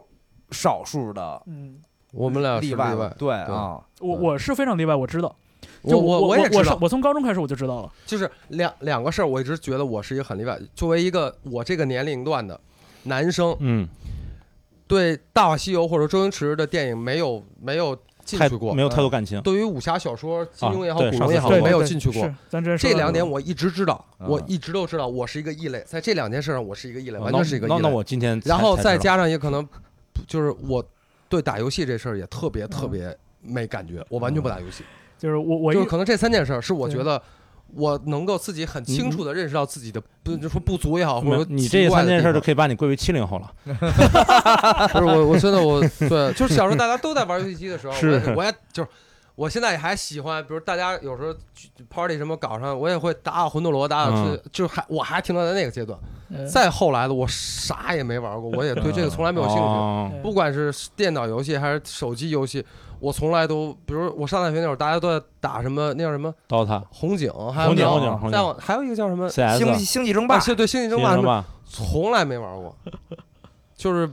[SPEAKER 1] 少数的
[SPEAKER 3] 嗯，
[SPEAKER 4] 我们俩是
[SPEAKER 1] 例
[SPEAKER 4] 例
[SPEAKER 1] 外
[SPEAKER 4] 外
[SPEAKER 1] 了，。对啊，
[SPEAKER 3] 我
[SPEAKER 4] 嗯
[SPEAKER 3] 我是非常例外，我知道，就
[SPEAKER 4] 我我
[SPEAKER 3] 我
[SPEAKER 4] 我也知
[SPEAKER 3] 我
[SPEAKER 4] 道
[SPEAKER 3] 上我从高中开始我就知道了，
[SPEAKER 4] 就是两两个事儿，我一直觉得我是一个很例外。作为一个我这个年龄段的男生，
[SPEAKER 2] 嗯，
[SPEAKER 4] 对《大话西游》或者周星驰的电影没有没有 进
[SPEAKER 2] 太
[SPEAKER 4] 去过呃嗯
[SPEAKER 2] 没，有太多感情，
[SPEAKER 4] 对于武侠小说、金庸也好、
[SPEAKER 2] 啊对
[SPEAKER 4] 古
[SPEAKER 2] 上
[SPEAKER 4] 龙
[SPEAKER 2] 次
[SPEAKER 4] 也好，
[SPEAKER 2] 说
[SPEAKER 3] 过
[SPEAKER 4] 没有进去过
[SPEAKER 3] 是。，咱之前说
[SPEAKER 4] 这
[SPEAKER 3] 到
[SPEAKER 4] 两
[SPEAKER 3] 过
[SPEAKER 4] 点我一直知道，
[SPEAKER 2] 啊
[SPEAKER 1] 嗯
[SPEAKER 4] 我一直都知道，我是一个异类，在这两件事上我是一个异类，
[SPEAKER 2] 啊
[SPEAKER 4] 完
[SPEAKER 2] 那
[SPEAKER 4] 全是一个异
[SPEAKER 2] 那那
[SPEAKER 4] 类。
[SPEAKER 2] 我今天才
[SPEAKER 4] 然后
[SPEAKER 2] 才
[SPEAKER 4] 再
[SPEAKER 2] 知道
[SPEAKER 4] 加上也可能，就是我对打游戏这事儿也特别特别没感觉，我完
[SPEAKER 2] 哦
[SPEAKER 4] 全不打游戏。
[SPEAKER 3] 就是我嗯我一
[SPEAKER 4] 就是可能这三件事儿是我
[SPEAKER 3] 对
[SPEAKER 4] 觉得我能够自己很清楚的认识到自己的不就说不足也好，或
[SPEAKER 2] 嗯没
[SPEAKER 4] 者
[SPEAKER 2] 有
[SPEAKER 4] 说
[SPEAKER 2] 你
[SPEAKER 4] 奇
[SPEAKER 2] 这
[SPEAKER 4] 怪
[SPEAKER 2] 三
[SPEAKER 4] 的
[SPEAKER 2] 件
[SPEAKER 4] 地
[SPEAKER 2] 事儿就
[SPEAKER 4] 方
[SPEAKER 2] 可以把你归为七零后了，
[SPEAKER 4] 不是我我真 的我对，就是小时候大家都在玩游戏机的时候，我也
[SPEAKER 2] 是
[SPEAKER 4] 我也就是。我现在也还喜欢，比如大家有时候去 party 什么搞上，我也会打打魂斗罗，打打
[SPEAKER 2] 嗯
[SPEAKER 4] 就就还我还停留在那个阶段。
[SPEAKER 3] 呃
[SPEAKER 4] 再后来的，我啥也没玩过，我也对这个从来没有兴趣。
[SPEAKER 2] 趣。
[SPEAKER 4] 不管是电脑游戏还是手机游戏，我从来都，比如我上大学那会儿，大家都在打什么那叫什么
[SPEAKER 2] 刀塔、
[SPEAKER 4] 红警，还有
[SPEAKER 2] 红警、
[SPEAKER 1] 没有
[SPEAKER 2] 红警、红
[SPEAKER 4] 再
[SPEAKER 2] 警、
[SPEAKER 4] 往还有一个叫什么
[SPEAKER 2] CS、
[SPEAKER 1] 星际
[SPEAKER 2] 星
[SPEAKER 1] 星际争霸
[SPEAKER 4] 啊，，是对星际争
[SPEAKER 2] 际
[SPEAKER 4] 霸什
[SPEAKER 2] 争
[SPEAKER 4] 么，
[SPEAKER 2] 霸，
[SPEAKER 4] 从来没玩过，就是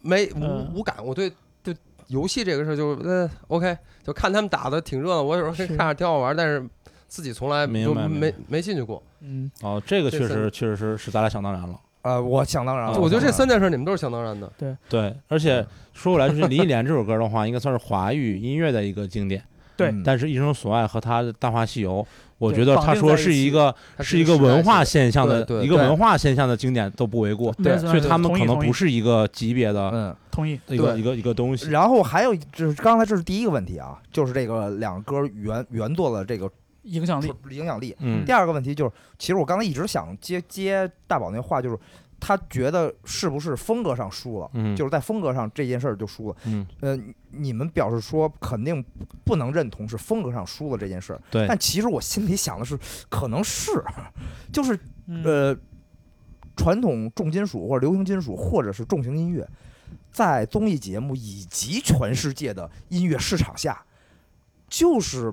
[SPEAKER 4] 没
[SPEAKER 3] 嗯
[SPEAKER 4] 无无感。我对对游戏这个事儿就是呃 OK，就看他们打的挺热闹，我有时候
[SPEAKER 3] 是
[SPEAKER 4] 看着挺好玩，但是自己从来
[SPEAKER 2] 明
[SPEAKER 4] 就
[SPEAKER 2] 白明
[SPEAKER 4] 没
[SPEAKER 2] 白
[SPEAKER 4] 没进去过。
[SPEAKER 3] 嗯，
[SPEAKER 2] 哦，这个
[SPEAKER 4] 这
[SPEAKER 2] 确
[SPEAKER 4] 三
[SPEAKER 2] 实确实是是咱俩想当然了。
[SPEAKER 1] 呃，我想当然了，
[SPEAKER 2] 啊
[SPEAKER 4] 我觉得这
[SPEAKER 1] 想
[SPEAKER 4] 三件事你们都是想当然的，
[SPEAKER 2] 对，而且说回来，就是《林忆莲》这首歌的话，应该算是华语音乐的一个经典。
[SPEAKER 3] 对
[SPEAKER 5] 嗯
[SPEAKER 2] 但是《一生所爱》和他的《大话西游》，我
[SPEAKER 3] 对
[SPEAKER 2] 觉得
[SPEAKER 3] 绑
[SPEAKER 2] 他
[SPEAKER 3] 定
[SPEAKER 2] 说
[SPEAKER 3] 在一
[SPEAKER 2] 是一
[SPEAKER 3] 起
[SPEAKER 2] 个
[SPEAKER 4] 它
[SPEAKER 2] 是
[SPEAKER 4] 一
[SPEAKER 2] 一个
[SPEAKER 4] 时代
[SPEAKER 2] 文
[SPEAKER 4] 性
[SPEAKER 2] 化
[SPEAKER 4] 的
[SPEAKER 2] 现象的
[SPEAKER 4] 对对
[SPEAKER 2] 一个
[SPEAKER 1] 对
[SPEAKER 2] 文化现象的经典都不为过，
[SPEAKER 1] 对
[SPEAKER 3] 所
[SPEAKER 2] 所以他们
[SPEAKER 3] 同
[SPEAKER 2] 可
[SPEAKER 3] 意
[SPEAKER 2] 能
[SPEAKER 3] 同意
[SPEAKER 2] 不是一个级别的
[SPEAKER 1] 当然
[SPEAKER 3] 同意，
[SPEAKER 2] 一个
[SPEAKER 4] 对
[SPEAKER 2] 一个一个东西
[SPEAKER 1] 嗯。。然后还有就是刚才这是第一个问题啊，就是这个两个歌原原作的这个
[SPEAKER 3] 影响力，
[SPEAKER 1] 影响力。
[SPEAKER 2] 嗯
[SPEAKER 1] 第二个问题就是，其实我刚才一直想接接大宝那话，就是他觉得是不是风格上输了，
[SPEAKER 2] 嗯，
[SPEAKER 1] 就是在风格上这件事儿就输了。
[SPEAKER 2] 嗯，
[SPEAKER 1] 呃，你你们表示说肯定不能认同是风格上输了这件事儿，
[SPEAKER 2] 对
[SPEAKER 1] 但其实我心里想的是，可能是， 就是
[SPEAKER 3] 嗯
[SPEAKER 1] 呃，传统重金属或者流行金属或者是重型音乐，在综艺节目以及全世界的音乐市场下，就是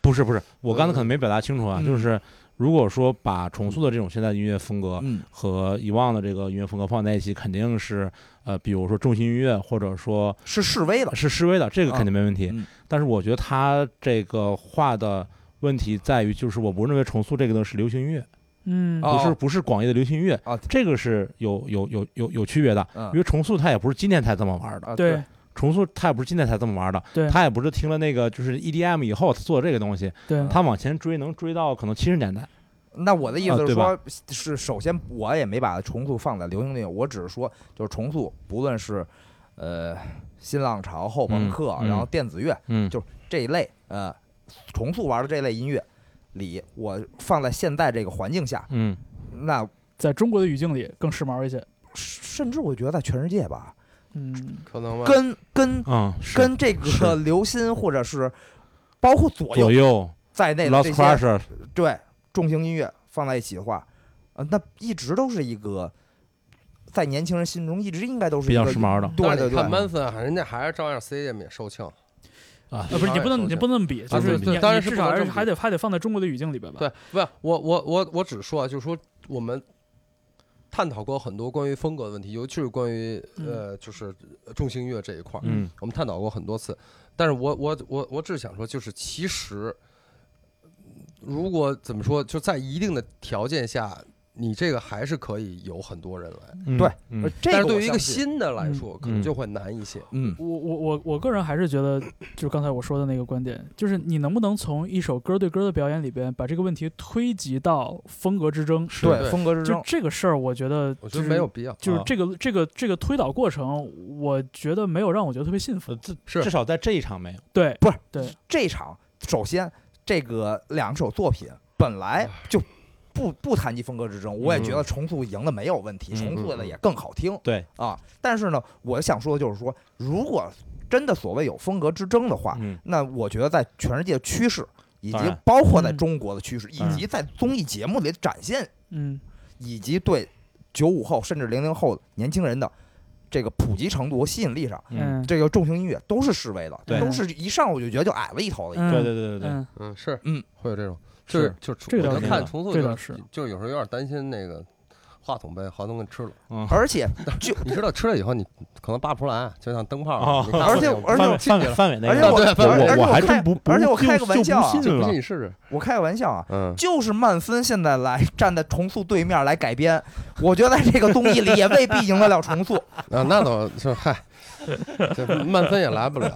[SPEAKER 2] 不是不是，我刚才可能没表达清楚啊，
[SPEAKER 1] 嗯
[SPEAKER 2] 就是如果说把重塑的这种现在的音乐风格
[SPEAKER 1] 嗯
[SPEAKER 2] 和以往的这个音乐风格放在一起，肯定是呃，比如说重型音乐，或者说
[SPEAKER 1] 是示威了，
[SPEAKER 2] 是示威的，这个肯定没问题。
[SPEAKER 1] 嗯
[SPEAKER 2] 但是我觉得他这个话的问题在于，就是我不认为重塑这个东西是流行音乐，
[SPEAKER 3] 嗯
[SPEAKER 4] 啊
[SPEAKER 1] 哦
[SPEAKER 2] 不是不是广义的流行音乐，
[SPEAKER 1] 啊
[SPEAKER 2] 这个是有有有有有区别的。因
[SPEAKER 1] 嗯
[SPEAKER 2] 为重塑它也不是今天才这么玩的，
[SPEAKER 1] 啊
[SPEAKER 3] 对
[SPEAKER 2] 重塑它也不是今天才这么玩的，
[SPEAKER 3] 对
[SPEAKER 2] 它也不是听了那个就是 EDM 以后做这个东
[SPEAKER 1] 嗯
[SPEAKER 2] 西，
[SPEAKER 3] 对
[SPEAKER 2] 它往前追能追到可能七十年代。
[SPEAKER 1] 那我的意
[SPEAKER 2] 啊
[SPEAKER 1] 思是
[SPEAKER 2] 对
[SPEAKER 1] 说，
[SPEAKER 2] 吧
[SPEAKER 1] 是首先我也没把重塑放在流行音乐，我只是说就是重塑，不论是呃新浪潮、后朋
[SPEAKER 2] 嗯
[SPEAKER 1] 克，
[SPEAKER 2] 嗯
[SPEAKER 1] 然后电子乐
[SPEAKER 2] 嗯，
[SPEAKER 1] 就这一类，呃，重塑玩的这类音乐里，我放在现在这个环境下，
[SPEAKER 2] 嗯，
[SPEAKER 1] 那
[SPEAKER 3] 在中国的语境里更时髦一些，
[SPEAKER 1] 甚至我觉得在全世界吧，
[SPEAKER 3] 嗯，
[SPEAKER 4] 可能吗？
[SPEAKER 1] 跟跟
[SPEAKER 2] 嗯，是
[SPEAKER 1] 跟这个
[SPEAKER 2] 是
[SPEAKER 1] 流心或者是包括左
[SPEAKER 2] 左
[SPEAKER 1] 右
[SPEAKER 2] 右
[SPEAKER 1] 在内的
[SPEAKER 2] Lost
[SPEAKER 1] 这些
[SPEAKER 2] Crusher
[SPEAKER 1] 对重型音乐放在一起的话，呃，那一直都是一个在年轻人心中一直应该都是
[SPEAKER 2] 比
[SPEAKER 1] 一
[SPEAKER 2] 较
[SPEAKER 1] 个
[SPEAKER 2] 时髦的
[SPEAKER 1] 对
[SPEAKER 4] 但是
[SPEAKER 1] 对
[SPEAKER 4] 你看
[SPEAKER 1] 对，
[SPEAKER 4] 曼森，人家还是照样 C 也免受庆。
[SPEAKER 2] 啊
[SPEAKER 3] 呃，不是你不能你不能比，就
[SPEAKER 4] 啊
[SPEAKER 3] 是
[SPEAKER 2] 对
[SPEAKER 3] 你
[SPEAKER 4] 对
[SPEAKER 3] 你
[SPEAKER 4] 当然是
[SPEAKER 3] 至
[SPEAKER 4] 不
[SPEAKER 3] 少
[SPEAKER 4] 能
[SPEAKER 3] 还
[SPEAKER 4] 这
[SPEAKER 3] 是
[SPEAKER 4] 么比
[SPEAKER 3] 还得还得放在中国的语境里边吧，
[SPEAKER 4] 对，不是我我我我只说啊，就是说我们探讨过很多关于风格的问题，尤其是关于
[SPEAKER 3] 嗯
[SPEAKER 4] 呃，就是重型音乐这一块儿，
[SPEAKER 2] 嗯
[SPEAKER 4] 我们探讨过很多次。但是我我我我只想说，就是其实嗯如果怎么说，就在一定的条件下。你这个还是可以有很多人来，
[SPEAKER 2] 嗯
[SPEAKER 1] 对
[SPEAKER 2] 嗯
[SPEAKER 1] 呃这
[SPEAKER 4] 但
[SPEAKER 1] 个
[SPEAKER 4] 是对于
[SPEAKER 1] 我
[SPEAKER 4] 一
[SPEAKER 1] 相
[SPEAKER 4] 个
[SPEAKER 1] 信，
[SPEAKER 4] 新的来
[SPEAKER 3] 嗯
[SPEAKER 4] 说，可能就会难一些。
[SPEAKER 1] 嗯
[SPEAKER 3] 我我我我个人还是觉得，就是刚才我说的那个观点，就是你能不能从一首歌对歌的表演里边，把这个问题推及到风格之争？
[SPEAKER 2] 是
[SPEAKER 1] 对
[SPEAKER 4] 对
[SPEAKER 1] 风格之
[SPEAKER 3] 就
[SPEAKER 1] 争，
[SPEAKER 3] 这个事儿，我觉得
[SPEAKER 4] 我觉
[SPEAKER 3] 就
[SPEAKER 4] 得
[SPEAKER 3] 是
[SPEAKER 4] 没有，必要。
[SPEAKER 3] 就是
[SPEAKER 2] 啊
[SPEAKER 3] 这个这个这个推导过程，我觉得没有让我觉得特别信服。
[SPEAKER 2] 呃至
[SPEAKER 4] 是
[SPEAKER 2] 至少在这一场没有。
[SPEAKER 3] 对，
[SPEAKER 1] 不是
[SPEAKER 3] 对，
[SPEAKER 1] 这场首先这个两首作品本来就。不不谈及风格之争，我也觉得重塑赢的没有问题，
[SPEAKER 2] 嗯
[SPEAKER 1] 重塑
[SPEAKER 4] 嗯
[SPEAKER 1] 的
[SPEAKER 4] 嗯
[SPEAKER 1] 也更好听
[SPEAKER 2] 对，
[SPEAKER 1] 啊。但是呢，我想说的就是说，如果真的所谓有风格之争的话，
[SPEAKER 2] 嗯，
[SPEAKER 1] 那我觉得在全世界趋势，以及
[SPEAKER 2] 当然
[SPEAKER 1] 包括在
[SPEAKER 3] 嗯
[SPEAKER 1] 中国的趋势，以
[SPEAKER 2] 当然
[SPEAKER 1] 及在综艺节目里的展现，
[SPEAKER 3] 嗯，
[SPEAKER 1] 以及对九五后甚至零零后年轻人的这个普及程度和吸引力上，
[SPEAKER 2] 嗯
[SPEAKER 3] 嗯，
[SPEAKER 1] 这个重型音乐都是示威的，
[SPEAKER 2] 对
[SPEAKER 1] 都是一上我就觉得就矮了一头了已经。
[SPEAKER 3] 嗯
[SPEAKER 2] 对对对对对，
[SPEAKER 3] 嗯，
[SPEAKER 4] 嗯，是，
[SPEAKER 1] 嗯，
[SPEAKER 4] 会有这种。就是
[SPEAKER 2] 是
[SPEAKER 4] 就是
[SPEAKER 3] 这
[SPEAKER 4] 我
[SPEAKER 3] 倒
[SPEAKER 4] 就是看重塑
[SPEAKER 3] 这
[SPEAKER 4] 就
[SPEAKER 3] 倒
[SPEAKER 4] 是
[SPEAKER 3] 是
[SPEAKER 4] 就是有时候有点担心那个话筒被华东给吃了，
[SPEAKER 2] 嗯，
[SPEAKER 1] 而且
[SPEAKER 4] 你知道吃了以后你可能拔不出来，就像灯泡
[SPEAKER 2] 哦
[SPEAKER 4] 似的，你
[SPEAKER 1] 而且而且
[SPEAKER 4] 我
[SPEAKER 2] 范
[SPEAKER 4] 进
[SPEAKER 2] 范
[SPEAKER 4] 去了，
[SPEAKER 2] 范伟那
[SPEAKER 1] 而且
[SPEAKER 2] 个，
[SPEAKER 1] 我
[SPEAKER 4] 对
[SPEAKER 1] 而且
[SPEAKER 2] 我我
[SPEAKER 1] 我
[SPEAKER 2] 还
[SPEAKER 1] 开
[SPEAKER 2] 真不，不
[SPEAKER 1] 而且我开个玩笑啊
[SPEAKER 2] 就不信
[SPEAKER 4] 不
[SPEAKER 2] 了
[SPEAKER 4] 信你试试，
[SPEAKER 1] 我开个玩笑啊，
[SPEAKER 4] 嗯，
[SPEAKER 1] 就是曼森现在来站在重塑对面来改编，我觉得在这个综艺里也未必赢得了重 塑。
[SPEAKER 4] 啊，那倒是嗨，这曼森也 来不了，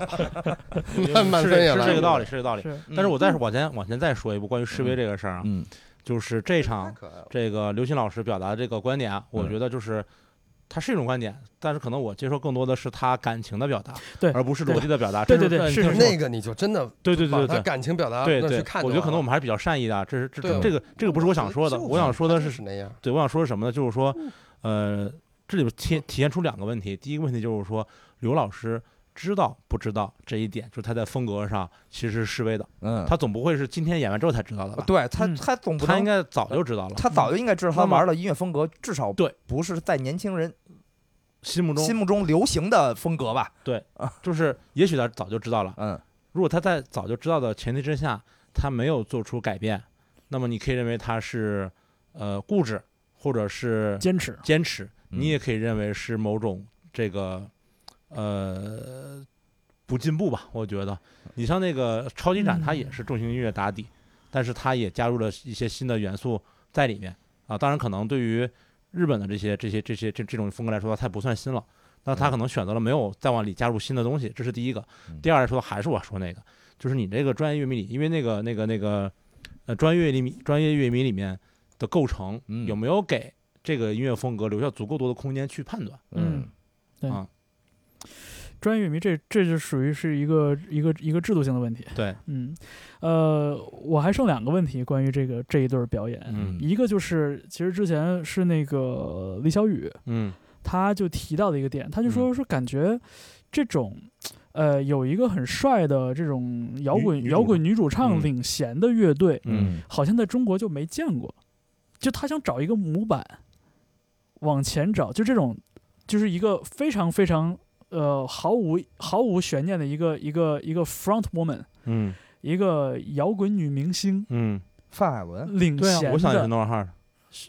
[SPEAKER 4] 曼曼
[SPEAKER 2] 是
[SPEAKER 4] 森也
[SPEAKER 2] 这
[SPEAKER 4] 来
[SPEAKER 2] 是
[SPEAKER 4] 不
[SPEAKER 2] 这个
[SPEAKER 4] 了
[SPEAKER 2] 道理，，是这个道理。
[SPEAKER 3] 是
[SPEAKER 2] 但是我再往前往前再说一步关于示威这个事儿啊，
[SPEAKER 5] 嗯
[SPEAKER 2] 就是这
[SPEAKER 4] 太
[SPEAKER 2] 场
[SPEAKER 4] 可爱了。哦
[SPEAKER 2] 这个刘鑫老师表达的这个观点啊，我
[SPEAKER 5] 嗯
[SPEAKER 2] 觉得就是。它是一种观点，但是可能我接受更多的是他感情的表达，
[SPEAKER 3] 对
[SPEAKER 2] 而不是逻辑的表达。
[SPEAKER 3] 对
[SPEAKER 2] 这
[SPEAKER 3] 对对
[SPEAKER 2] 这
[SPEAKER 3] 是
[SPEAKER 2] 这
[SPEAKER 3] 是
[SPEAKER 4] 那个你就真的
[SPEAKER 2] 对对
[SPEAKER 4] 把
[SPEAKER 2] 对
[SPEAKER 4] 他
[SPEAKER 2] 对
[SPEAKER 4] 感情表达
[SPEAKER 2] 对
[SPEAKER 4] 那
[SPEAKER 2] 对
[SPEAKER 4] 去，看就
[SPEAKER 2] 我
[SPEAKER 4] 完
[SPEAKER 2] 觉
[SPEAKER 4] 了。
[SPEAKER 2] 得可能我们还是比较善意的啊，这是这
[SPEAKER 4] 对
[SPEAKER 2] 这这个这个不是我想说的，
[SPEAKER 4] 就是
[SPEAKER 2] 我想说的，
[SPEAKER 4] 他就是是那样，
[SPEAKER 2] 对，我想说的是什么呢？就是说，呃，这里边体体现出两个问题，第一个问题就是说，刘老师知道不知道这一点，就是他在风格上其实是示威的，
[SPEAKER 1] 嗯，呃
[SPEAKER 2] 他总不会是今天演完之后才知道的吧？
[SPEAKER 1] 对他
[SPEAKER 3] 嗯
[SPEAKER 1] 他总不
[SPEAKER 2] 他应
[SPEAKER 1] 能
[SPEAKER 2] 该早就知道了，
[SPEAKER 1] 他早就应该知道他
[SPEAKER 2] 那么
[SPEAKER 1] 玩的音乐风格至少
[SPEAKER 2] 对
[SPEAKER 1] 不是在年轻人
[SPEAKER 2] 心目中
[SPEAKER 1] 心目中流行的风格吧？
[SPEAKER 2] 就是，也许他早就知道了。
[SPEAKER 1] 嗯，
[SPEAKER 2] 如果他在早就知道的前提之下，他没有做出改变，那么你可以认为他是呃固执，或者是
[SPEAKER 3] 坚持，
[SPEAKER 2] 坚持，
[SPEAKER 1] 嗯
[SPEAKER 2] 你也可以认为是某种这个呃不进步吧。我觉得，你像那个超级展，
[SPEAKER 3] 嗯
[SPEAKER 2] 它也是重型音乐打底，但是它也加入了一些新的元素在里面啊。当然，可能对于日本的这些这些这些这这种风格来说，它不算新了。那他可能选择了没有再往里加入新的东西，这是第一个
[SPEAKER 1] 嗯。
[SPEAKER 2] 第二来说，还是我说那个，就是你这个专业乐迷里，因为那个那个那个呃专业乐迷专业乐迷里面的构成
[SPEAKER 1] 嗯
[SPEAKER 2] 有没有给这个音乐风格留下足够多的空间去判断？
[SPEAKER 3] 嗯，对
[SPEAKER 2] 啊，
[SPEAKER 3] 专业乐迷这这就属于是一个一个一个制度性的问题。
[SPEAKER 2] 对，
[SPEAKER 3] 嗯，呃，我还剩两个问题关于这个这一对儿表演，
[SPEAKER 2] 嗯
[SPEAKER 3] 一个就是其实之前是那个李小雨，
[SPEAKER 2] 嗯
[SPEAKER 3] 他就提到的一个点，他就说说感觉这种。呃，有一个很帅的这种摇滚
[SPEAKER 2] 女女主
[SPEAKER 3] 摇滚女主唱
[SPEAKER 2] 嗯
[SPEAKER 3] 领衔的乐队，
[SPEAKER 2] 嗯，
[SPEAKER 3] 好像在中国就没见过。就他想找一个模板，往前找，就这种，就是一个非常非常呃毫无毫无悬念的一个一个一个 front woman，
[SPEAKER 2] 嗯
[SPEAKER 3] 一个摇滚女明星
[SPEAKER 2] 嗯，
[SPEAKER 1] 范海文、
[SPEAKER 3] 领
[SPEAKER 2] 对啊，
[SPEAKER 3] 衔
[SPEAKER 2] 我想也是
[SPEAKER 3] 的，
[SPEAKER 2] 诺尔哈尔，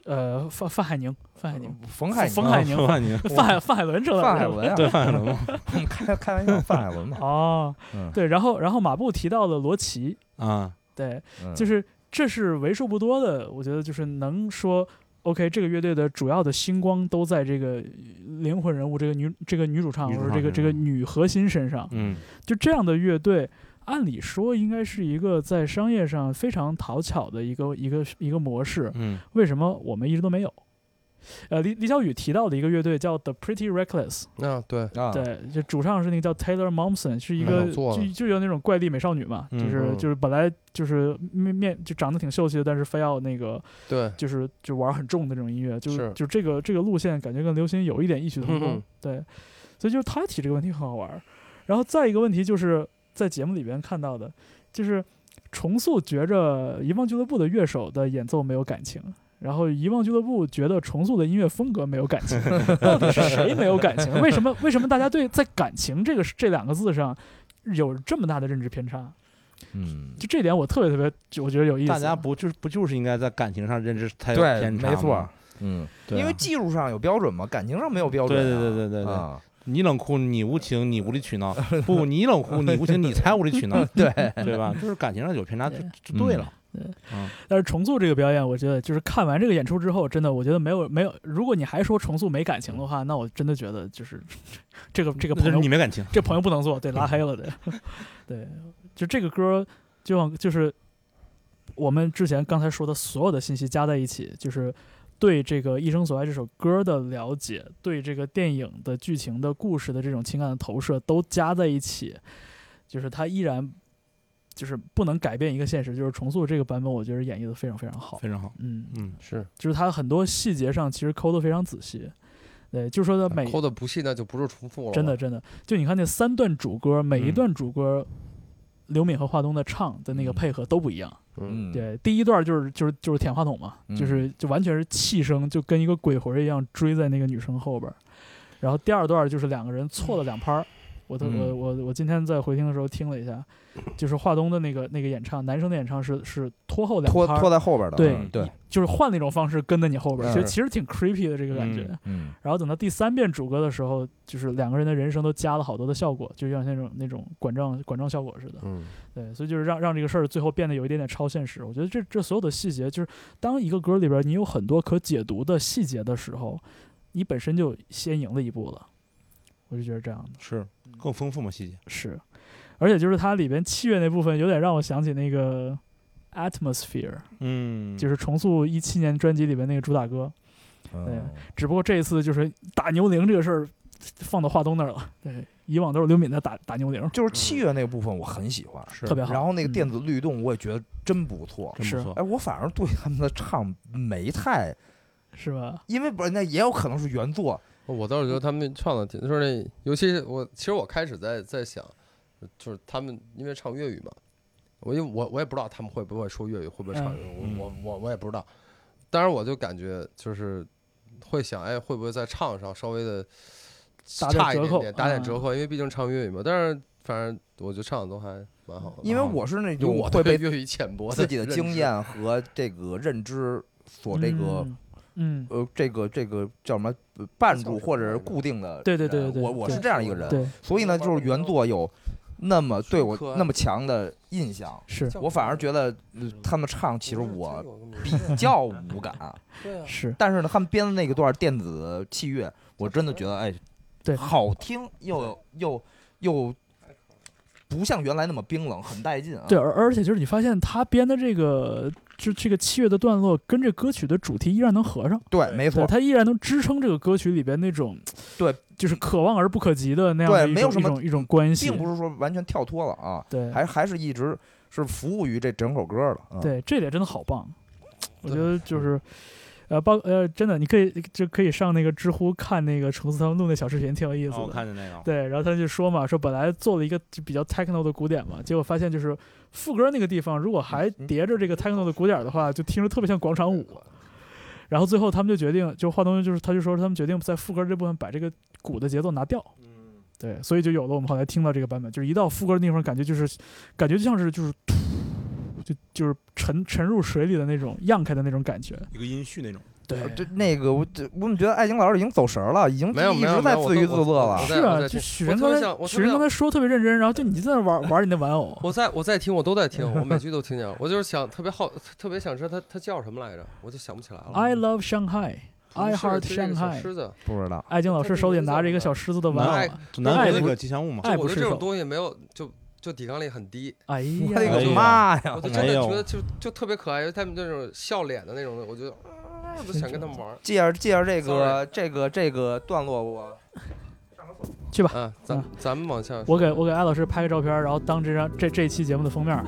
[SPEAKER 3] 呃，范范海宁，范海宁，
[SPEAKER 1] 冯海
[SPEAKER 3] 冯
[SPEAKER 1] 宁哦
[SPEAKER 3] 海
[SPEAKER 2] 啊
[SPEAKER 3] 宁
[SPEAKER 2] 冯海宁，
[SPEAKER 3] 范海范海伦成
[SPEAKER 1] 范海文啊，
[SPEAKER 2] 对范海伦嘛
[SPEAKER 1] 开开玩笑，范海文嘛，
[SPEAKER 3] 哦，
[SPEAKER 1] 嗯
[SPEAKER 3] 对，然后然后马布提到了罗琦，
[SPEAKER 2] 啊，
[SPEAKER 3] 对，
[SPEAKER 1] 嗯
[SPEAKER 3] 就是这是为数不多的，我觉得就是能说。OK，这个乐队的主要的星光都在这个灵魂人物，这个女这个女主唱，
[SPEAKER 2] 女
[SPEAKER 3] 或
[SPEAKER 2] 主
[SPEAKER 3] 者
[SPEAKER 2] 唱
[SPEAKER 3] 这
[SPEAKER 2] 身上
[SPEAKER 3] 个这个女核心身上，
[SPEAKER 2] 嗯
[SPEAKER 3] 就这样的乐队，按理说应该是一个在商业上非常讨巧的一个一个一个模式，
[SPEAKER 2] 嗯
[SPEAKER 3] 为什么我们一直都没有？呃，李李小雨提到的一个乐队叫 The Pretty Reckless，
[SPEAKER 4] 啊，对，
[SPEAKER 1] 啊，
[SPEAKER 3] 对，就主唱是那个叫 Taylor Momsen，是一
[SPEAKER 4] 那
[SPEAKER 3] 个
[SPEAKER 4] 好做
[SPEAKER 3] 就
[SPEAKER 4] 了
[SPEAKER 3] 就有那种怪力美少女嘛，
[SPEAKER 2] 嗯
[SPEAKER 3] 就是
[SPEAKER 4] 嗯
[SPEAKER 3] 就是本来就是面面就长得挺秀气的，但是非要那个
[SPEAKER 4] 对，
[SPEAKER 3] 就是就玩很重的这种音乐，就是就这个这个路线感觉跟流行有一点异曲同工，
[SPEAKER 4] 嗯
[SPEAKER 3] 对，所以就是他提这个问题很好玩儿。然后再一个问题就是在节目里边看到的，就是重塑觉着遗忘俱乐部的乐手的演奏没有感情。然后遗忘俱乐部觉得重塑的音乐风格没有感情，到底是谁没有感情？为什么为什么大家对在感情这个这两个字上有这么大的认知偏差？
[SPEAKER 1] 嗯，
[SPEAKER 3] 就这点我特别特别，就我觉得有意思。
[SPEAKER 2] 大家不就是不就是应该在感情上认知他有
[SPEAKER 1] 对，
[SPEAKER 2] 偏差
[SPEAKER 1] 没错
[SPEAKER 2] 吗，，
[SPEAKER 1] 嗯，
[SPEAKER 2] 对啊
[SPEAKER 1] 因为技术上有标准嘛，感情上没有标
[SPEAKER 2] 对
[SPEAKER 1] 准啊，
[SPEAKER 2] 对对对对对，
[SPEAKER 1] 啊，
[SPEAKER 2] 你冷酷，你无情，你无理 取闹，
[SPEAKER 3] 嗯
[SPEAKER 2] 不，你冷酷，你无情，你才无理取闹，
[SPEAKER 1] 对
[SPEAKER 2] 对吧？就是感情上有偏差就
[SPEAKER 3] 对嗯
[SPEAKER 2] 就对了，嗯
[SPEAKER 3] 但是重塑这个表演，我觉得就是看完这个演出之后，真的，我觉得没有没有，如果你还说重塑没感情的话，那我真的觉得就是 这个这个
[SPEAKER 2] 那就
[SPEAKER 3] 朋
[SPEAKER 2] 是你
[SPEAKER 3] 友
[SPEAKER 2] 没感情，
[SPEAKER 3] 这朋友不能做，对，拉黑了，对， 对，就这个歌，就像就是我们之前刚才说的所有的信息加在一起，就是对这个《一生所爱》这首歌的了解，对这个电影的剧情的故事的这种情感的投射，都加在一起，就是它依然。就是不能改变一个现实，就是重塑这个版本，我觉得演绎的非常非常好。
[SPEAKER 2] 非常好，
[SPEAKER 3] 嗯，
[SPEAKER 2] 嗯，
[SPEAKER 4] 是
[SPEAKER 3] 就是它很多细节上其实抠得非常仔细，对，就说它每
[SPEAKER 4] 抠的不细，那就不是重复了。
[SPEAKER 3] 真的，真的，就你看那三段主歌，每一
[SPEAKER 2] 嗯
[SPEAKER 3] 段主歌，刘敏和华东的唱的那个
[SPEAKER 1] 嗯
[SPEAKER 3] 配合都不一样。
[SPEAKER 4] 嗯，
[SPEAKER 1] 嗯，
[SPEAKER 3] 对，第一段就是就是就是舔话筒嘛，
[SPEAKER 1] 嗯
[SPEAKER 3] 就是就完全是气声，就跟一个鬼魂一样追在那个女生后边儿。然后第二段就是两个人错了两拍儿，我特我
[SPEAKER 5] 嗯
[SPEAKER 3] 我我今天在回听的时候听了一下，就是华东的那个那个演唱，男生的演唱是是拖后两
[SPEAKER 1] 拖
[SPEAKER 3] 拍儿
[SPEAKER 1] 拖在后边的，
[SPEAKER 3] 对
[SPEAKER 1] 嗯对，
[SPEAKER 3] 就是换那种方式跟在你后边儿，其实
[SPEAKER 1] 是
[SPEAKER 3] 其实挺 creepy 的这个感觉。
[SPEAKER 2] 嗯
[SPEAKER 5] 嗯
[SPEAKER 3] 然后等到第三遍主歌的时候，就是两个人的人声都加了好多的效果，就像那种那种管账管账效果似的。
[SPEAKER 4] 嗯，
[SPEAKER 3] 对，所以就是让让这个事儿最后变得有一点点超现实。我觉得这这所有的细节，就是当一个歌里边你有很多可解读的细节的时候，你本身就先赢了一步了。我就觉得这样的
[SPEAKER 2] 是更丰富嘛细节，
[SPEAKER 3] 是，而且就是它里边器乐那部分，有点让我想起那个 atmosphere，
[SPEAKER 2] 嗯，
[SPEAKER 3] 就是重塑一七年专辑里边那个主打歌。
[SPEAKER 1] 哦
[SPEAKER 5] 嗯
[SPEAKER 3] 只不过这一次就是打牛铃这个事儿放到华东那儿了。对，以往都是刘敏在打打牛铃，
[SPEAKER 1] 就是器乐那个部分我很喜欢，
[SPEAKER 2] 是
[SPEAKER 3] 特别好。嗯
[SPEAKER 1] 然后那个电
[SPEAKER 3] 子、
[SPEAKER 1] 子律动我也觉得真不错。
[SPEAKER 2] 真
[SPEAKER 3] 是
[SPEAKER 2] 不错，
[SPEAKER 1] 哎，我反而对他们的唱没太，
[SPEAKER 3] 是吧？
[SPEAKER 1] 因为不是那也有可能是原作，
[SPEAKER 4] 我倒是觉得他们唱的挺，就是那，尤其是我，其实我开始在在想，就是他们因为唱粤语嘛，我因为我我也不知道他们会不会说粤语，会不会唱粤语，
[SPEAKER 2] 嗯
[SPEAKER 4] 我我我我也不知道。当然，我就感觉就是会想，哎，会不会在唱上稍微的
[SPEAKER 3] 打
[SPEAKER 4] 差
[SPEAKER 3] 点
[SPEAKER 4] 一
[SPEAKER 3] 折
[SPEAKER 4] 点
[SPEAKER 3] 扣
[SPEAKER 4] 点，打点
[SPEAKER 3] 嗯
[SPEAKER 4] 折扣，因为毕竟唱粤语嘛。但是反正我觉得唱的都还蛮好的，
[SPEAKER 1] 因为我是那
[SPEAKER 4] 用
[SPEAKER 1] 种
[SPEAKER 4] 我
[SPEAKER 1] 会
[SPEAKER 4] 对
[SPEAKER 1] 被
[SPEAKER 4] 粤语浅薄
[SPEAKER 1] 自己的
[SPEAKER 4] 认
[SPEAKER 1] 经
[SPEAKER 4] 知，
[SPEAKER 1] 验和这个认知所这个、
[SPEAKER 3] 嗯，嗯，
[SPEAKER 1] 呃这个这个叫什么呃绊住或者是固定的人，
[SPEAKER 3] 对对对对对
[SPEAKER 1] 我我是
[SPEAKER 3] 对
[SPEAKER 1] 这样一个人，
[SPEAKER 3] 对，
[SPEAKER 1] 所以呢，就是原作有那么对我
[SPEAKER 4] 深刻啊
[SPEAKER 1] 那么强的印象，
[SPEAKER 3] 是
[SPEAKER 1] 我反而觉得、呃他们唱其实我 比较无感，
[SPEAKER 4] 对啊
[SPEAKER 3] 是，
[SPEAKER 1] 但是呢，他们编的那个段电子器乐，我真的觉得哎，
[SPEAKER 3] 对
[SPEAKER 1] 好听又又又不像原来那么冰冷，很带劲啊。
[SPEAKER 3] 对，而而且就是你发现他编的这个，就这个器乐的段落跟这歌曲的主题依然能合上，
[SPEAKER 1] 对，没
[SPEAKER 3] 对，
[SPEAKER 1] 错，
[SPEAKER 3] 他依然能支撑这个歌曲里边那种，
[SPEAKER 1] 对，
[SPEAKER 3] 就是可望而不可及的那样
[SPEAKER 1] 对
[SPEAKER 3] 的一
[SPEAKER 1] 没有
[SPEAKER 3] 种
[SPEAKER 1] 什么
[SPEAKER 3] 一种一种关系，
[SPEAKER 1] 并不是说完全跳脱了啊，
[SPEAKER 3] 对，
[SPEAKER 1] 还还是一直是服务于这整首歌的。嗯，
[SPEAKER 3] 对，这点真的好棒，我觉得就是。呃，包呃，真的，你可以就可以上那个知乎看那个程思他们录那小视频，挺有意思
[SPEAKER 2] 哦我
[SPEAKER 3] 的。
[SPEAKER 2] 看见那个了，
[SPEAKER 3] 对，然后他就说嘛，说本来做了一个就比较 techno 的鼓点嘛，结果发现就是副歌那个地方
[SPEAKER 2] 嗯
[SPEAKER 3] 如果还叠着这个 techno 的鼓点的话，就听着特别像广场舞。
[SPEAKER 4] 啊
[SPEAKER 3] 然后最后他们就决定，就华东就是他就说他们决定在副歌这部分把这个鼓的节奏拿掉。
[SPEAKER 2] 嗯
[SPEAKER 3] 对，所以就有了我们后来听到这个版本，就是一到副歌的地方，感觉就是感觉就像是就是突，就就是沉沉入水里的那种漾开的那种感觉。
[SPEAKER 2] 一个音序那种，
[SPEAKER 3] 对，
[SPEAKER 1] 呃这那个我这我怎么觉得艾晶老师已经走神儿了，已经
[SPEAKER 4] 没有
[SPEAKER 1] 一
[SPEAKER 4] 没有
[SPEAKER 1] 直在
[SPEAKER 4] 没有
[SPEAKER 1] 自娱
[SPEAKER 4] 我
[SPEAKER 1] 自
[SPEAKER 4] 都
[SPEAKER 1] 乐
[SPEAKER 4] 我
[SPEAKER 1] 了
[SPEAKER 4] 我。
[SPEAKER 3] 是
[SPEAKER 4] 在
[SPEAKER 3] 啊，
[SPEAKER 4] 在
[SPEAKER 3] 就
[SPEAKER 4] 听
[SPEAKER 3] 许
[SPEAKER 4] 我
[SPEAKER 3] 晨
[SPEAKER 4] 特别
[SPEAKER 3] 刚才
[SPEAKER 4] 想我特
[SPEAKER 3] 许
[SPEAKER 4] 别
[SPEAKER 3] 晨刚
[SPEAKER 4] 想
[SPEAKER 3] 才说特别认真，然后就你在那玩玩你那玩 偶。
[SPEAKER 4] 我在我在听，我都在 听，我每句都听见了。我就是想特别好，特别想知道他他叫什么来着，我就想不起来了。
[SPEAKER 3] I love Shanghai,
[SPEAKER 4] 不嗯啊
[SPEAKER 3] I
[SPEAKER 4] 是
[SPEAKER 3] heart
[SPEAKER 4] 就那个小
[SPEAKER 3] Shanghai。
[SPEAKER 4] 狮子，
[SPEAKER 1] 不知道，
[SPEAKER 3] 艾静老师手里拿着一个小狮子的玩
[SPEAKER 2] 南
[SPEAKER 3] 偶
[SPEAKER 4] 爱，
[SPEAKER 2] 就南
[SPEAKER 3] 爱
[SPEAKER 2] 非
[SPEAKER 3] 不
[SPEAKER 2] 那个吉祥物嘛，
[SPEAKER 3] 爱
[SPEAKER 4] 就
[SPEAKER 3] 不
[SPEAKER 4] 我对这
[SPEAKER 3] 释
[SPEAKER 4] 种
[SPEAKER 3] 手。
[SPEAKER 4] 东西没有，就就抵抗力很低。
[SPEAKER 3] 哎
[SPEAKER 1] 我
[SPEAKER 3] 呀，
[SPEAKER 1] 的
[SPEAKER 2] 哎
[SPEAKER 1] 个
[SPEAKER 2] 呀
[SPEAKER 1] 妈呀！
[SPEAKER 4] 我就真
[SPEAKER 2] 没
[SPEAKER 4] 的
[SPEAKER 2] 有
[SPEAKER 4] 觉得就就特别可爱，因为他们那种笑脸的那种，我就啊我就想跟他们玩儿。
[SPEAKER 1] 借着借着这个
[SPEAKER 4] Sorry
[SPEAKER 1] 这个这个段落，我
[SPEAKER 4] 啊，咱咱们往下说，
[SPEAKER 3] 我给我给艾老师拍个照片，然后当这张这这期节目的封面。